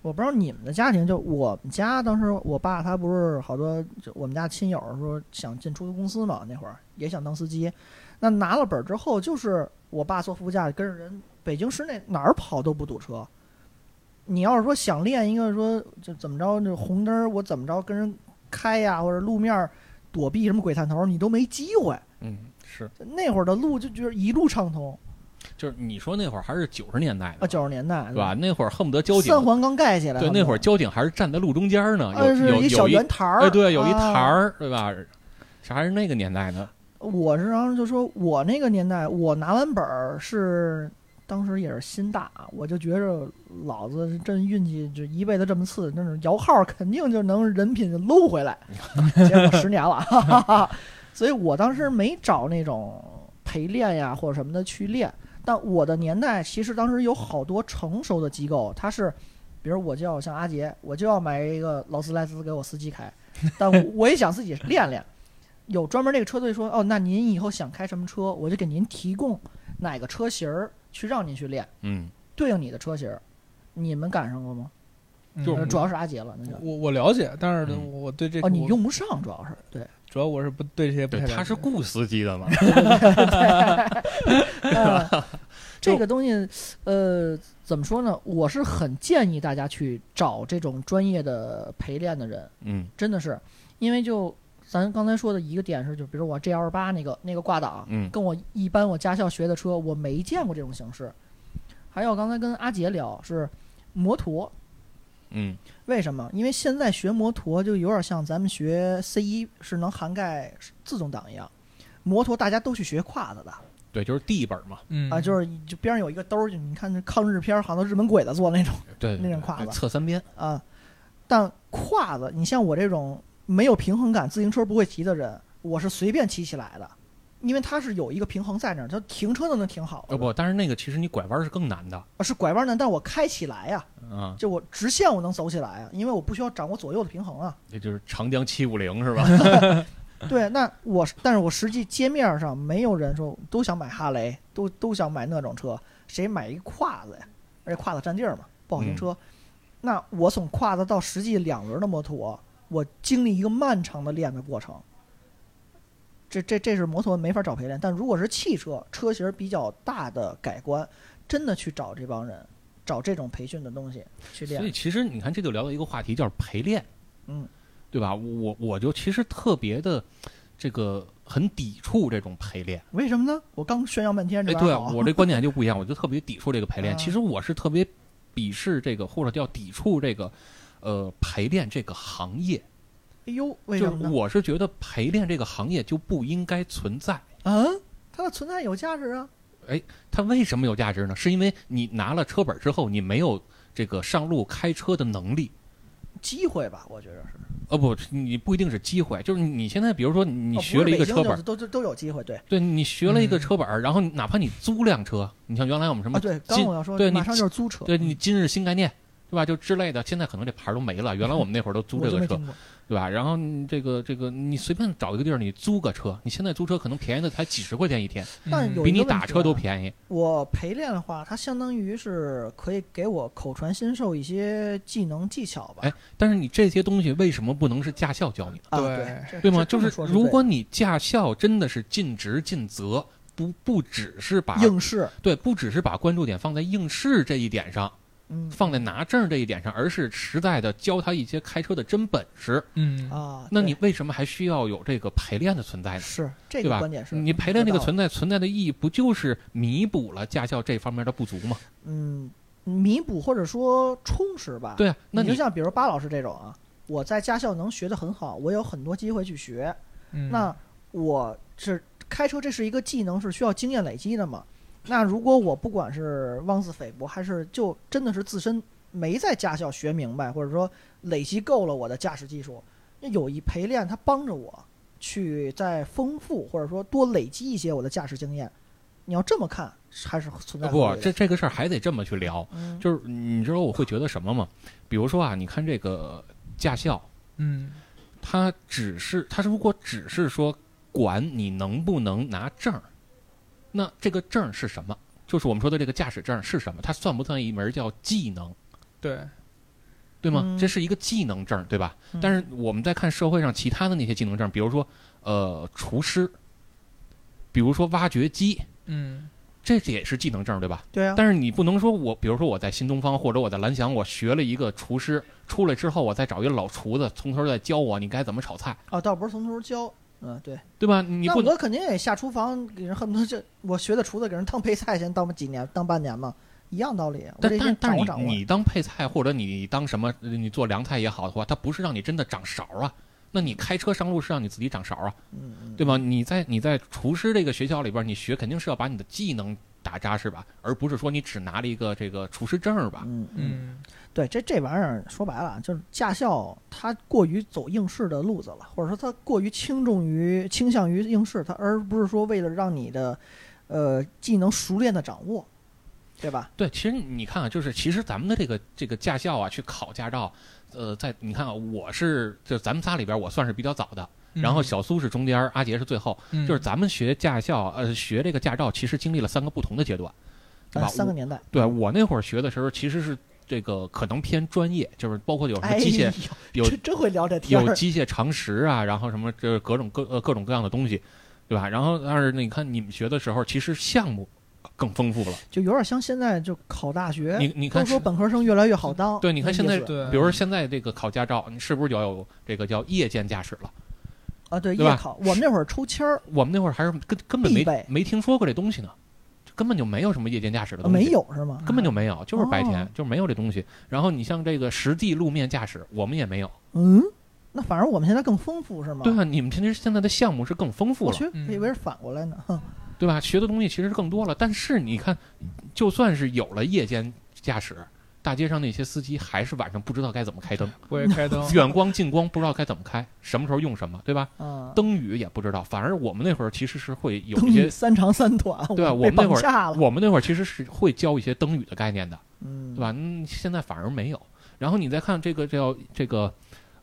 [SPEAKER 2] 我不知道你们的家庭，就我们家当时，我爸他不是好多，就我们家亲友说想进出租公司嘛，那会儿也想当司机，那拿了本儿之后，就是我爸坐副驾跟着人北京市内哪儿跑都不堵车。你要是说想练一个说就怎么着，就红灯儿我怎么着跟人开呀，或者路面儿躲避什么鬼探头，你都没机会。
[SPEAKER 4] 嗯，是，
[SPEAKER 2] 那会儿的路就觉得一路畅通
[SPEAKER 4] 就是你说那会儿还是九十年代
[SPEAKER 2] 啊，
[SPEAKER 4] 的，
[SPEAKER 2] 九十年代
[SPEAKER 4] 对吧？？那会儿恨不得交警
[SPEAKER 2] 三，环刚盖起来，
[SPEAKER 4] 对，那会儿交警还是站在路中间呢，有
[SPEAKER 2] 呃是
[SPEAKER 4] 有
[SPEAKER 2] 一小
[SPEAKER 4] 有一
[SPEAKER 2] 圆台儿，
[SPEAKER 4] 哎，对，有一台
[SPEAKER 2] 啊
[SPEAKER 4] 儿，对吧？这还是那个年代呢。
[SPEAKER 2] 我是当时就说，我那个年代，我拿完本儿是当时也是心大，啊我就觉着老子真运气，就一辈子这么次，那种摇号肯定就能人品就搂回来。结果十年了， (laughs) 哈哈哈。所以我当时没找那种陪练呀或者什么的去练。但我的年代其实当时有好多成熟的机构，它是，比如我就要像阿杰，我就要买一个劳斯莱斯给我司机开，但我我也想自己练练。有专门这个车队说，哦，那您以后想开什么车，我就给您提供哪个车型儿去让您去练，
[SPEAKER 4] 嗯，
[SPEAKER 2] 对应你的车型儿。你们赶上过吗？
[SPEAKER 3] 嗯
[SPEAKER 4] 就是
[SPEAKER 2] 呃主要是阿杰了，那就
[SPEAKER 3] 我我了解，但是
[SPEAKER 4] 嗯
[SPEAKER 3] 我对这
[SPEAKER 2] 哦，
[SPEAKER 3] 个
[SPEAKER 2] 你
[SPEAKER 3] 我
[SPEAKER 2] 用不上，主要是
[SPEAKER 3] (laughs)
[SPEAKER 2] 对。
[SPEAKER 3] 主要我是不对这些不
[SPEAKER 4] 对
[SPEAKER 3] 太，了
[SPEAKER 4] 他是
[SPEAKER 3] 解
[SPEAKER 4] 雇司机
[SPEAKER 2] (laughs)
[SPEAKER 4] 的嘛。
[SPEAKER 3] (laughs)
[SPEAKER 2] 呃这个东西，呃，怎么说呢？我是很建议大家去找这种专业的陪练的人，
[SPEAKER 4] 嗯
[SPEAKER 2] 真的是，因为就咱刚才说的一个点是，就比如我 G L 八那个那个挂档，
[SPEAKER 4] 嗯
[SPEAKER 2] 跟我一般我驾校学的车，我没见过这种形式。还有刚才跟阿杰聊是摩托，
[SPEAKER 4] 嗯，
[SPEAKER 2] 为什么？因为现在学摩托就有点像咱们学 C 一是能涵盖自动挡一样，摩托大家都去学胯子的
[SPEAKER 4] 对，就是地本嘛，
[SPEAKER 3] 嗯
[SPEAKER 2] 啊，就是就边上有一个兜儿，就你看那抗日片儿，好像日本鬼子做的那种
[SPEAKER 4] 对，
[SPEAKER 2] 那种胯子
[SPEAKER 4] 对侧三边，
[SPEAKER 2] 啊。但胯子，你像我这种没有平衡感、自行车不会骑的人，我是随便骑起来的，因为它是有一个平衡在那儿，它停车都能停好。
[SPEAKER 4] 哦不，但是那个其实你拐弯是更难的，
[SPEAKER 2] 啊是拐弯呢，但我开起来呀、
[SPEAKER 4] 啊，
[SPEAKER 2] 就我直线我能走起来啊，因为我不需要掌握左右的平衡啊。
[SPEAKER 4] 也就是长江七五零是吧？
[SPEAKER 2] 对，那我但是我实际街面上没有人说都想买哈雷，都都想买那种车，谁买一胯子呀？而且胯子占地儿嘛，不好停车。那我从胯子到实际两轮的摩托，我经历一个漫长的练的过程。这这这是摩托没法找陪练，但如果是汽车车型比较大的改观，真的去找这帮人，找这种培训的东西去
[SPEAKER 4] 所以
[SPEAKER 2] 练。
[SPEAKER 4] 其实你看，这就聊到一个话题，叫陪练，
[SPEAKER 2] 嗯，
[SPEAKER 4] 对吧？我我就其实特别的这个很抵触这种陪练。
[SPEAKER 2] 为什么呢？我刚炫耀半天哦
[SPEAKER 4] 哎，
[SPEAKER 2] 这玩意
[SPEAKER 4] 对
[SPEAKER 2] 儿
[SPEAKER 4] 啊，
[SPEAKER 2] 好
[SPEAKER 4] 我这观点就不一样，我就特别抵触这个陪练。
[SPEAKER 2] 啊
[SPEAKER 4] 其实我是特别鄙视这个，或者叫抵触这个，呃，陪练这个行业。
[SPEAKER 2] 哎呦，为
[SPEAKER 4] 就
[SPEAKER 2] 什么
[SPEAKER 4] 是
[SPEAKER 2] 呢？
[SPEAKER 4] 我是觉得陪练这个行业就不应该存在。
[SPEAKER 2] 嗯，它的存在有价值啊。
[SPEAKER 4] 它为什么有价值呢？是因为你拿了车本之后，你没有这个上路开车的能力。
[SPEAKER 2] 机会吧，我觉得是。
[SPEAKER 4] 哦不，你不一定是机会，就是你现在，比如说你
[SPEAKER 2] 哦
[SPEAKER 4] 学了一个车本
[SPEAKER 2] 不是北京就，是都都都有机会，对
[SPEAKER 4] 对你学了一个车本儿，然后你哪怕你租辆车，你像原来我们什么
[SPEAKER 2] 啊，对，刚
[SPEAKER 4] 今
[SPEAKER 2] 我要说，
[SPEAKER 4] 嗯对你
[SPEAKER 2] 马上就是租车，
[SPEAKER 4] 对你今日新概念，对吧？就之类的，现在可能这牌儿都没了。原来我们那会儿都租
[SPEAKER 2] 我
[SPEAKER 4] 这
[SPEAKER 2] 就
[SPEAKER 4] 个
[SPEAKER 2] 没
[SPEAKER 4] 车，
[SPEAKER 2] 听过。
[SPEAKER 4] 对吧？然后你这个这个，你随便找一个地儿，你租个车，你现在租车可能便宜的才几十块钱一天，
[SPEAKER 2] 但
[SPEAKER 4] 嗯
[SPEAKER 2] 有一
[SPEAKER 4] 比
[SPEAKER 2] 个
[SPEAKER 4] 你
[SPEAKER 2] 问
[SPEAKER 4] 打
[SPEAKER 2] 题
[SPEAKER 4] 车都
[SPEAKER 2] 啊
[SPEAKER 4] 便宜。
[SPEAKER 2] 我陪练的话，它相当于是可以给我口传心授一些技能技巧吧。
[SPEAKER 4] 哎，但是你这些东西为什么不能是驾校教你？
[SPEAKER 2] 啊，
[SPEAKER 3] 对
[SPEAKER 2] 这
[SPEAKER 4] 对吗？就
[SPEAKER 2] 这么
[SPEAKER 4] 是
[SPEAKER 2] 说是
[SPEAKER 4] 如
[SPEAKER 2] 对
[SPEAKER 4] 果你驾校真的是尽职尽责，不不只是把
[SPEAKER 2] 应试，
[SPEAKER 4] 对，不只是把关注点放在应试这一点上，
[SPEAKER 2] 嗯
[SPEAKER 4] 放在拿证这一点上，而是实在的教他一些开车的真本事。
[SPEAKER 3] 嗯
[SPEAKER 2] 啊，
[SPEAKER 4] 那
[SPEAKER 2] 对
[SPEAKER 4] 你为什么还需要有这个陪练的存在呢？
[SPEAKER 2] 是这
[SPEAKER 4] 对
[SPEAKER 2] 个
[SPEAKER 4] 吧
[SPEAKER 2] 观点是
[SPEAKER 4] 你陪练这
[SPEAKER 2] 有
[SPEAKER 4] 个
[SPEAKER 2] 道理
[SPEAKER 4] 存在存在的意义，不就是弥补了驾校这方面的不足吗？
[SPEAKER 2] 嗯弥补或者说充实吧。
[SPEAKER 4] 对啊，那
[SPEAKER 2] 你就
[SPEAKER 4] 你
[SPEAKER 2] 像比如巴老师这种啊，我在驾校能学得很好，我有很多机会去学，
[SPEAKER 3] 嗯，
[SPEAKER 2] 那我是开车，这是一个技能，是需要经验累积的嘛？那如果我不管是妄自菲薄，还是就真的是自身没在驾校学明白，或者说累积够了我的驾驶技术，那有一陪练，它帮着我去再丰富，或者说多累积一些我的驾驶经验。你要这么看，还是存在
[SPEAKER 4] 啊
[SPEAKER 2] 合
[SPEAKER 4] 不
[SPEAKER 2] 理，的
[SPEAKER 4] 这这个事儿还得这么去聊。
[SPEAKER 2] 嗯
[SPEAKER 4] 就是你知道我会觉得什么吗？比如说啊，你看这个驾校，
[SPEAKER 3] 嗯
[SPEAKER 4] 它只是它如果只是说管你能不能拿证儿，那这个证儿是什么？就是我们说的这个驾驶证儿是什么？它算不算一门叫技能？
[SPEAKER 3] 对，
[SPEAKER 4] 对吗？
[SPEAKER 2] 嗯
[SPEAKER 4] 这是一个技能证儿，对吧？
[SPEAKER 2] 嗯
[SPEAKER 4] 但是我们在看社会上其他的那些技能证儿，比如说呃厨师，比如说挖掘机，
[SPEAKER 3] 嗯
[SPEAKER 4] 这也是技能证儿，对吧？
[SPEAKER 2] 对啊，
[SPEAKER 4] 但是你不能说我，比如说我在新东方或者我在蓝翔，我学了一个厨师，出来之后我再找一个老厨子，从头再教我你该怎么炒菜，
[SPEAKER 2] 啊，倒不是从头教。嗯，对，
[SPEAKER 4] 对吧？你
[SPEAKER 2] 那
[SPEAKER 4] 不能
[SPEAKER 2] 我肯定也下厨房，给人恨不得这我学的厨子给人当配菜，先当几年，当半年嘛，一样道理。我
[SPEAKER 4] 但但
[SPEAKER 2] 这些
[SPEAKER 4] 是但
[SPEAKER 2] 掌握
[SPEAKER 4] 是
[SPEAKER 2] 掌握
[SPEAKER 4] 你你当配菜或者你当什么，呃你做凉菜也好的话，它不是让你真的长勺啊。那你开车上路是让你自己长勺啊，
[SPEAKER 2] 嗯嗯
[SPEAKER 4] 对吗？你在你在厨师这个学校里边，你学肯定是要把你的技能打扎实吧，而不是说你只拿了一个这个厨师证儿吧。
[SPEAKER 2] 嗯嗯，
[SPEAKER 3] 嗯
[SPEAKER 2] 对，这这玩意儿说白了就是驾校，它过于走应试的路子了，或者说它过于轻重于倾向于应试，它而不是说为了让你的呃技能熟练的掌握，对吧？
[SPEAKER 4] 对，其实你看啊，就是其实咱们的这个这个驾校啊，去考驾照，呃，在你看啊，我是就咱们仨里边，我算是比较早的，然后小苏是中间儿，阿杰是最后，
[SPEAKER 3] 嗯
[SPEAKER 4] 就是咱们学驾校，呃，学这个驾照，其实经历了三个不同的阶段，对
[SPEAKER 2] 呃
[SPEAKER 4] 吧？
[SPEAKER 2] 三个
[SPEAKER 4] 我
[SPEAKER 2] 年代，
[SPEAKER 4] 对我那会儿学的时候，其实是这个可能偏专业，就是包括有什
[SPEAKER 2] 哎
[SPEAKER 4] 么机械、
[SPEAKER 2] 呦，
[SPEAKER 4] 有
[SPEAKER 2] 真真会聊这天
[SPEAKER 4] 有
[SPEAKER 2] 儿，
[SPEAKER 4] 机械常识啊，然后什么这各种各呃各种各样的东西，对吧？然后但是你看你们学的时候，其实项目更丰富了。
[SPEAKER 2] 就有点像现在就考大学，
[SPEAKER 4] 你你看
[SPEAKER 2] 哎都说本科生越来越好当，
[SPEAKER 4] 对，你看
[SPEAKER 2] 那
[SPEAKER 4] 现
[SPEAKER 2] 意
[SPEAKER 4] 在，
[SPEAKER 2] 思
[SPEAKER 3] 对
[SPEAKER 4] 比如说现在这个考驾照，你是不是就要有这个叫夜间驾驶了？
[SPEAKER 2] 啊，对
[SPEAKER 4] 对
[SPEAKER 2] 夜
[SPEAKER 4] 吧
[SPEAKER 2] 考，我们那会儿抽签儿
[SPEAKER 4] 我们那会儿还是根根本
[SPEAKER 2] 必备
[SPEAKER 4] 没没听说过这东西呢，就根本就没有什么夜间驾驶的
[SPEAKER 2] 呃
[SPEAKER 4] 东西，
[SPEAKER 2] 没，有是吗？
[SPEAKER 4] 根本就没有，就是白天、
[SPEAKER 2] 哦
[SPEAKER 4] 就是没有这东西。然后你像这个实地路面驾驶，我们也没有，
[SPEAKER 2] 嗯，那反而我们现在更丰富是吗？
[SPEAKER 4] 对啊，你们其实现在的项目是更丰富
[SPEAKER 2] 我
[SPEAKER 4] 了，
[SPEAKER 2] 去，
[SPEAKER 3] 嗯
[SPEAKER 2] 我以为是反过来呢。哼
[SPEAKER 4] 对吧？学的东西其实更多了，但是你看，就算是有了夜间驾驶，大街上那些司机还是晚上不知道该怎么开灯，
[SPEAKER 3] 不会开灯，
[SPEAKER 4] 远光、近光不知道该怎么开，什么时候用什么，对吧？
[SPEAKER 2] 啊，
[SPEAKER 4] 灯语也不知道，反而我们那会儿其实是会有
[SPEAKER 2] 灯
[SPEAKER 4] 一
[SPEAKER 2] 语
[SPEAKER 4] 些，
[SPEAKER 2] (laughs) 三长三短，
[SPEAKER 4] 对啊我
[SPEAKER 2] 我
[SPEAKER 4] 们那会儿
[SPEAKER 2] 被绑架了，
[SPEAKER 4] 我们那会儿其实是会教一些灯语的概念的，
[SPEAKER 2] 嗯，
[SPEAKER 4] 对吧？嗯，现在反而没有。然后你再看这个叫这个，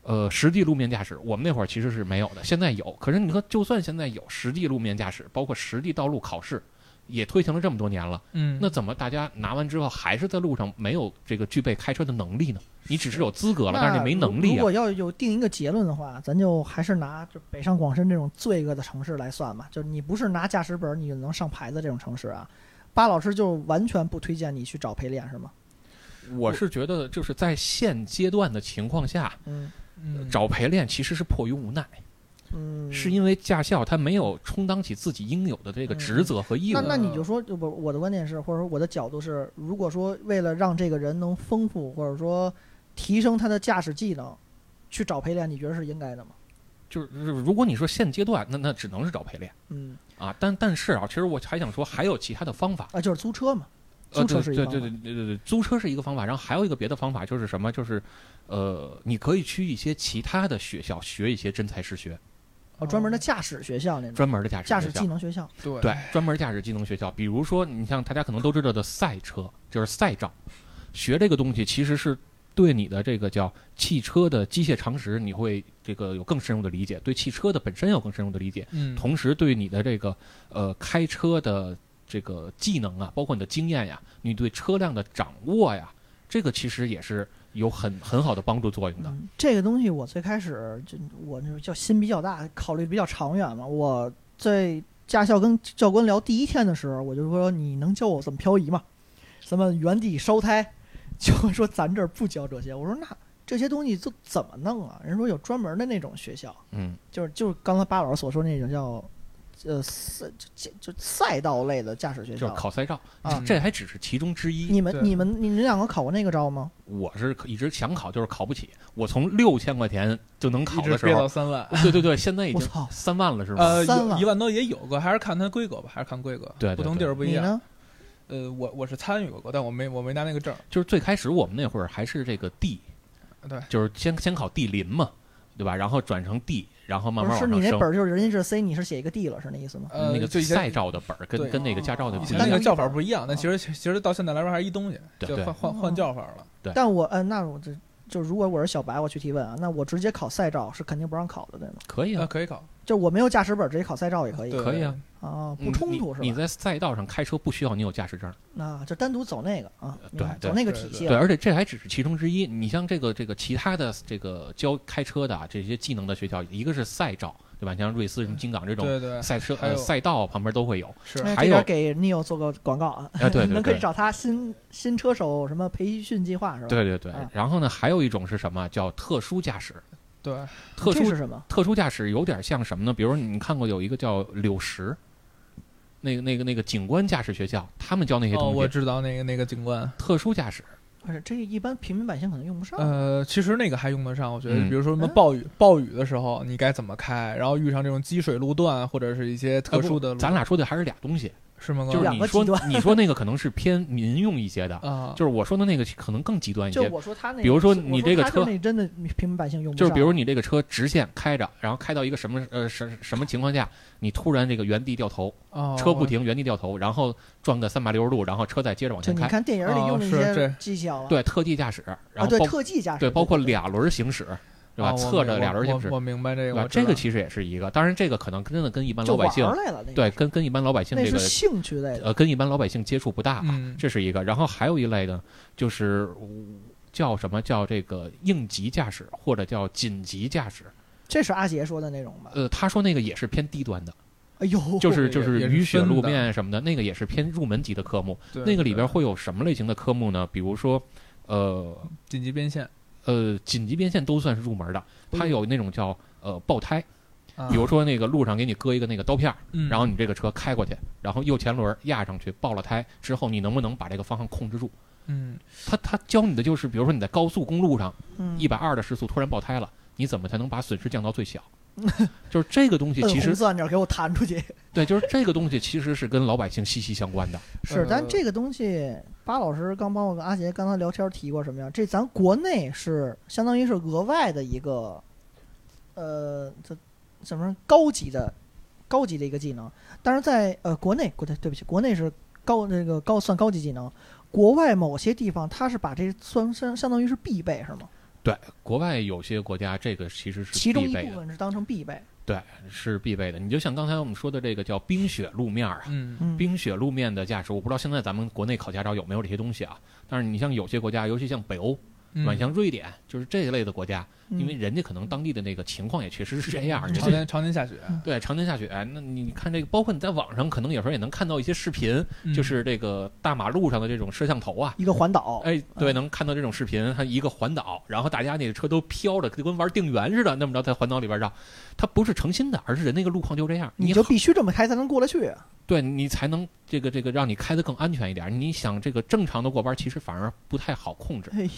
[SPEAKER 4] 呃，实际路面驾驶，我们那会儿其实是没有的，现在有。可是你说，就算现在有实际路面驾驶，包括实际道路考试，也推行了这么多年了，
[SPEAKER 3] 嗯，
[SPEAKER 4] (laughs) 那怎么大家拿完之后还是在路上没有这个具备开车的能力呢？你只是有资格了，但是你没
[SPEAKER 2] 那
[SPEAKER 4] 能
[SPEAKER 2] 如
[SPEAKER 4] 力
[SPEAKER 2] 如
[SPEAKER 4] 啊
[SPEAKER 2] 果。要有定一个结论的话，咱就还是拿就北上广深这种罪恶的城市来算吧。就是你不是拿驾驶本儿你就能上牌子这种城市啊，巴老师就完全不推荐你去找陪练是吗？
[SPEAKER 4] 我是觉得，就是在现阶段的情况下，
[SPEAKER 2] 嗯
[SPEAKER 3] 嗯
[SPEAKER 4] 找陪练其实是迫于无奈，
[SPEAKER 2] 嗯，
[SPEAKER 4] 是因为驾校他没有充当起自己应有的这个职责和义务
[SPEAKER 2] 那。那你就说，就不，我的观点是，或者说我的角度是，如果说为了让这个人能丰富，或者说提升他的驾驶技能，去找陪练，你觉得是应该的吗？
[SPEAKER 4] 就是如果你说现阶段，那那只能是找陪练
[SPEAKER 2] 嗯，
[SPEAKER 4] 啊。但但是啊，其实我还想说，还有其他的方法。
[SPEAKER 2] 啊，就是租车嘛，
[SPEAKER 4] 呃，
[SPEAKER 2] 租车
[SPEAKER 4] 对
[SPEAKER 2] 是一
[SPEAKER 4] 对
[SPEAKER 2] 方
[SPEAKER 4] 对对对对对，租车是一个方法，然后还有一个别的方法就是什么？就是，呃，你可以去一些其他的学校学一些真才实学，
[SPEAKER 2] 哦，专门的驾驶学校那种
[SPEAKER 4] 专门的驾驶
[SPEAKER 2] 驾
[SPEAKER 4] 学
[SPEAKER 2] 驶
[SPEAKER 4] 校
[SPEAKER 2] 技能学校。
[SPEAKER 3] 对
[SPEAKER 4] 对，专门驾驶技能学校，比如说你像大家可能都知道的赛车，就是赛照，学这个东西其实是对你的这个叫汽车的机械常识，你会这个有更深入的理解，对汽车的本身有更深入的理解，
[SPEAKER 3] 嗯，
[SPEAKER 4] 同时对你的这个呃开车的这个技能啊，包括你的经验呀，你对车辆的掌握呀，这个其实也是有很很好的帮助作用的。
[SPEAKER 2] 嗯，这个东西我最开始就我那叫心比较大，考虑比较长远嘛。我在驾校跟教官聊第一天的时候，我就说你能教我怎么漂移吗？怎么原地烧胎？教官说咱这儿不教这些。我说那这些东西都怎么弄啊？人说有专门的那种学校，
[SPEAKER 4] 嗯，
[SPEAKER 2] 就是就是刚才巴老师所说那种叫。呃，赛就就就赛道类的驾驶学
[SPEAKER 4] 就是
[SPEAKER 2] 校，
[SPEAKER 4] 考赛照，
[SPEAKER 2] 啊
[SPEAKER 4] 这还只是其中之一。
[SPEAKER 2] 你们
[SPEAKER 3] 对
[SPEAKER 2] 你们你们两个考过那个照吗？
[SPEAKER 4] 我是一直想考，就是考不起。我从六千块钱就能考
[SPEAKER 3] 一直
[SPEAKER 4] 的时
[SPEAKER 3] 憋到
[SPEAKER 4] 候，
[SPEAKER 3] 三万，
[SPEAKER 4] 对对对，现在已
[SPEAKER 2] 我
[SPEAKER 4] 经
[SPEAKER 2] 操
[SPEAKER 4] 三万了，是吗？
[SPEAKER 3] 呃，
[SPEAKER 2] 三
[SPEAKER 3] 有
[SPEAKER 2] 万
[SPEAKER 3] 一万多也有过，还是看它规格吧，还是看规格，
[SPEAKER 4] 对对
[SPEAKER 3] 不同地儿不一
[SPEAKER 2] 你
[SPEAKER 3] 样。
[SPEAKER 2] 呢？
[SPEAKER 3] 呃，我我是参与过，但我没我没拿那个证儿，
[SPEAKER 4] 就是最开始我们那会儿还是这个地，
[SPEAKER 3] 对
[SPEAKER 4] 就是先先考地林嘛，对吧？然后转成地，然后慢慢
[SPEAKER 2] 不是
[SPEAKER 4] 往
[SPEAKER 2] 你
[SPEAKER 4] 上
[SPEAKER 2] 那
[SPEAKER 4] 升
[SPEAKER 2] 本。儿就是人家是 C，你是写一个 D 了，是那意思吗？
[SPEAKER 3] 呃，
[SPEAKER 4] 那个
[SPEAKER 3] 就以
[SPEAKER 4] 赛
[SPEAKER 3] 前
[SPEAKER 4] 照的本儿跟
[SPEAKER 3] 对
[SPEAKER 4] 跟那个驾照的
[SPEAKER 3] 以
[SPEAKER 4] 不一
[SPEAKER 3] 前
[SPEAKER 4] 样
[SPEAKER 3] 那。个
[SPEAKER 2] 就
[SPEAKER 3] 叫法不一样，但其
[SPEAKER 2] 啊
[SPEAKER 3] 实其实到现在来说还是一东西，
[SPEAKER 4] 对
[SPEAKER 3] 就
[SPEAKER 4] 对
[SPEAKER 3] 换换
[SPEAKER 2] 哦
[SPEAKER 3] 换叫法了。
[SPEAKER 4] 对
[SPEAKER 2] 但我呃，那我这就如果我是小白，我去提问啊，那我直接考赛照是肯定不让考的，对吗？
[SPEAKER 4] 可以
[SPEAKER 3] 呃，
[SPEAKER 4] 啊，
[SPEAKER 3] 可以考，
[SPEAKER 2] 就我没有驾驶本，直接考赛照也哎可以
[SPEAKER 3] 对
[SPEAKER 4] 可以啊，
[SPEAKER 2] 啊，不冲突是
[SPEAKER 4] 你你
[SPEAKER 2] 吧？
[SPEAKER 4] 在赛道上开车不需要你有驾驶证，
[SPEAKER 2] 啊，就单独走那个啊，明白
[SPEAKER 4] 对对
[SPEAKER 2] 走那个
[SPEAKER 3] 对
[SPEAKER 2] 体
[SPEAKER 3] 对
[SPEAKER 2] 系
[SPEAKER 4] 对，
[SPEAKER 2] 了。
[SPEAKER 4] 而且这还只是其中之一。你像这个这个其他的这个教开车的啊，这些技能的学校，一个是赛照，对吧？你像瑞思什么金港这种
[SPEAKER 3] 对对
[SPEAKER 4] 赛车
[SPEAKER 3] 还有
[SPEAKER 4] 呃赛道旁边都会有
[SPEAKER 2] (laughs)
[SPEAKER 3] 是
[SPEAKER 2] 哎
[SPEAKER 4] 还
[SPEAKER 2] 这
[SPEAKER 4] 有
[SPEAKER 2] 边给 Neo 做个广告啊，
[SPEAKER 4] 啊，对
[SPEAKER 2] 你
[SPEAKER 4] 对
[SPEAKER 2] 们可以
[SPEAKER 4] 对，
[SPEAKER 2] 找他新新车手什么培训计划是吧？，
[SPEAKER 4] 对对对
[SPEAKER 2] 啊。
[SPEAKER 4] 然后呢，还有一种是什么叫特殊驾驶？
[SPEAKER 3] 对，
[SPEAKER 4] 特
[SPEAKER 2] 这
[SPEAKER 4] 殊
[SPEAKER 2] 是什么？
[SPEAKER 4] 特殊驾驶有点像什么呢？比如你看过有一个叫柳石，那个那个那个警官驾驶学校，他们教那些
[SPEAKER 3] 哦，
[SPEAKER 4] 东
[SPEAKER 3] 我
[SPEAKER 4] 西。
[SPEAKER 3] 知道那个那个警官，
[SPEAKER 4] 特殊驾驶，
[SPEAKER 2] 不是这一般平民百姓可能用不上。
[SPEAKER 3] 呃，其实那个还用得上，我觉得，
[SPEAKER 4] 嗯
[SPEAKER 3] 比如说什么
[SPEAKER 2] 哦嗯
[SPEAKER 3] 暴雨，暴雨的时候你该怎么开，然后遇上这种积水路段或者是一些特殊的
[SPEAKER 4] 呃
[SPEAKER 3] 路，
[SPEAKER 4] 不咱俩说的还是俩东西，
[SPEAKER 3] 是吗？
[SPEAKER 4] 就是
[SPEAKER 2] 两
[SPEAKER 4] 你
[SPEAKER 2] 个
[SPEAKER 4] 说
[SPEAKER 2] 极端 (laughs)
[SPEAKER 4] 你说那个可能是偏民用一些的，
[SPEAKER 3] 啊，
[SPEAKER 4] 就是我说的那个可能更极端一
[SPEAKER 2] 就
[SPEAKER 4] 些，
[SPEAKER 2] 我说他那个，
[SPEAKER 4] 比如说
[SPEAKER 2] 我
[SPEAKER 4] 你这个
[SPEAKER 2] 他就是
[SPEAKER 4] 车
[SPEAKER 2] 那真的平民百姓用不
[SPEAKER 4] 就
[SPEAKER 2] 上。
[SPEAKER 4] 是比如你这个车直线开着，然后开到一个什么呃什什么情况下，你突然这个原地掉头，
[SPEAKER 3] 哦
[SPEAKER 4] 车不，停原地掉头，然后转个三百六十度，然后车再接着往
[SPEAKER 2] 就
[SPEAKER 4] 前
[SPEAKER 2] 你
[SPEAKER 4] 开，
[SPEAKER 2] 看电影里
[SPEAKER 3] 哦
[SPEAKER 2] 用的一
[SPEAKER 3] 是这
[SPEAKER 2] 些技巧啊，
[SPEAKER 4] 对特技驾驶，然
[SPEAKER 2] 啊，
[SPEAKER 4] 后
[SPEAKER 2] 对
[SPEAKER 4] 包
[SPEAKER 2] 特技驾驶，
[SPEAKER 4] 对包括
[SPEAKER 2] 对哦
[SPEAKER 4] 两轮行驶，对吧？
[SPEAKER 3] 啊我
[SPEAKER 4] 侧着
[SPEAKER 3] 明
[SPEAKER 4] 俩轮行
[SPEAKER 3] 我
[SPEAKER 4] 驶
[SPEAKER 3] 我，我明白这
[SPEAKER 4] 对
[SPEAKER 3] 个，
[SPEAKER 4] 吧
[SPEAKER 3] 我？知
[SPEAKER 4] 这个
[SPEAKER 3] 道
[SPEAKER 4] 其实也是一个，当然这个可能真的跟一般
[SPEAKER 2] 就
[SPEAKER 4] 老百
[SPEAKER 2] 玩
[SPEAKER 4] 姓
[SPEAKER 2] 儿来了，那个
[SPEAKER 4] 对跟跟一般老百姓
[SPEAKER 2] 那
[SPEAKER 4] 这
[SPEAKER 2] 是
[SPEAKER 4] 个
[SPEAKER 2] 兴趣类的。
[SPEAKER 4] 呃跟一般老百姓接触不大，
[SPEAKER 3] 嗯，
[SPEAKER 4] 啊这是一个。然后还有一类呢，就是嗯叫什么叫这个应急驾驶或者叫紧急驾驶。
[SPEAKER 2] 这是阿杰说的那种吧？
[SPEAKER 4] 呃，他说那个也是偏低端的，
[SPEAKER 2] 哎呦，
[SPEAKER 4] 就是
[SPEAKER 3] 哦也
[SPEAKER 4] 就是
[SPEAKER 3] 也是
[SPEAKER 4] 雨雪
[SPEAKER 3] 分的
[SPEAKER 4] 路面什么的，那个也是偏入门级的科目。
[SPEAKER 3] 对
[SPEAKER 4] 那个里边
[SPEAKER 3] 对
[SPEAKER 4] 会有什么类型的科目呢？比如说，呃
[SPEAKER 3] 紧急变线，
[SPEAKER 4] 呃，紧急变线都算是入门的。它有那种叫呃爆胎，
[SPEAKER 3] 啊
[SPEAKER 4] 比如说那个路上给你搁一个那个刀片儿，
[SPEAKER 3] 嗯
[SPEAKER 4] 然后你这个车开过去，然后右前轮压上去爆了胎之后，你能不能把这个方向控制住？
[SPEAKER 3] 嗯
[SPEAKER 4] 他他教你的就是，比如说你在高速公路上
[SPEAKER 2] 嗯
[SPEAKER 4] 一百二的时速突然爆胎了，你怎么才能把损失降到最
[SPEAKER 2] (laughs)
[SPEAKER 4] 小？就是这个东西，
[SPEAKER 2] 摁
[SPEAKER 4] 其
[SPEAKER 2] 红
[SPEAKER 4] 实
[SPEAKER 2] 色按钮给我弹
[SPEAKER 4] (laughs)
[SPEAKER 2] 出去。
[SPEAKER 4] 对，就是这个东西其实是跟老百姓息息相关的。
[SPEAKER 2] 是，但
[SPEAKER 3] 呃
[SPEAKER 2] 这个东西，巴老师刚帮我跟阿杰刚才聊天提过什么呀？这咱国内是相当于是额外的一个，呃，这怎么说高级的高级的一个技能？但是在呃国内，国内对不起，国内是高那个高算高级技能，国外某些地方它是把这算相相当于是必备是吗？
[SPEAKER 4] 对，国外有些国家这个其实是
[SPEAKER 2] 其中
[SPEAKER 4] 必
[SPEAKER 2] 一
[SPEAKER 4] 备
[SPEAKER 2] 部
[SPEAKER 4] 的，
[SPEAKER 2] 分是当成必备，
[SPEAKER 4] 对，是必备的。你就像刚才我们说的这个叫冰雪路面啊，
[SPEAKER 3] 嗯，
[SPEAKER 2] 嗯，
[SPEAKER 4] 冰雪路面的驾驶，我不知道现在咱们国内考驾照有没有这些东西啊。但是你像有些国家，尤其像北欧，
[SPEAKER 3] 嗯
[SPEAKER 4] 满像瑞典，就是这一类的国家，
[SPEAKER 2] 嗯
[SPEAKER 4] 因为人家可能当地的那个情况也确实是这样。
[SPEAKER 2] 嗯
[SPEAKER 4] 你
[SPEAKER 3] 常
[SPEAKER 4] 这
[SPEAKER 3] 年常年下雪，
[SPEAKER 4] 对常年下雪，那你看这个，包括你在网上可能有时候也能看到一些视频，
[SPEAKER 3] 嗯
[SPEAKER 4] 就是这个大马路上的这种摄像头啊。
[SPEAKER 2] 一个环岛，
[SPEAKER 4] 哎，对，能看到这种视频，它一个环岛，然后大家那个车都飘着，就跟玩定圆似的，那么着在环岛里边绕，它不是诚心的，而是人那个路况就这样，
[SPEAKER 2] 你就必须这么开才能过得去。啊
[SPEAKER 4] (laughs) 对你才能这个这个让你开得更安全一点。你想这个正常的过弯，其实反而不太好控制，
[SPEAKER 2] 哎呦，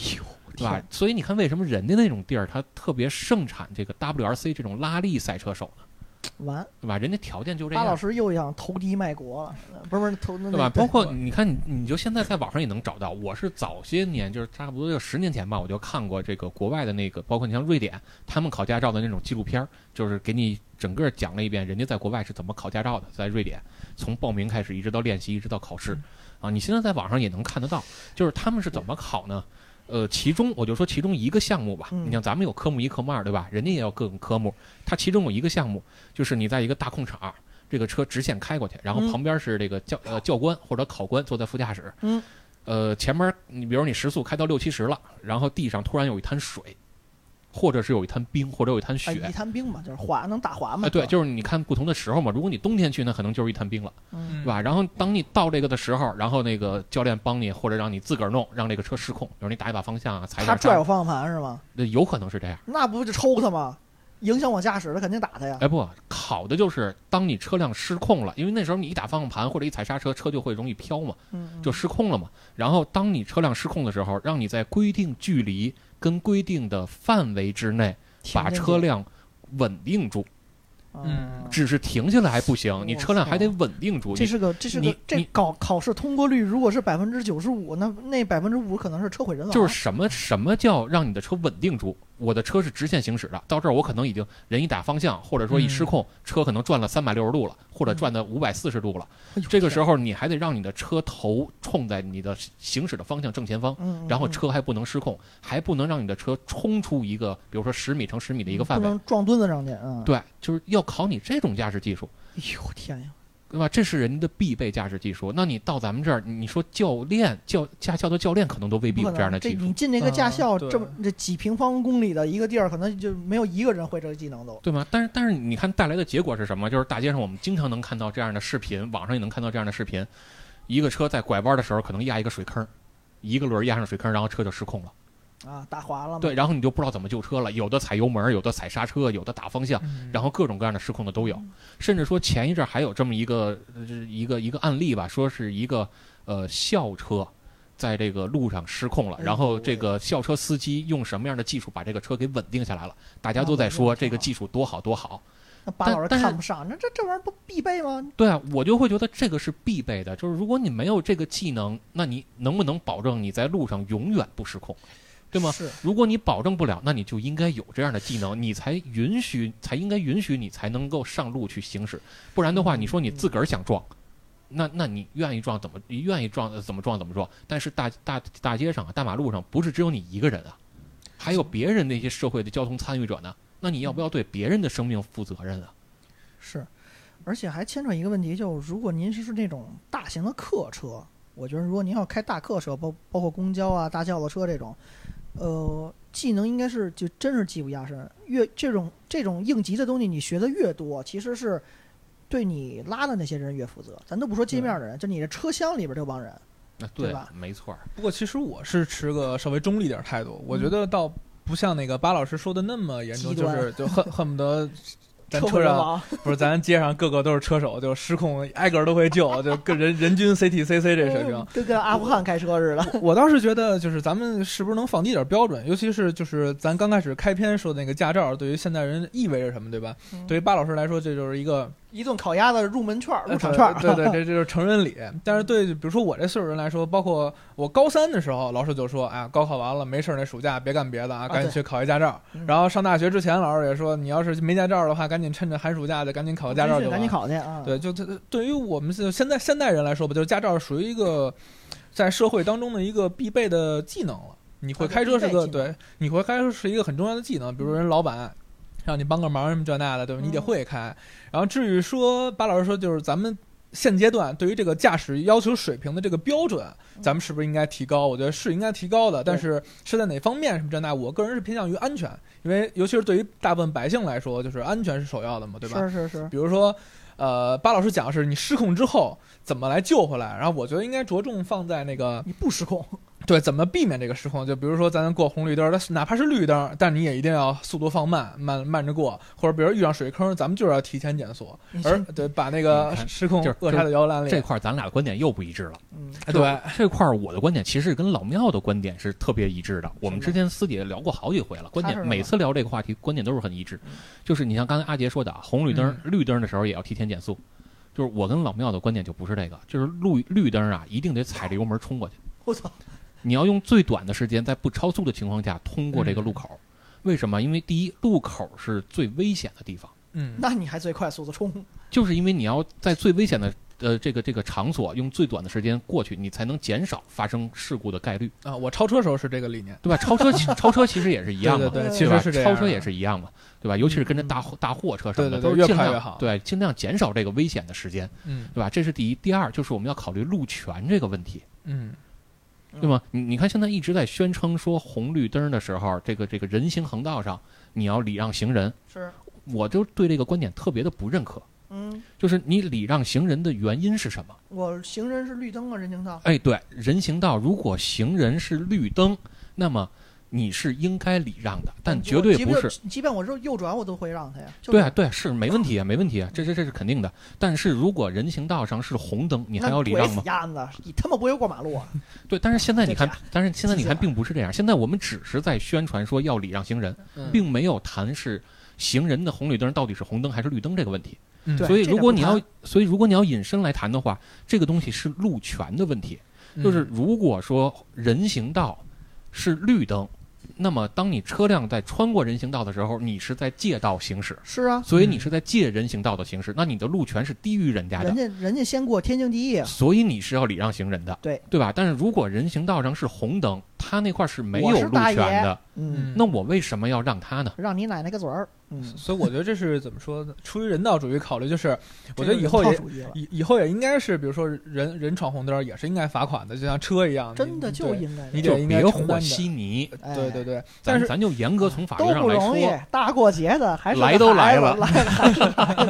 [SPEAKER 4] 对吧
[SPEAKER 2] (laughs) 天，？
[SPEAKER 4] 所以你看，为什么人家那种地儿它特别盛产这个 WRC 这种拉力赛车手呢？
[SPEAKER 2] 完。
[SPEAKER 4] 对吧？人家条件就这
[SPEAKER 2] 巴老
[SPEAKER 4] 样，
[SPEAKER 2] 师又想投敌卖国了，呃不是不是投那
[SPEAKER 4] 对吧？
[SPEAKER 2] 那
[SPEAKER 4] 包括你看，你你就现在在网上也能找到。我是早些年，就是差不多就十年前吧，我就看过这个国外的那个，包括你像瑞典，他们考驾照的那种纪录片儿，就是给你整个讲了一遍人家在国外是怎么考驾照的，在瑞典从报名开始，一直到练习，一直到考试，
[SPEAKER 2] 嗯
[SPEAKER 4] 啊，你现在在网上也能看得到，就是他们是怎么考呢？呃，其中我就说其中一个项目吧，
[SPEAKER 2] 嗯
[SPEAKER 4] 你像咱们有科目一、科目二，对吧？人家也有各种科目，它其中有一个项目就是你在一个大空场，这个车直线开过去，然后
[SPEAKER 2] 嗯
[SPEAKER 4] 旁边是这个教呃教官或者考官坐在副驾驶，
[SPEAKER 2] 嗯，
[SPEAKER 4] 呃，前面你比如你时速开到六七十了，然后地上突然有一滩水，或者是有一滩冰，或者有一滩
[SPEAKER 2] 哎
[SPEAKER 4] 雪，
[SPEAKER 2] 一滩冰嘛，就是滑能打滑嘛。
[SPEAKER 4] 哎，对，
[SPEAKER 2] 是吧
[SPEAKER 4] 就是你看不同的时候嘛。如果你冬天去，那可能就是一滩冰了，
[SPEAKER 2] 嗯
[SPEAKER 4] 对吧？然后当你到这个的时候，然后那个教练帮你，或者让你自个儿弄，让这个车失控，比如你打一把方向啊，踩一
[SPEAKER 2] 他
[SPEAKER 4] 下
[SPEAKER 2] 拽
[SPEAKER 4] 刹
[SPEAKER 2] 我，方向盘是吗？
[SPEAKER 4] 那有可能是这样。
[SPEAKER 2] 那不就抽他吗？影响我驾驶，他肯定打他呀。
[SPEAKER 4] 哎，不，考的就是当你车辆失控了，因为那时候你一打方向盘或者一踩刹车，车就会容易飘嘛，
[SPEAKER 2] 嗯，嗯
[SPEAKER 4] 就失控了嘛。然后当你车辆失控的时候，让你在规定距离跟规定的范围之内把车，辆稳定住，
[SPEAKER 2] 嗯，
[SPEAKER 4] 只是停下来还不行，你
[SPEAKER 2] 我
[SPEAKER 4] 车辆还得
[SPEAKER 2] 操
[SPEAKER 4] 稳定住。
[SPEAKER 2] 这是个这是个
[SPEAKER 4] 你
[SPEAKER 2] 这
[SPEAKER 4] 你
[SPEAKER 2] 考考试通过率如果是百分之九十五，那那百分之五可能是车毁人亡。
[SPEAKER 4] 就是什么什么叫让你的车稳定住？我的车是直线行驶的，到这儿我可能已经人一打方向，或者说一失控，
[SPEAKER 2] 嗯
[SPEAKER 4] 车可能转了三百六十度了，或者转到五百四十度了。
[SPEAKER 2] 哎呦
[SPEAKER 4] 这个时
[SPEAKER 2] 天
[SPEAKER 4] 候你还得让你的车头冲在你的行驶的方向正前方，
[SPEAKER 2] 嗯，嗯
[SPEAKER 4] 然后
[SPEAKER 2] 嗯
[SPEAKER 4] 车还不能失控，还不能让你的车冲出一个，比如说十米乘十米的一个范
[SPEAKER 2] 嗯不
[SPEAKER 4] 围。
[SPEAKER 2] 能撞墩子上去。嗯，
[SPEAKER 4] 对，就是要考你这种驾驶技术。
[SPEAKER 2] 哎呦天呀，
[SPEAKER 4] 对吧？这是人家的必备驾驶技术。那你到咱们这儿，你说教练、教驾校的教练可能都未必
[SPEAKER 2] 不
[SPEAKER 4] 有
[SPEAKER 2] 可
[SPEAKER 4] 这样
[SPEAKER 2] 能！
[SPEAKER 4] 的技
[SPEAKER 2] 你
[SPEAKER 4] 术，
[SPEAKER 2] 进这个驾
[SPEAKER 3] 嗯
[SPEAKER 2] 校，
[SPEAKER 3] 对
[SPEAKER 2] 这么这几平方公里的一个地儿，可能就没有一个人会这个技能都。
[SPEAKER 4] 对吗？但是但是你看带来的结果是什么？就是大街上我们经常能看到这样的视频，网上也能看到这样的视频，一个车在拐弯的时候可能压一个水坑，一个轮儿压上水坑，然后车就失控了。
[SPEAKER 2] 啊，打滑了嘛。
[SPEAKER 4] 对，然后你就不知道怎么救车了，有的踩油门，有的踩刹车，有的打方向，
[SPEAKER 3] 嗯
[SPEAKER 4] 啊然后各种各样的失控的都有
[SPEAKER 2] 嗯，
[SPEAKER 4] 甚至说前一阵儿还有这么一个呃这是一个一个案例吧，说是一个呃校车在这个路上失控了，
[SPEAKER 2] 哎呦
[SPEAKER 4] 然后
[SPEAKER 2] 喂
[SPEAKER 4] 这个校车司机用什么样的技术把这个车给稳定下来了，大家都
[SPEAKER 2] 啊
[SPEAKER 4] 在
[SPEAKER 2] 稳定
[SPEAKER 4] 说
[SPEAKER 2] 挺
[SPEAKER 4] 这个
[SPEAKER 2] 好
[SPEAKER 4] 技术多好多好。
[SPEAKER 2] 那巴
[SPEAKER 4] 但
[SPEAKER 2] 老师
[SPEAKER 4] 但是
[SPEAKER 2] 看不上，那这这玩意儿不必备吗？
[SPEAKER 4] 对啊，我就会觉得这个是必备的，就是如果你没有这个技能，那你能不能保证你在路上永远不失控，对吗？
[SPEAKER 2] 是，
[SPEAKER 4] 如果你保证不了，那你就应该有这样的技能，你才允许，才应该允许你才能够上路去行驶。不然的话，
[SPEAKER 2] 嗯
[SPEAKER 4] 你说你自个儿想撞，那那你愿意撞怎么你愿意撞呃怎么撞怎么撞。但是大大大街上啊，大马路上不是只有你一个人啊，还有别人那些社会的交通参与者呢。那你要不要对别人的生命负责任啊？
[SPEAKER 2] 是，而且还牵扯一个问题，就是如果您是那种大型的客车，我觉得如果您要开大客车，包包括公交啊、大轿子车这种，呃，技能应该是就真是技不压身，越这种这种应急的东西，你学的越多，其实是对你拉的那些人越负责。咱都不说街面的人，就你这车厢里边这帮人，
[SPEAKER 4] 那
[SPEAKER 2] 嗯对
[SPEAKER 4] 啊
[SPEAKER 2] 吧
[SPEAKER 4] 没错儿，
[SPEAKER 3] 不过其实我是持个稍微中立点儿态度，我觉得倒不像那个巴老师说的那么严重，
[SPEAKER 2] 极
[SPEAKER 3] 就
[SPEAKER 2] 端
[SPEAKER 3] (laughs) 是就恨恨不得咱
[SPEAKER 1] 车
[SPEAKER 3] 车
[SPEAKER 1] 毁人
[SPEAKER 3] 上
[SPEAKER 1] 亡，
[SPEAKER 3] (laughs) 不是咱街上个个都是车手，就失控挨个儿都会救，就跟人人均 CTCC 这水
[SPEAKER 2] (laughs)
[SPEAKER 3] 平
[SPEAKER 1] 嗯。跟跟阿富汗开车似的。
[SPEAKER 3] 我倒是觉得，就是咱们是不是能放低点标准，尤其是就是咱刚开始开篇说的那个驾照，对于现代人意味着什么，对吧？
[SPEAKER 1] 嗯
[SPEAKER 3] 对于巴老师来说，这就是一个
[SPEAKER 1] 一顿烤鸭的入门券儿、入场
[SPEAKER 3] 呃
[SPEAKER 1] 券
[SPEAKER 2] (laughs)
[SPEAKER 1] 儿，
[SPEAKER 3] 对对对，这就是成人礼。但是对，比如说我这岁数人来说，包括我高三的时候，老师就说：“啊，高考完了没事儿，那暑假别干别的啊，赶紧
[SPEAKER 1] 对
[SPEAKER 3] 去考一驾照。
[SPEAKER 1] 嗯
[SPEAKER 3] 然后上大学之前，老师也说，你要是没驾照的话，赶紧趁着寒暑假就赶紧考个驾照就
[SPEAKER 1] 赶
[SPEAKER 3] 完
[SPEAKER 1] 紧。考去
[SPEAKER 2] 嗯
[SPEAKER 1] 啊！
[SPEAKER 3] 对，就这对于我们现现在现代人来说吧，就是驾照属于一个在社会当中的一个必备的技能了。你会
[SPEAKER 1] 啊对
[SPEAKER 3] 开车是
[SPEAKER 1] 必备
[SPEAKER 3] 个
[SPEAKER 1] 技能
[SPEAKER 3] 对，你会开车是一个很重要的技能。比如人老板让你帮个忙什么这那的，对吧？你得
[SPEAKER 1] 嗯
[SPEAKER 3] 会开。然后至于说巴老师说，就是咱们。现阶段对于这个驾驶要求水平的这个标准，
[SPEAKER 1] 嗯
[SPEAKER 3] 咱们是不是应该提高？我觉得是应该提高的，但是是在哪方面什么这那，我个人是偏向于安全，因为尤其是对于大部分百姓来说，就是安全是首要的嘛，对吧？
[SPEAKER 1] 是是是，
[SPEAKER 3] 比如说，呃，巴老师讲的是你失控之后怎么来救回来，然后我觉得应该着重放在那个
[SPEAKER 1] 你不失控，
[SPEAKER 3] 对怎么避免这个失控。就比如说咱过红绿灯，但是哪怕是绿灯，但你也一定要速度放慢，慢慢着过，或者比如遇上水坑，咱们就是要提前减速，而对把那个
[SPEAKER 4] 你看
[SPEAKER 3] 失控
[SPEAKER 4] 就是
[SPEAKER 3] 扼杀在摇篮里。
[SPEAKER 4] 这块儿咱俩的观点又不一致了。
[SPEAKER 1] 嗯，
[SPEAKER 4] 哎，
[SPEAKER 3] 对，
[SPEAKER 4] 这块儿我的观点其实跟老庙的观点是特别一致的。我们之前私底下聊过好几回了，观
[SPEAKER 1] 他是
[SPEAKER 4] 点
[SPEAKER 1] 什么
[SPEAKER 4] 每次聊这个话题，观点都是很一致。就是你像刚才阿杰说的啊，红绿灯、绿灯的时候也要提前减速。就是我跟老庙的观点就不是这个，就是绿绿灯啊，一定得踩着油门冲过去。
[SPEAKER 1] 我操，
[SPEAKER 4] 你要用最短的时间，在不超速的情况下通过这个路口。为什么？因为第一，路口是最危险的地方，
[SPEAKER 3] 嗯，
[SPEAKER 1] 那你还最快速的冲，
[SPEAKER 4] 就是因为你要在最危险的呃这个这个场所用最短的时间过去，你才能减少发生事故的概率。
[SPEAKER 3] 啊，我超车时候是这个理念。
[SPEAKER 4] 对吧？超车其超车其实也是一样嘛，
[SPEAKER 3] 对对
[SPEAKER 1] 对
[SPEAKER 3] 其
[SPEAKER 4] 吧
[SPEAKER 3] 实是这样
[SPEAKER 4] 超
[SPEAKER 3] 的。嗯
[SPEAKER 4] 车也是一样嘛，对吧？尤其是跟着大货大货车什么的，
[SPEAKER 3] 对对对
[SPEAKER 4] 都是尽
[SPEAKER 3] 越快
[SPEAKER 4] 量
[SPEAKER 3] 越好
[SPEAKER 4] 对，尽量减少这个危险的时间，
[SPEAKER 3] 嗯
[SPEAKER 4] 对吧？这是第一，第二就是我们要考虑路权这个问题，
[SPEAKER 3] 嗯
[SPEAKER 4] 对吗？你你看现在一直在宣称说红绿灯的时候，这个这个人行横道上你要礼让行人，
[SPEAKER 1] 是，
[SPEAKER 4] 我就对这个观点特别的不认可。
[SPEAKER 1] 嗯，
[SPEAKER 4] 就是你礼让行人的原因是什么？
[SPEAKER 1] 我行人是绿灯啊，人行道，
[SPEAKER 4] 哎，对，人行道如果行人是绿灯，那么你是应该礼让的，但绝对
[SPEAKER 1] 即
[SPEAKER 4] 不
[SPEAKER 1] 便
[SPEAKER 4] 是。
[SPEAKER 1] 即便我是右转，我都会让他呀。就是
[SPEAKER 4] 对啊，，对啊，是没问题啊，没问题啊，这这这是肯定的。但是如果人行道上是红灯，你还要礼
[SPEAKER 1] 那
[SPEAKER 4] 让
[SPEAKER 1] 鬼 (laughs)
[SPEAKER 4] 吗
[SPEAKER 1] 死？鸭子，你他妈不会过马路
[SPEAKER 4] (laughs)
[SPEAKER 1] 啊？
[SPEAKER 4] 对，但是现在你看
[SPEAKER 1] 这，
[SPEAKER 4] 但是现在你看
[SPEAKER 1] 这
[SPEAKER 4] 并不是这样。现在我们只是在宣传说要礼让行人，
[SPEAKER 3] 嗯
[SPEAKER 4] 并没有谈是行人的红绿灯到底是红灯还是绿灯这个问题。
[SPEAKER 3] 嗯
[SPEAKER 1] 对
[SPEAKER 4] 所以
[SPEAKER 1] 这
[SPEAKER 4] 如
[SPEAKER 1] 个
[SPEAKER 4] 果
[SPEAKER 1] 不
[SPEAKER 4] 你要
[SPEAKER 1] 谈，
[SPEAKER 4] 所以如果你要引申来谈的话，这个东西是路权的问题。
[SPEAKER 1] 嗯
[SPEAKER 3] 嗯
[SPEAKER 4] 就是如果说人行道是绿灯，那么当你车辆在穿过人行道的时候，你是在借道行驶。
[SPEAKER 1] 是啊，
[SPEAKER 4] 所以你是在借人行道的行驶，那你的路权是低于人家
[SPEAKER 1] 人
[SPEAKER 4] 的，
[SPEAKER 1] 家人家先过天经地义啊。
[SPEAKER 4] 所以你是要礼让行人的，
[SPEAKER 1] 对
[SPEAKER 4] 对吧？但是如果人行道上是红灯，他那块是没
[SPEAKER 1] 我
[SPEAKER 4] 有
[SPEAKER 1] 是
[SPEAKER 4] 路
[SPEAKER 1] 大
[SPEAKER 4] 权
[SPEAKER 1] 爷
[SPEAKER 4] 的，
[SPEAKER 1] 嗯，
[SPEAKER 3] 嗯
[SPEAKER 4] 那我为什么要让他呢？
[SPEAKER 1] 让你奶奶个嘴儿。嗯，
[SPEAKER 3] 所以我觉得这是怎么说呢？出于人道主义考虑，就是我觉得以后
[SPEAKER 1] 这
[SPEAKER 3] 也
[SPEAKER 1] 就是人道主义了，
[SPEAKER 3] 以以后也应该是，比如说人人闯红灯儿也是应该罚款的，就像车一样。
[SPEAKER 1] 真的
[SPEAKER 3] 你
[SPEAKER 1] 就
[SPEAKER 3] 对
[SPEAKER 1] 应该
[SPEAKER 3] 你
[SPEAKER 1] 这样
[SPEAKER 3] 得
[SPEAKER 4] 就
[SPEAKER 3] 应该
[SPEAKER 4] 别
[SPEAKER 3] 承
[SPEAKER 4] 和
[SPEAKER 3] 担
[SPEAKER 4] 稀泥，
[SPEAKER 1] 哎
[SPEAKER 3] 对对对，但
[SPEAKER 4] 咱
[SPEAKER 3] 是
[SPEAKER 4] 咱就严格从法律
[SPEAKER 1] 都
[SPEAKER 4] 上
[SPEAKER 1] 不
[SPEAKER 4] 来
[SPEAKER 1] 容易
[SPEAKER 4] 说，，
[SPEAKER 1] 大过节的还是个
[SPEAKER 4] 来都
[SPEAKER 1] 孩
[SPEAKER 4] 来
[SPEAKER 1] 子
[SPEAKER 4] 了
[SPEAKER 1] 来了，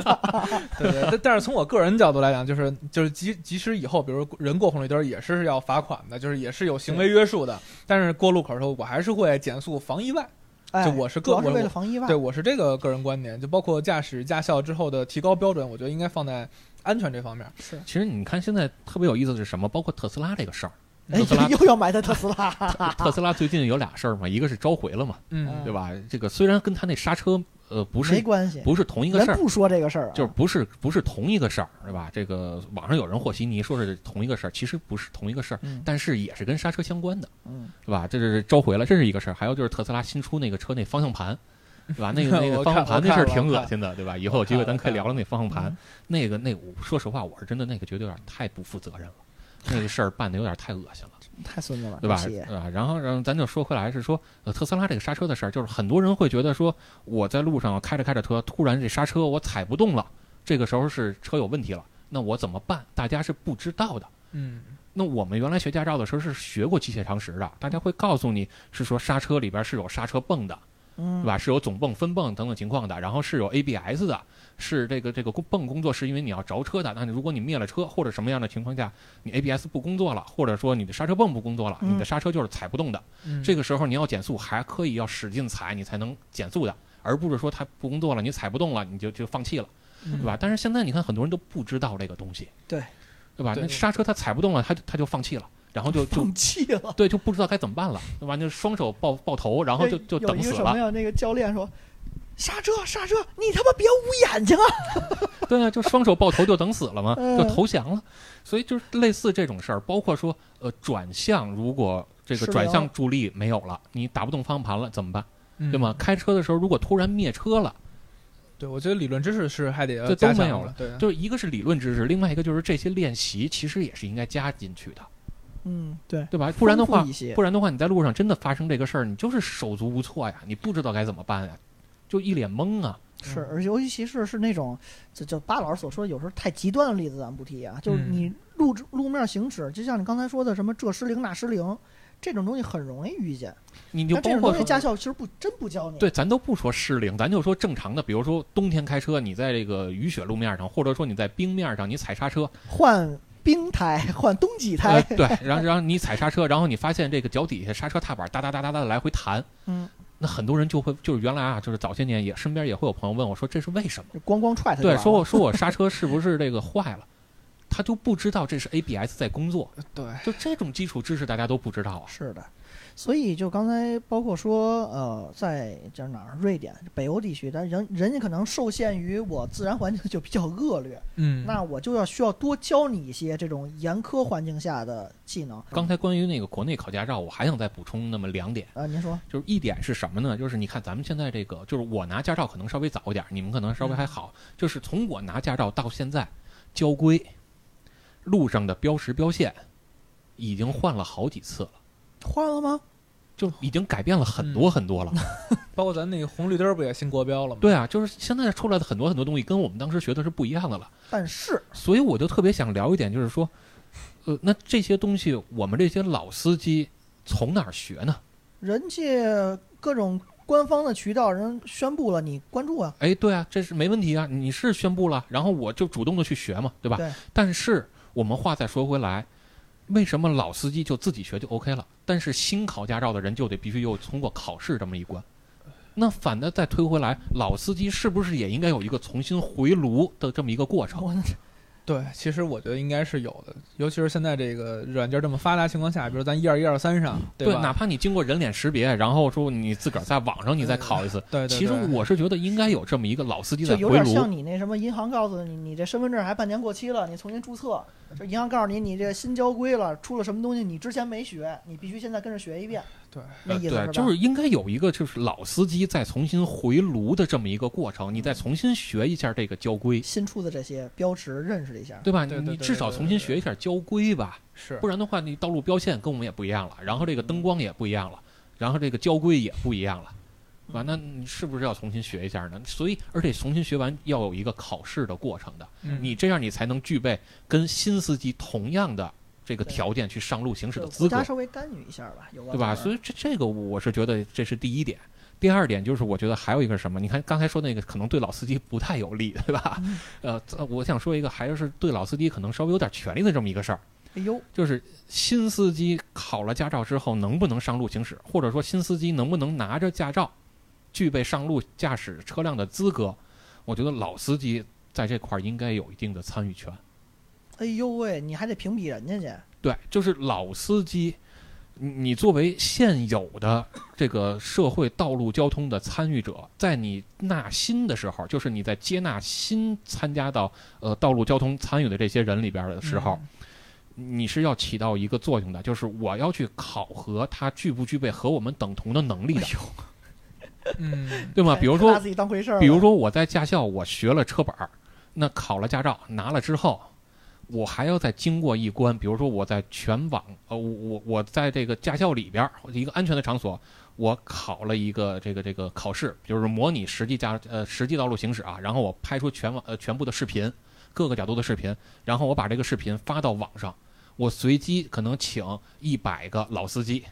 [SPEAKER 3] 对对，但但是从我个人角度来讲，就是就是即即使以后，比如人过红绿灯儿也是要罚款的，就是也是有行为约束的。但是过路口的时候，我还是会减速防意外。
[SPEAKER 1] 哎
[SPEAKER 4] (laughs)
[SPEAKER 3] 就我是
[SPEAKER 1] 主
[SPEAKER 3] 个
[SPEAKER 1] 要是
[SPEAKER 3] 我
[SPEAKER 1] 为了防意外
[SPEAKER 3] 对，。我是这个个人观点，就包括驾驶驾校之后的提高标准，我觉得应该放在安全这方面。
[SPEAKER 1] 是，
[SPEAKER 4] 其实你看现在特别有意思的是什么？包括特斯拉这个事儿，
[SPEAKER 1] 哎
[SPEAKER 4] 特斯拉，
[SPEAKER 1] (laughs) 又要买台特斯拉，
[SPEAKER 4] 特斯拉最近有俩事儿嘛，一个是召回了嘛，
[SPEAKER 3] 嗯
[SPEAKER 1] 嗯
[SPEAKER 4] 对吧？这个虽然跟他那刹车呃不
[SPEAKER 1] 没
[SPEAKER 4] 是
[SPEAKER 1] 关系，
[SPEAKER 4] 不是同一个
[SPEAKER 1] 咱
[SPEAKER 4] 事儿，
[SPEAKER 1] 不说这个事儿啊，
[SPEAKER 4] 就是不是不是同一个事儿，对吧？这个网上有人和稀泥说是同一个事儿，其实不是同一个事儿，
[SPEAKER 1] 嗯
[SPEAKER 4] 但是也是跟刹车相关的，
[SPEAKER 1] 嗯，
[SPEAKER 4] 对吧？这是召回了，这是一个事儿。还有就是特斯拉新出那个车内方向盘，对吧？
[SPEAKER 3] (laughs)
[SPEAKER 4] 那个那个
[SPEAKER 3] 我
[SPEAKER 4] 方
[SPEAKER 3] 看
[SPEAKER 4] 向盘
[SPEAKER 3] 我
[SPEAKER 4] 那事儿
[SPEAKER 3] 看
[SPEAKER 4] 挺
[SPEAKER 3] 我看嗯
[SPEAKER 4] 恶心的，对吧？以后有机会咱可以聊聊那方向
[SPEAKER 1] 我看
[SPEAKER 4] 盘，那个那个我说实话，我是真的那个觉得有点太不负责任了，那个事儿办的有点太恶心了。
[SPEAKER 1] 太孙子了，
[SPEAKER 4] 对吧？
[SPEAKER 1] 这企业
[SPEAKER 4] 啊，然后，然后咱就说回来是说，呃，特斯拉这个刹车的事儿，就是很多人会觉得说，我在路上开着开着车，突然这刹车我踩不动了，这个时候是车有问题了，那我怎么办？大家是不知道的。
[SPEAKER 3] 嗯
[SPEAKER 4] 那我们原来学驾照的时候是学过机械常识的，大家会告诉你是说刹车里边是有刹车泵的，
[SPEAKER 1] 嗯
[SPEAKER 4] 对，吧？是有总泵、分泵等等情况的，然后是有 ABS 的，是这个这个工泵工作是因为你要着车的。那你如果你灭了车或者什么样的情况下，你 ABS 不工作了，或者说你的刹车泵不工作了，
[SPEAKER 1] 嗯
[SPEAKER 4] 你的刹车就是踩不动的。
[SPEAKER 3] 嗯，
[SPEAKER 4] 这
[SPEAKER 3] 个
[SPEAKER 4] 个时候你要减速，还可以要使劲踩，你才能减速的。而不是说他不工作了，你踩不动了，你就就放弃了，
[SPEAKER 3] 嗯
[SPEAKER 4] 对吧？但是现在你看，很多人都不知道这个东西，
[SPEAKER 2] 对
[SPEAKER 4] 对吧？
[SPEAKER 3] 对
[SPEAKER 4] 那刹车他踩不动了，他就他就放弃了，然后就就
[SPEAKER 2] 放弃了，
[SPEAKER 4] 对，就不知道该怎么办了，对吧？就双手抱抱头，然后就就
[SPEAKER 2] 哎有
[SPEAKER 4] 等
[SPEAKER 2] 一
[SPEAKER 4] 死
[SPEAKER 2] 个什
[SPEAKER 4] 了
[SPEAKER 2] 么。呀？那个教练说。刹车！刹车！你他妈别捂眼睛啊！ (laughs)
[SPEAKER 4] 对啊，就双手抱头就等死了嘛，
[SPEAKER 2] 嗯
[SPEAKER 4] 就投降了。所以就是类似这种事儿，包括说呃转向，如果这个
[SPEAKER 2] 失
[SPEAKER 4] 转
[SPEAKER 2] 灵
[SPEAKER 4] 向助力没有了，你打不动方向盘了怎么办？
[SPEAKER 3] 嗯
[SPEAKER 4] 对吗？？开车的时候如果突然灭车了，
[SPEAKER 3] 对，我觉得理论知识是还得要
[SPEAKER 4] 这
[SPEAKER 3] 加
[SPEAKER 4] 都没有
[SPEAKER 3] 强
[SPEAKER 4] 了
[SPEAKER 3] 对，啊
[SPEAKER 4] 就是一个是理论知识，另外一个就是这些练习其实也是应该加进去的，
[SPEAKER 2] 嗯，对，
[SPEAKER 4] 对吧？不然的
[SPEAKER 2] 丰
[SPEAKER 4] 话
[SPEAKER 2] 富一，些
[SPEAKER 4] 不然的话你在路上真的发生这个事儿，你就是手足无措呀，你不知道该怎么办呀，就一脸懵啊。
[SPEAKER 2] 是，
[SPEAKER 3] 嗯
[SPEAKER 2] 而且尤其是是那种，就就巴老师所说，有时候太极端的例子咱不提啊，就是
[SPEAKER 3] 嗯
[SPEAKER 2] 你路路面行驶，就像你刚才说的什么这失灵那失灵，这种东西很容易遇见。
[SPEAKER 4] 你就
[SPEAKER 2] 但这
[SPEAKER 4] 包
[SPEAKER 2] 种
[SPEAKER 4] 括
[SPEAKER 2] 东西
[SPEAKER 4] 说
[SPEAKER 2] 驾校其实不真不教你。
[SPEAKER 4] 对，咱都不说失灵，咱就说正常的，比如说冬天开车，你在这个雨雪路面上，或者说你在冰面上，你踩刹车，
[SPEAKER 2] 换冰胎，换冬季胎
[SPEAKER 4] 呃，，对，然后然后你踩刹车，然后你发现这个脚底下刹车踏板哒哒哒哒哒的来回弹，
[SPEAKER 2] 嗯，
[SPEAKER 4] 那很多人就会就是原来啊，就是早些年也身边也会有朋友问我说这是为什么？
[SPEAKER 2] 就咣咣踹它就
[SPEAKER 4] 对，
[SPEAKER 2] 完了。
[SPEAKER 4] 说我说我刹车是不是这个坏了？他就不知道这是 ABS 在工作，
[SPEAKER 3] 对，
[SPEAKER 4] 就这种基础知识大家都不知道啊。
[SPEAKER 2] 是的，所以就刚才包括说，呃，在叫哪儿，瑞典北欧地区，但人人家可能受限于我自然环境就比较恶劣，
[SPEAKER 3] 嗯，
[SPEAKER 2] 那我就要需要多教你一些这种严苛环境下的技能。
[SPEAKER 4] 刚才关于那个国内考驾照，我还想再补充那么两点。
[SPEAKER 2] 呃，您说，
[SPEAKER 4] 就是一点是什么呢？就是你看咱们现在这个，就是我拿驾照可能稍微早一点，你们可能稍微还好。就是从我拿驾照到现在，交规、路上的标识标线，已经换了好几次了，
[SPEAKER 2] 换了吗？
[SPEAKER 4] 就已经改变了很多很多了。 (laughs)
[SPEAKER 3] 包括咱那个红绿灯儿不也新国标了吗？
[SPEAKER 4] 对啊，就是现在出来的很多很多东西跟我们当时学的是不一样的了。
[SPEAKER 2] 但是
[SPEAKER 4] 所以我就特别想聊一点，就是说，呃，那这些东西我们这些老司机从哪儿学呢？
[SPEAKER 2] 人家各种官方的渠道人宣布了，你关注啊，
[SPEAKER 4] 哎，对啊，这是没问题啊，你是宣布了，然后我就主动的去学嘛，对吧？
[SPEAKER 2] 对
[SPEAKER 4] 但是我们话再说回来，为什么老司机就自己学就 OK 了，但是新考驾照的人就得必须又通过考试这么一关？那反的再推回来，老司机是不是也应该有一个重新回炉的这么一个过程？
[SPEAKER 2] 我
[SPEAKER 3] 对，其实我觉得应该是有的，尤其是现在这个软件这么发达情况下，比如咱一二一二三上，吧？
[SPEAKER 4] 哪怕你经过人脸识别，然后说你自个儿在网上你再考一次，
[SPEAKER 3] 对对对
[SPEAKER 4] 其实我是觉得应该有这么一个老司机
[SPEAKER 2] 就
[SPEAKER 4] 在
[SPEAKER 2] 有
[SPEAKER 4] 回
[SPEAKER 2] 点
[SPEAKER 4] 炉
[SPEAKER 2] 像。你那什么，银行告诉你，你这身份证还半年过期了，你重新注册。就银行告诉你，你这新交规了，出了什么东西你之前没学，你必须现在跟着学一遍。
[SPEAKER 3] 对，
[SPEAKER 2] 那
[SPEAKER 4] 呃，
[SPEAKER 2] 意思
[SPEAKER 4] 对，
[SPEAKER 2] 吧？
[SPEAKER 4] 就是应该有一个就是老司机再重新回炉的这么一个过程，你
[SPEAKER 3] 嗯
[SPEAKER 4] 再重新学一下这个交规，
[SPEAKER 2] 新出的这些标识认识一下。
[SPEAKER 4] 对吧？
[SPEAKER 3] 对
[SPEAKER 4] 你
[SPEAKER 3] 对
[SPEAKER 4] 你
[SPEAKER 3] 对
[SPEAKER 4] 至少
[SPEAKER 3] 对
[SPEAKER 4] 重新
[SPEAKER 3] 对
[SPEAKER 4] 学一下交规吧，
[SPEAKER 3] 是
[SPEAKER 4] 不然的话，你道路标线跟我们也不一样了，然后这个灯光也不一样了，
[SPEAKER 3] 嗯
[SPEAKER 4] 然后这个交规也不一样了。对吧？那你是不是要重新学一下呢？所以，而且重新学完要有一个考试的过程的，
[SPEAKER 3] 嗯
[SPEAKER 4] 你这样你才能具备跟新司机同样的这个
[SPEAKER 2] 对
[SPEAKER 4] 条件去上路行驶的
[SPEAKER 2] 对
[SPEAKER 4] 资
[SPEAKER 2] 国
[SPEAKER 4] 格
[SPEAKER 2] 家。稍微干预一下吧，有关
[SPEAKER 4] 对吧？
[SPEAKER 2] 部门
[SPEAKER 4] 所以这这个我是觉得这是第一点。第二点就是，我觉得还有一个是什么？你看刚才说那个可能对老司机不太有利，对吧？ (laughs) 呃，我想说一个，还是对老司机可能稍微有点权利的这么一个事儿，
[SPEAKER 2] 哎呦，
[SPEAKER 4] 就是新司机考了驾照之后能不能上路行驶，或者说新司机能不能拿着驾照具备上路驾驶车辆的资格？我觉得老司机在这块儿应该有一定的参与权。
[SPEAKER 2] 哎呦喂，你还得评比人家去。
[SPEAKER 4] 对，就是老司机，你你作为现有的这个社会道路交通的参与者，在你纳新的时候，就是你在接纳新参加到呃道路交通参与的这些人里边的时候，你是要起到一个作用的，就是我要去考核他具不具备和我们等同的能力的，
[SPEAKER 3] 嗯，
[SPEAKER 4] 对吗？
[SPEAKER 2] 哎
[SPEAKER 4] 比如
[SPEAKER 2] 太
[SPEAKER 4] 说
[SPEAKER 2] 拿自己当回事儿了，
[SPEAKER 4] 比如说我在驾校我学了车本儿，那考了驾照拿了之后，我还要再经过一关，比如说我在全网呃我我我在这个驾校里边儿一个安全的场所，我考了一个这个这个考试，就是模拟实际驾呃实际道路行驶啊，然后我拍出全网呃全部的视频，各个角度的视频，然后我把这个视频发到网上，我随机可能请一百个老司机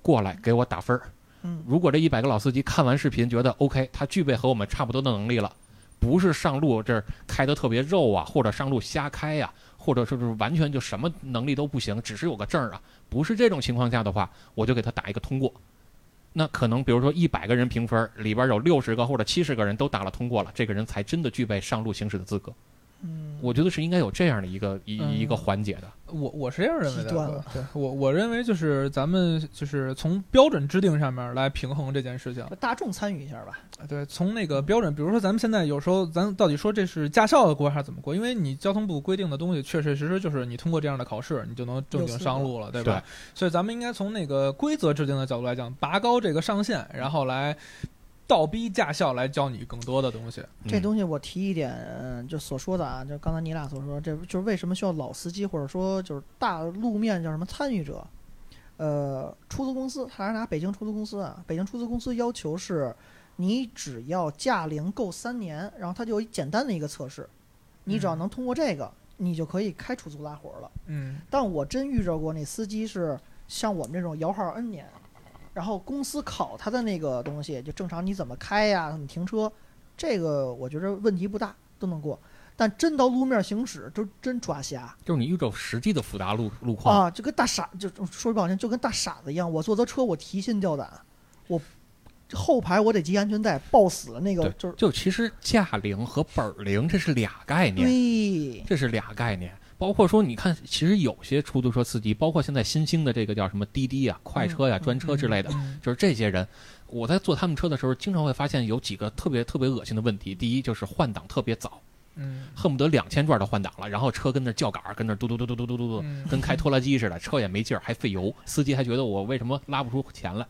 [SPEAKER 4] 过来给我打分儿。
[SPEAKER 2] 嗯，
[SPEAKER 4] 如果这一百个老司机看完视频觉得 OK，他具备和我们差不多的能力了，不是上路这儿开的特别肉啊，或者上路瞎开呀、或者说是完全就什么能力都不行，只是有个证儿啊，不是这种情况下的话，我就给他打一个通过。那可能比如说一百个人评分，里边有六十个或者七十个人都答了通过了，这个人才真的具备上路行驶的资格。
[SPEAKER 3] 嗯，
[SPEAKER 4] 我觉得是应该有这样的一个一
[SPEAKER 3] 嗯
[SPEAKER 4] 一个环节的。
[SPEAKER 3] 我我是这样认为
[SPEAKER 2] 极端
[SPEAKER 3] 的
[SPEAKER 2] 了，
[SPEAKER 3] 对我我认为就是咱们就是从标准制定上面来平衡这件事情。
[SPEAKER 2] 大众参与一下吧。
[SPEAKER 3] 对，从那个标准，比如说咱们现在有时候，咱到底说这是驾校的过还是怎么过？因为你交通部规定的东西，确确实实就是你通过这样的考试，你就能正经上路了，对吧？所以咱们应该从那个规则制定的角度来讲，拔高这个上限，然后来倒逼驾校来教你更多的东西。
[SPEAKER 2] 这
[SPEAKER 4] 嗯
[SPEAKER 2] 东西我提一点，呃就所说的啊，就刚才你俩所说，这就是为什么需要老司机，或者说就是大路面叫什么参与者。呃，出租公司还是拿北京出租公司啊，北京出租公司要求是，你只要驾龄够三年，然后它就有一简单的一个测试，你只要
[SPEAKER 3] 嗯
[SPEAKER 2] 能通过这个，你就可以开出租拉活了。
[SPEAKER 3] 嗯
[SPEAKER 2] 但我真遇着过那司机是像我们这种摇号 N 年，然后公司考他的那个东西，就正常你怎么开呀、怎么停车，这个我觉着问题不大，都能过。但真到路面行驶，就真抓瞎
[SPEAKER 4] 就是你遇到实际的复杂路路况，
[SPEAKER 2] 啊，就跟大傻，就说句不好听，就跟大傻子一样。我坐他车，我提心吊胆，我后排我得系安全带，抱死了那个
[SPEAKER 4] 对，
[SPEAKER 2] 就是
[SPEAKER 4] 就其实驾龄和本儿龄这是俩概念。
[SPEAKER 2] 对，
[SPEAKER 4] 这是俩概念。包括说，你看，其实有些出租车司机，包括现在新兴的这个叫什么滴滴啊、快车呀、专车之类的，
[SPEAKER 3] 嗯
[SPEAKER 4] 就是这些人，我在坐他们车的时候，经常会发现有几个特别特别恶心的问题。第一就是换挡特别早，
[SPEAKER 3] (laughs) 嗯
[SPEAKER 4] 恨不得两千转的换挡了，然后车跟那儿叫杆儿，跟那儿嘟嘟嘟嘟嘟嘟嘟
[SPEAKER 3] (laughs)
[SPEAKER 4] 嘟，
[SPEAKER 3] 嗯
[SPEAKER 4] 跟开拖拉机似的，车也没劲儿，还费油，司机还觉得我为什么拉不出钱来，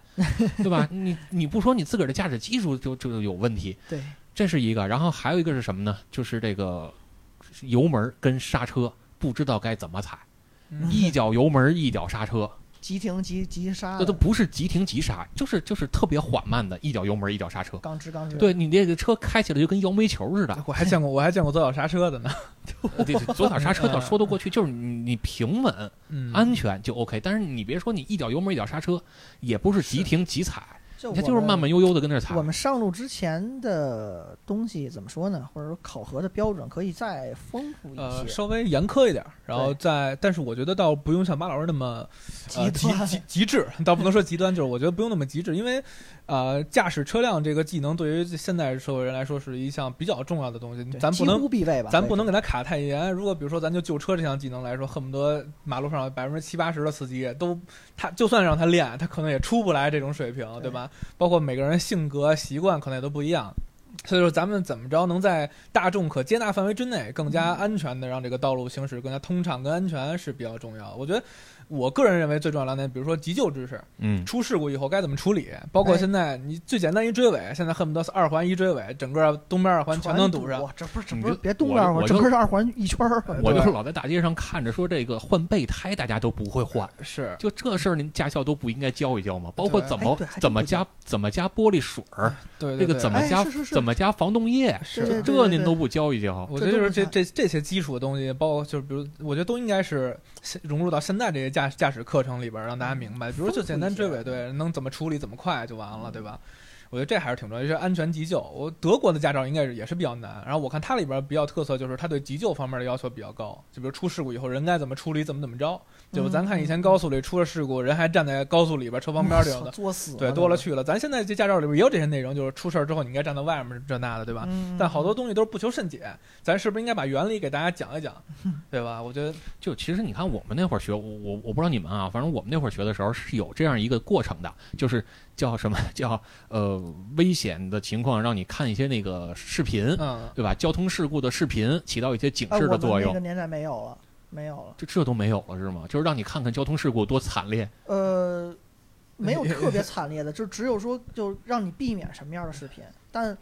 [SPEAKER 4] 对吧？你你不说你自个儿的驾驶技术就就有问题，
[SPEAKER 2] 对，
[SPEAKER 4] 这是一个。然后还有一个是什么呢？就是这个油门跟刹车不知道该怎么踩，
[SPEAKER 3] 嗯
[SPEAKER 4] 一脚油门一脚刹车，
[SPEAKER 2] 急停急急刹
[SPEAKER 4] 这都
[SPEAKER 2] 的，
[SPEAKER 4] 不是急停急刹，就是就是特别缓慢的，一脚油门一脚刹车。
[SPEAKER 2] 刚直刚直，
[SPEAKER 4] 对你这个车开起来就跟摇煤球
[SPEAKER 2] (laughs)
[SPEAKER 4] 似的，
[SPEAKER 3] 我还见过，我还见过左脚刹车的呢。
[SPEAKER 4] 对对左脚刹车倒说得过去，就是你你平稳
[SPEAKER 3] 嗯，
[SPEAKER 4] 安全就 OK。但是你别说你一脚油门一脚刹车，也不是急停急踩，
[SPEAKER 2] 就
[SPEAKER 4] 它
[SPEAKER 2] 我
[SPEAKER 4] 就是
[SPEAKER 2] 们
[SPEAKER 4] 慢慢悠悠的跟那儿踩
[SPEAKER 2] 我。们上路之前的东西怎么说呢？或者说考核的标准可以再丰富一些，
[SPEAKER 3] 呃，稍微严苛一点儿，然后再，但是我觉得倒不用像巴老师那么呃
[SPEAKER 2] 极
[SPEAKER 3] 极
[SPEAKER 2] 端
[SPEAKER 3] 极极致， (laughs) 倒不能说极端，就是我觉得不用那么极致，因为呃，驾驶车辆这个技能对于现代社会人来说是一项比较重要的东西，
[SPEAKER 2] (laughs) 对
[SPEAKER 3] 咱不
[SPEAKER 2] 几
[SPEAKER 3] 能
[SPEAKER 2] 乎必备吧？
[SPEAKER 3] 咱不能给他卡太严。如果比如说咱就救车这项技能来说，恨不得马路上百分之七八十的司机都他就算让他练，他可能也出不来这种水平，对吧？包括每个人性格习惯可能也都不一样。所以说，咱们怎么着能在大众可接纳范围之内，更加
[SPEAKER 4] 嗯
[SPEAKER 3] 安全的让这个道路行驶更加通畅跟安全是比较重要的。我觉得，我个人认为最重要的两点，比如说急救知识，
[SPEAKER 4] 嗯，
[SPEAKER 3] 出事故以后该怎么处理，包括
[SPEAKER 2] 哎
[SPEAKER 3] 现在你最简单一追尾，现在恨不得是二环一追尾，整个东边二环全嗯能堵上。
[SPEAKER 2] 哇，啊这不是这
[SPEAKER 4] 你
[SPEAKER 2] 不是
[SPEAKER 4] 就
[SPEAKER 2] 别东
[SPEAKER 4] 我
[SPEAKER 2] 边二
[SPEAKER 4] 就
[SPEAKER 2] 环，
[SPEAKER 4] 我
[SPEAKER 2] 整
[SPEAKER 4] 就
[SPEAKER 2] 个是二环一圈儿啊吧。
[SPEAKER 4] 我
[SPEAKER 3] 对
[SPEAKER 4] 就是老在大街上看着说这个换备胎，大家都不会换。
[SPEAKER 3] 是，
[SPEAKER 4] 就这事儿，您驾校都不应该教一教吗？包括
[SPEAKER 3] 对
[SPEAKER 4] 怎
[SPEAKER 2] 哎
[SPEAKER 4] 么
[SPEAKER 2] 对还真
[SPEAKER 4] 怎么
[SPEAKER 2] 不教
[SPEAKER 4] 加怎么加玻璃水儿，
[SPEAKER 3] 对
[SPEAKER 4] 这
[SPEAKER 3] 对对，
[SPEAKER 4] 个怎么
[SPEAKER 2] 哎
[SPEAKER 4] 加
[SPEAKER 2] 是是是
[SPEAKER 4] 怎么加防冻液，
[SPEAKER 2] 对对
[SPEAKER 3] 是
[SPEAKER 2] 对。
[SPEAKER 4] 这您都不教一教。
[SPEAKER 3] 啊我觉得就是这这这些基础的东西，包括就是比如，我觉得都应该是现融入到现在这些驾驾驶课程里边儿，让大家明白。比如就简单追尾，对，能怎么处理，怎么快就完了，对吧？我觉得这还是挺重要，就是安全急救。我德国的驾照应该是也是比较难，然后我看它里边儿比较特色就是它对急救方面的要求比较高，就比如出事故以后人该怎么处理，怎么怎么着，对吧？
[SPEAKER 2] 嗯
[SPEAKER 3] 咱看以前高速里出了事故，人还站在高速里边儿车旁边儿这种的，
[SPEAKER 2] 嗯作死
[SPEAKER 3] 对，多了，去了。咱现在这驾照里边也有这些内容，就是出事儿之后你应该站到外面这那的，对吧？
[SPEAKER 2] 嗯
[SPEAKER 3] 但好多东西都是不求甚解，咱是不是应该把原理给大家讲
[SPEAKER 2] (laughs)
[SPEAKER 3] 一讲，对吧？我觉得，
[SPEAKER 4] 就其实你看，我们那会儿学，我我我不知道你们啊，反正我们那会儿学的时候是有这样一个过程的，就是叫什么叫呃危险的情况，让你看一些那个视频，
[SPEAKER 3] 嗯，
[SPEAKER 4] 对吧？交通事故的视频起到一些警
[SPEAKER 2] 哎
[SPEAKER 4] 示
[SPEAKER 2] 我
[SPEAKER 4] 的
[SPEAKER 2] 们
[SPEAKER 4] 作
[SPEAKER 2] 那个
[SPEAKER 4] 用。
[SPEAKER 2] 年代没有了，没有了。
[SPEAKER 4] 这这都没有了是吗？就是让你看看交通事故多惨烈。
[SPEAKER 2] 呃，没有特
[SPEAKER 4] (laughs)
[SPEAKER 2] 别惨烈的，就只有说就让你避免什么样的视频。但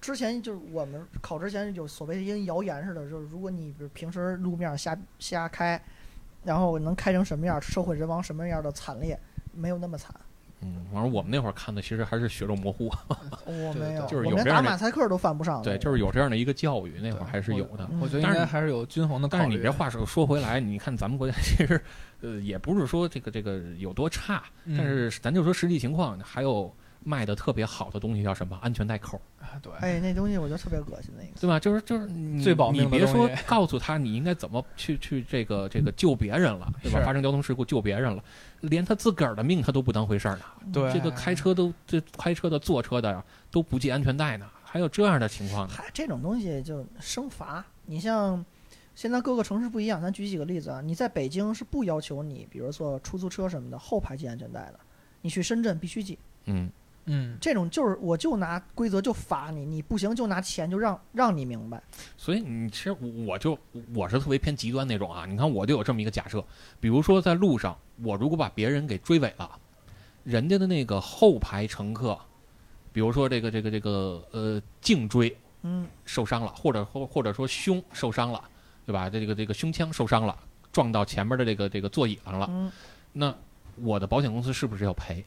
[SPEAKER 2] 之前就是我们考之前有所谓的跟谣言似的，就是如果你比如平时路面瞎瞎开，然后能开成什么样，社会人亡什么样的惨烈，没有那么惨。
[SPEAKER 4] 嗯，反正我们那会儿看的其实还是血肉模糊。
[SPEAKER 2] 我
[SPEAKER 3] 对
[SPEAKER 2] 没有，
[SPEAKER 4] 就是有
[SPEAKER 2] 我连
[SPEAKER 4] 这
[SPEAKER 2] 打
[SPEAKER 4] 样的
[SPEAKER 2] 马赛克都犯不
[SPEAKER 3] 啊
[SPEAKER 2] 上。
[SPEAKER 4] 对，就是有这样的一个教育，那会儿还是有的。
[SPEAKER 2] 嗯
[SPEAKER 3] 我觉得应
[SPEAKER 4] 但是
[SPEAKER 3] 该还是有均衡的啊考
[SPEAKER 4] 但
[SPEAKER 3] 虑。
[SPEAKER 4] 是你别话说说回来，你看咱们国家 (laughs) 其实，呃，也不是说这个这个有多差，
[SPEAKER 3] 嗯
[SPEAKER 4] 但是咱就说实际情况，还有卖的特别好的东西叫什么？安全带扣，
[SPEAKER 3] 啊对，
[SPEAKER 2] 哎，那东西我觉得特别恶心，那个。
[SPEAKER 4] 对吧？就是就是你
[SPEAKER 3] 最保命
[SPEAKER 4] 你
[SPEAKER 3] 的
[SPEAKER 4] 别
[SPEAKER 3] 东
[SPEAKER 4] 说
[SPEAKER 3] 西
[SPEAKER 4] 告诉他你应该怎么去去这个这个救别人了，对吧？
[SPEAKER 3] 是
[SPEAKER 4] 发生交通事故救别人了，连他自个儿的命他都不当回事儿呢。
[SPEAKER 3] 对
[SPEAKER 4] 这个开车都这开车的坐车的呀都不系安全带呢，还有这样的情况呢？
[SPEAKER 2] 它这种东西就生罚。你像现在各个城市不一样，咱举几个例子啊。你在北京是不要求你，比如坐出租车什么的后排系安全带的，你去深圳必须系。
[SPEAKER 4] 嗯，
[SPEAKER 3] 嗯，
[SPEAKER 2] 这种就是我就拿规则就罚你，你不行就拿钱就让让你明白。
[SPEAKER 4] 所以你其实我就我是特别偏极端那种啊。你看我就有这么一个假设，比如说在路上，我如果把别人给追尾了，人家的那个后排乘客，比如说这个这个这个呃颈椎
[SPEAKER 2] 嗯，
[SPEAKER 4] 受伤了，或者或或者说胸受伤了，对吧？这个这个胸腔受伤了，撞到前面的这个这个座椅上了，
[SPEAKER 2] 嗯，
[SPEAKER 4] 那我的保险公司是不是要赔？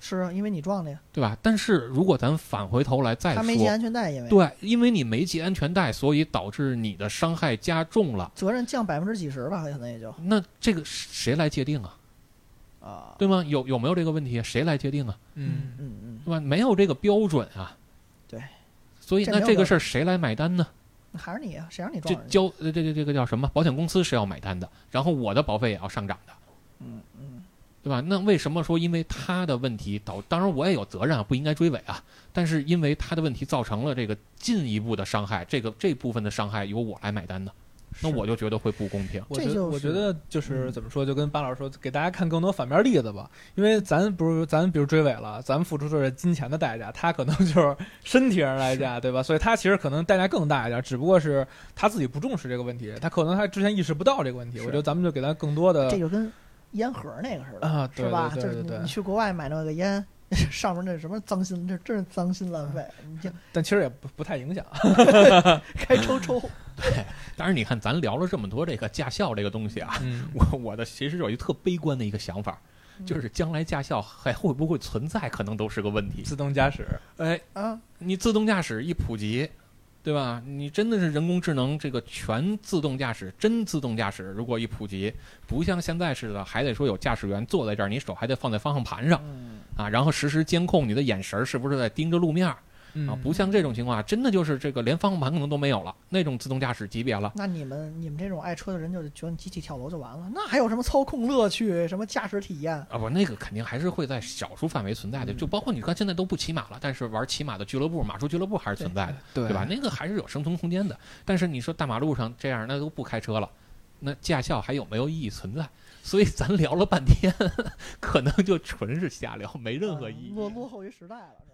[SPEAKER 2] 是啊，因为你撞的呀，
[SPEAKER 4] 对吧？但是如果咱返回头来再
[SPEAKER 2] 他没系
[SPEAKER 4] 说，
[SPEAKER 2] 安全带，因为
[SPEAKER 4] 对，因为你没系安全带，所以导致你的伤害加重了。
[SPEAKER 2] 责任降百分之几十吧，可能也就
[SPEAKER 4] 那这个谁来界定啊？
[SPEAKER 2] 啊，
[SPEAKER 4] 对吗？有有没有这个问题啊？谁来界定啊？
[SPEAKER 3] 嗯，
[SPEAKER 2] 嗯嗯，
[SPEAKER 4] 对吧？没有这个标准啊。
[SPEAKER 2] 对。
[SPEAKER 4] 所以
[SPEAKER 2] 这
[SPEAKER 4] 那
[SPEAKER 2] 没有
[SPEAKER 4] 这
[SPEAKER 2] 标
[SPEAKER 4] 个事儿谁来买单呢？
[SPEAKER 2] 那还是你啊，谁让你
[SPEAKER 4] 这
[SPEAKER 2] 撞人家？
[SPEAKER 4] 交呃这个这个叫什么？保险公司是要买单的，然后我的保费也要上涨的，
[SPEAKER 2] 嗯嗯，
[SPEAKER 4] 对吧？那为什么说因为他的问题导？当然我也有责任啊，不应该追尾啊。但是因为他的问题造成了这个进一步的伤害，这个这部分的伤害由我来买单呢，那
[SPEAKER 2] 是
[SPEAKER 4] 我就觉得会不公平。
[SPEAKER 3] 我
[SPEAKER 2] 这
[SPEAKER 3] 觉得
[SPEAKER 2] 就
[SPEAKER 3] 我
[SPEAKER 2] 是
[SPEAKER 3] 觉得就是
[SPEAKER 2] 嗯
[SPEAKER 3] 怎么说，就跟巴老师说，给大家看更多反面例子吧。因为咱不是咱，比如追尾了，咱们付出的是金钱的代价，他可能就是身体上的代价，对吧？所以他其实可能代价更大一点，只不过是他自己不重视这个问题，他可能他之前意识不到这个问题。我觉得咱们就给他更多的
[SPEAKER 2] 这就跟烟盒那个似
[SPEAKER 4] 呃
[SPEAKER 2] 的
[SPEAKER 3] 啊对
[SPEAKER 2] 是吧？
[SPEAKER 3] 对对对
[SPEAKER 2] 就是
[SPEAKER 3] 对
[SPEAKER 2] 你去国外买那个烟， (laughs) 上面那什么脏心，这真是脏心
[SPEAKER 3] 嗯
[SPEAKER 2] 烂肺，你就 (laughs)
[SPEAKER 3] 但其实也不不太影响。啊
[SPEAKER 2] 该抽抽。
[SPEAKER 4] 当然，你看咱聊了这么多这个驾校这个东西啊，
[SPEAKER 3] 嗯，
[SPEAKER 4] 我我的其实有一特悲观的一个想法，就是将来驾校还会不会存在，可能都是个问题。
[SPEAKER 3] (laughs) 自动驾驶，
[SPEAKER 4] 哎，
[SPEAKER 2] 啊，
[SPEAKER 4] 你自动驾驶一普及，对吧？你真的是人工智能这个全自动驾驶、真自动驾驶，如果一普及，不像现在似的，还得说有驾驶员坐在这儿，你手还得放在方向盘上
[SPEAKER 2] 嗯，
[SPEAKER 4] 啊，然后实时监控你的眼神儿是不是在盯着路面儿啊
[SPEAKER 3] 嗯，？
[SPEAKER 4] 不像这种情况下，真的就是这个连方向盘可能都没有了，那种自动驾驶级别了。
[SPEAKER 2] 那你们你们这种爱车的人就觉得机器跳楼就完了，那还有什么操控乐趣，什么驾驶体验？
[SPEAKER 4] 啊，不，那个肯定还是会在少数范围存在的，就包括你看现在都不骑马了，但是玩骑马的俱乐部、马术俱乐部还是存在的。
[SPEAKER 3] 对
[SPEAKER 4] 对吧？？那个还是有生存空间的。但是你说大马路上这样，那都不开车了，那驾校还有没有意义存在？所以 (laughs) 咱聊了半天，可能就纯是瞎聊，没任何意义。
[SPEAKER 2] 啊嗯落落后于时代了。是吧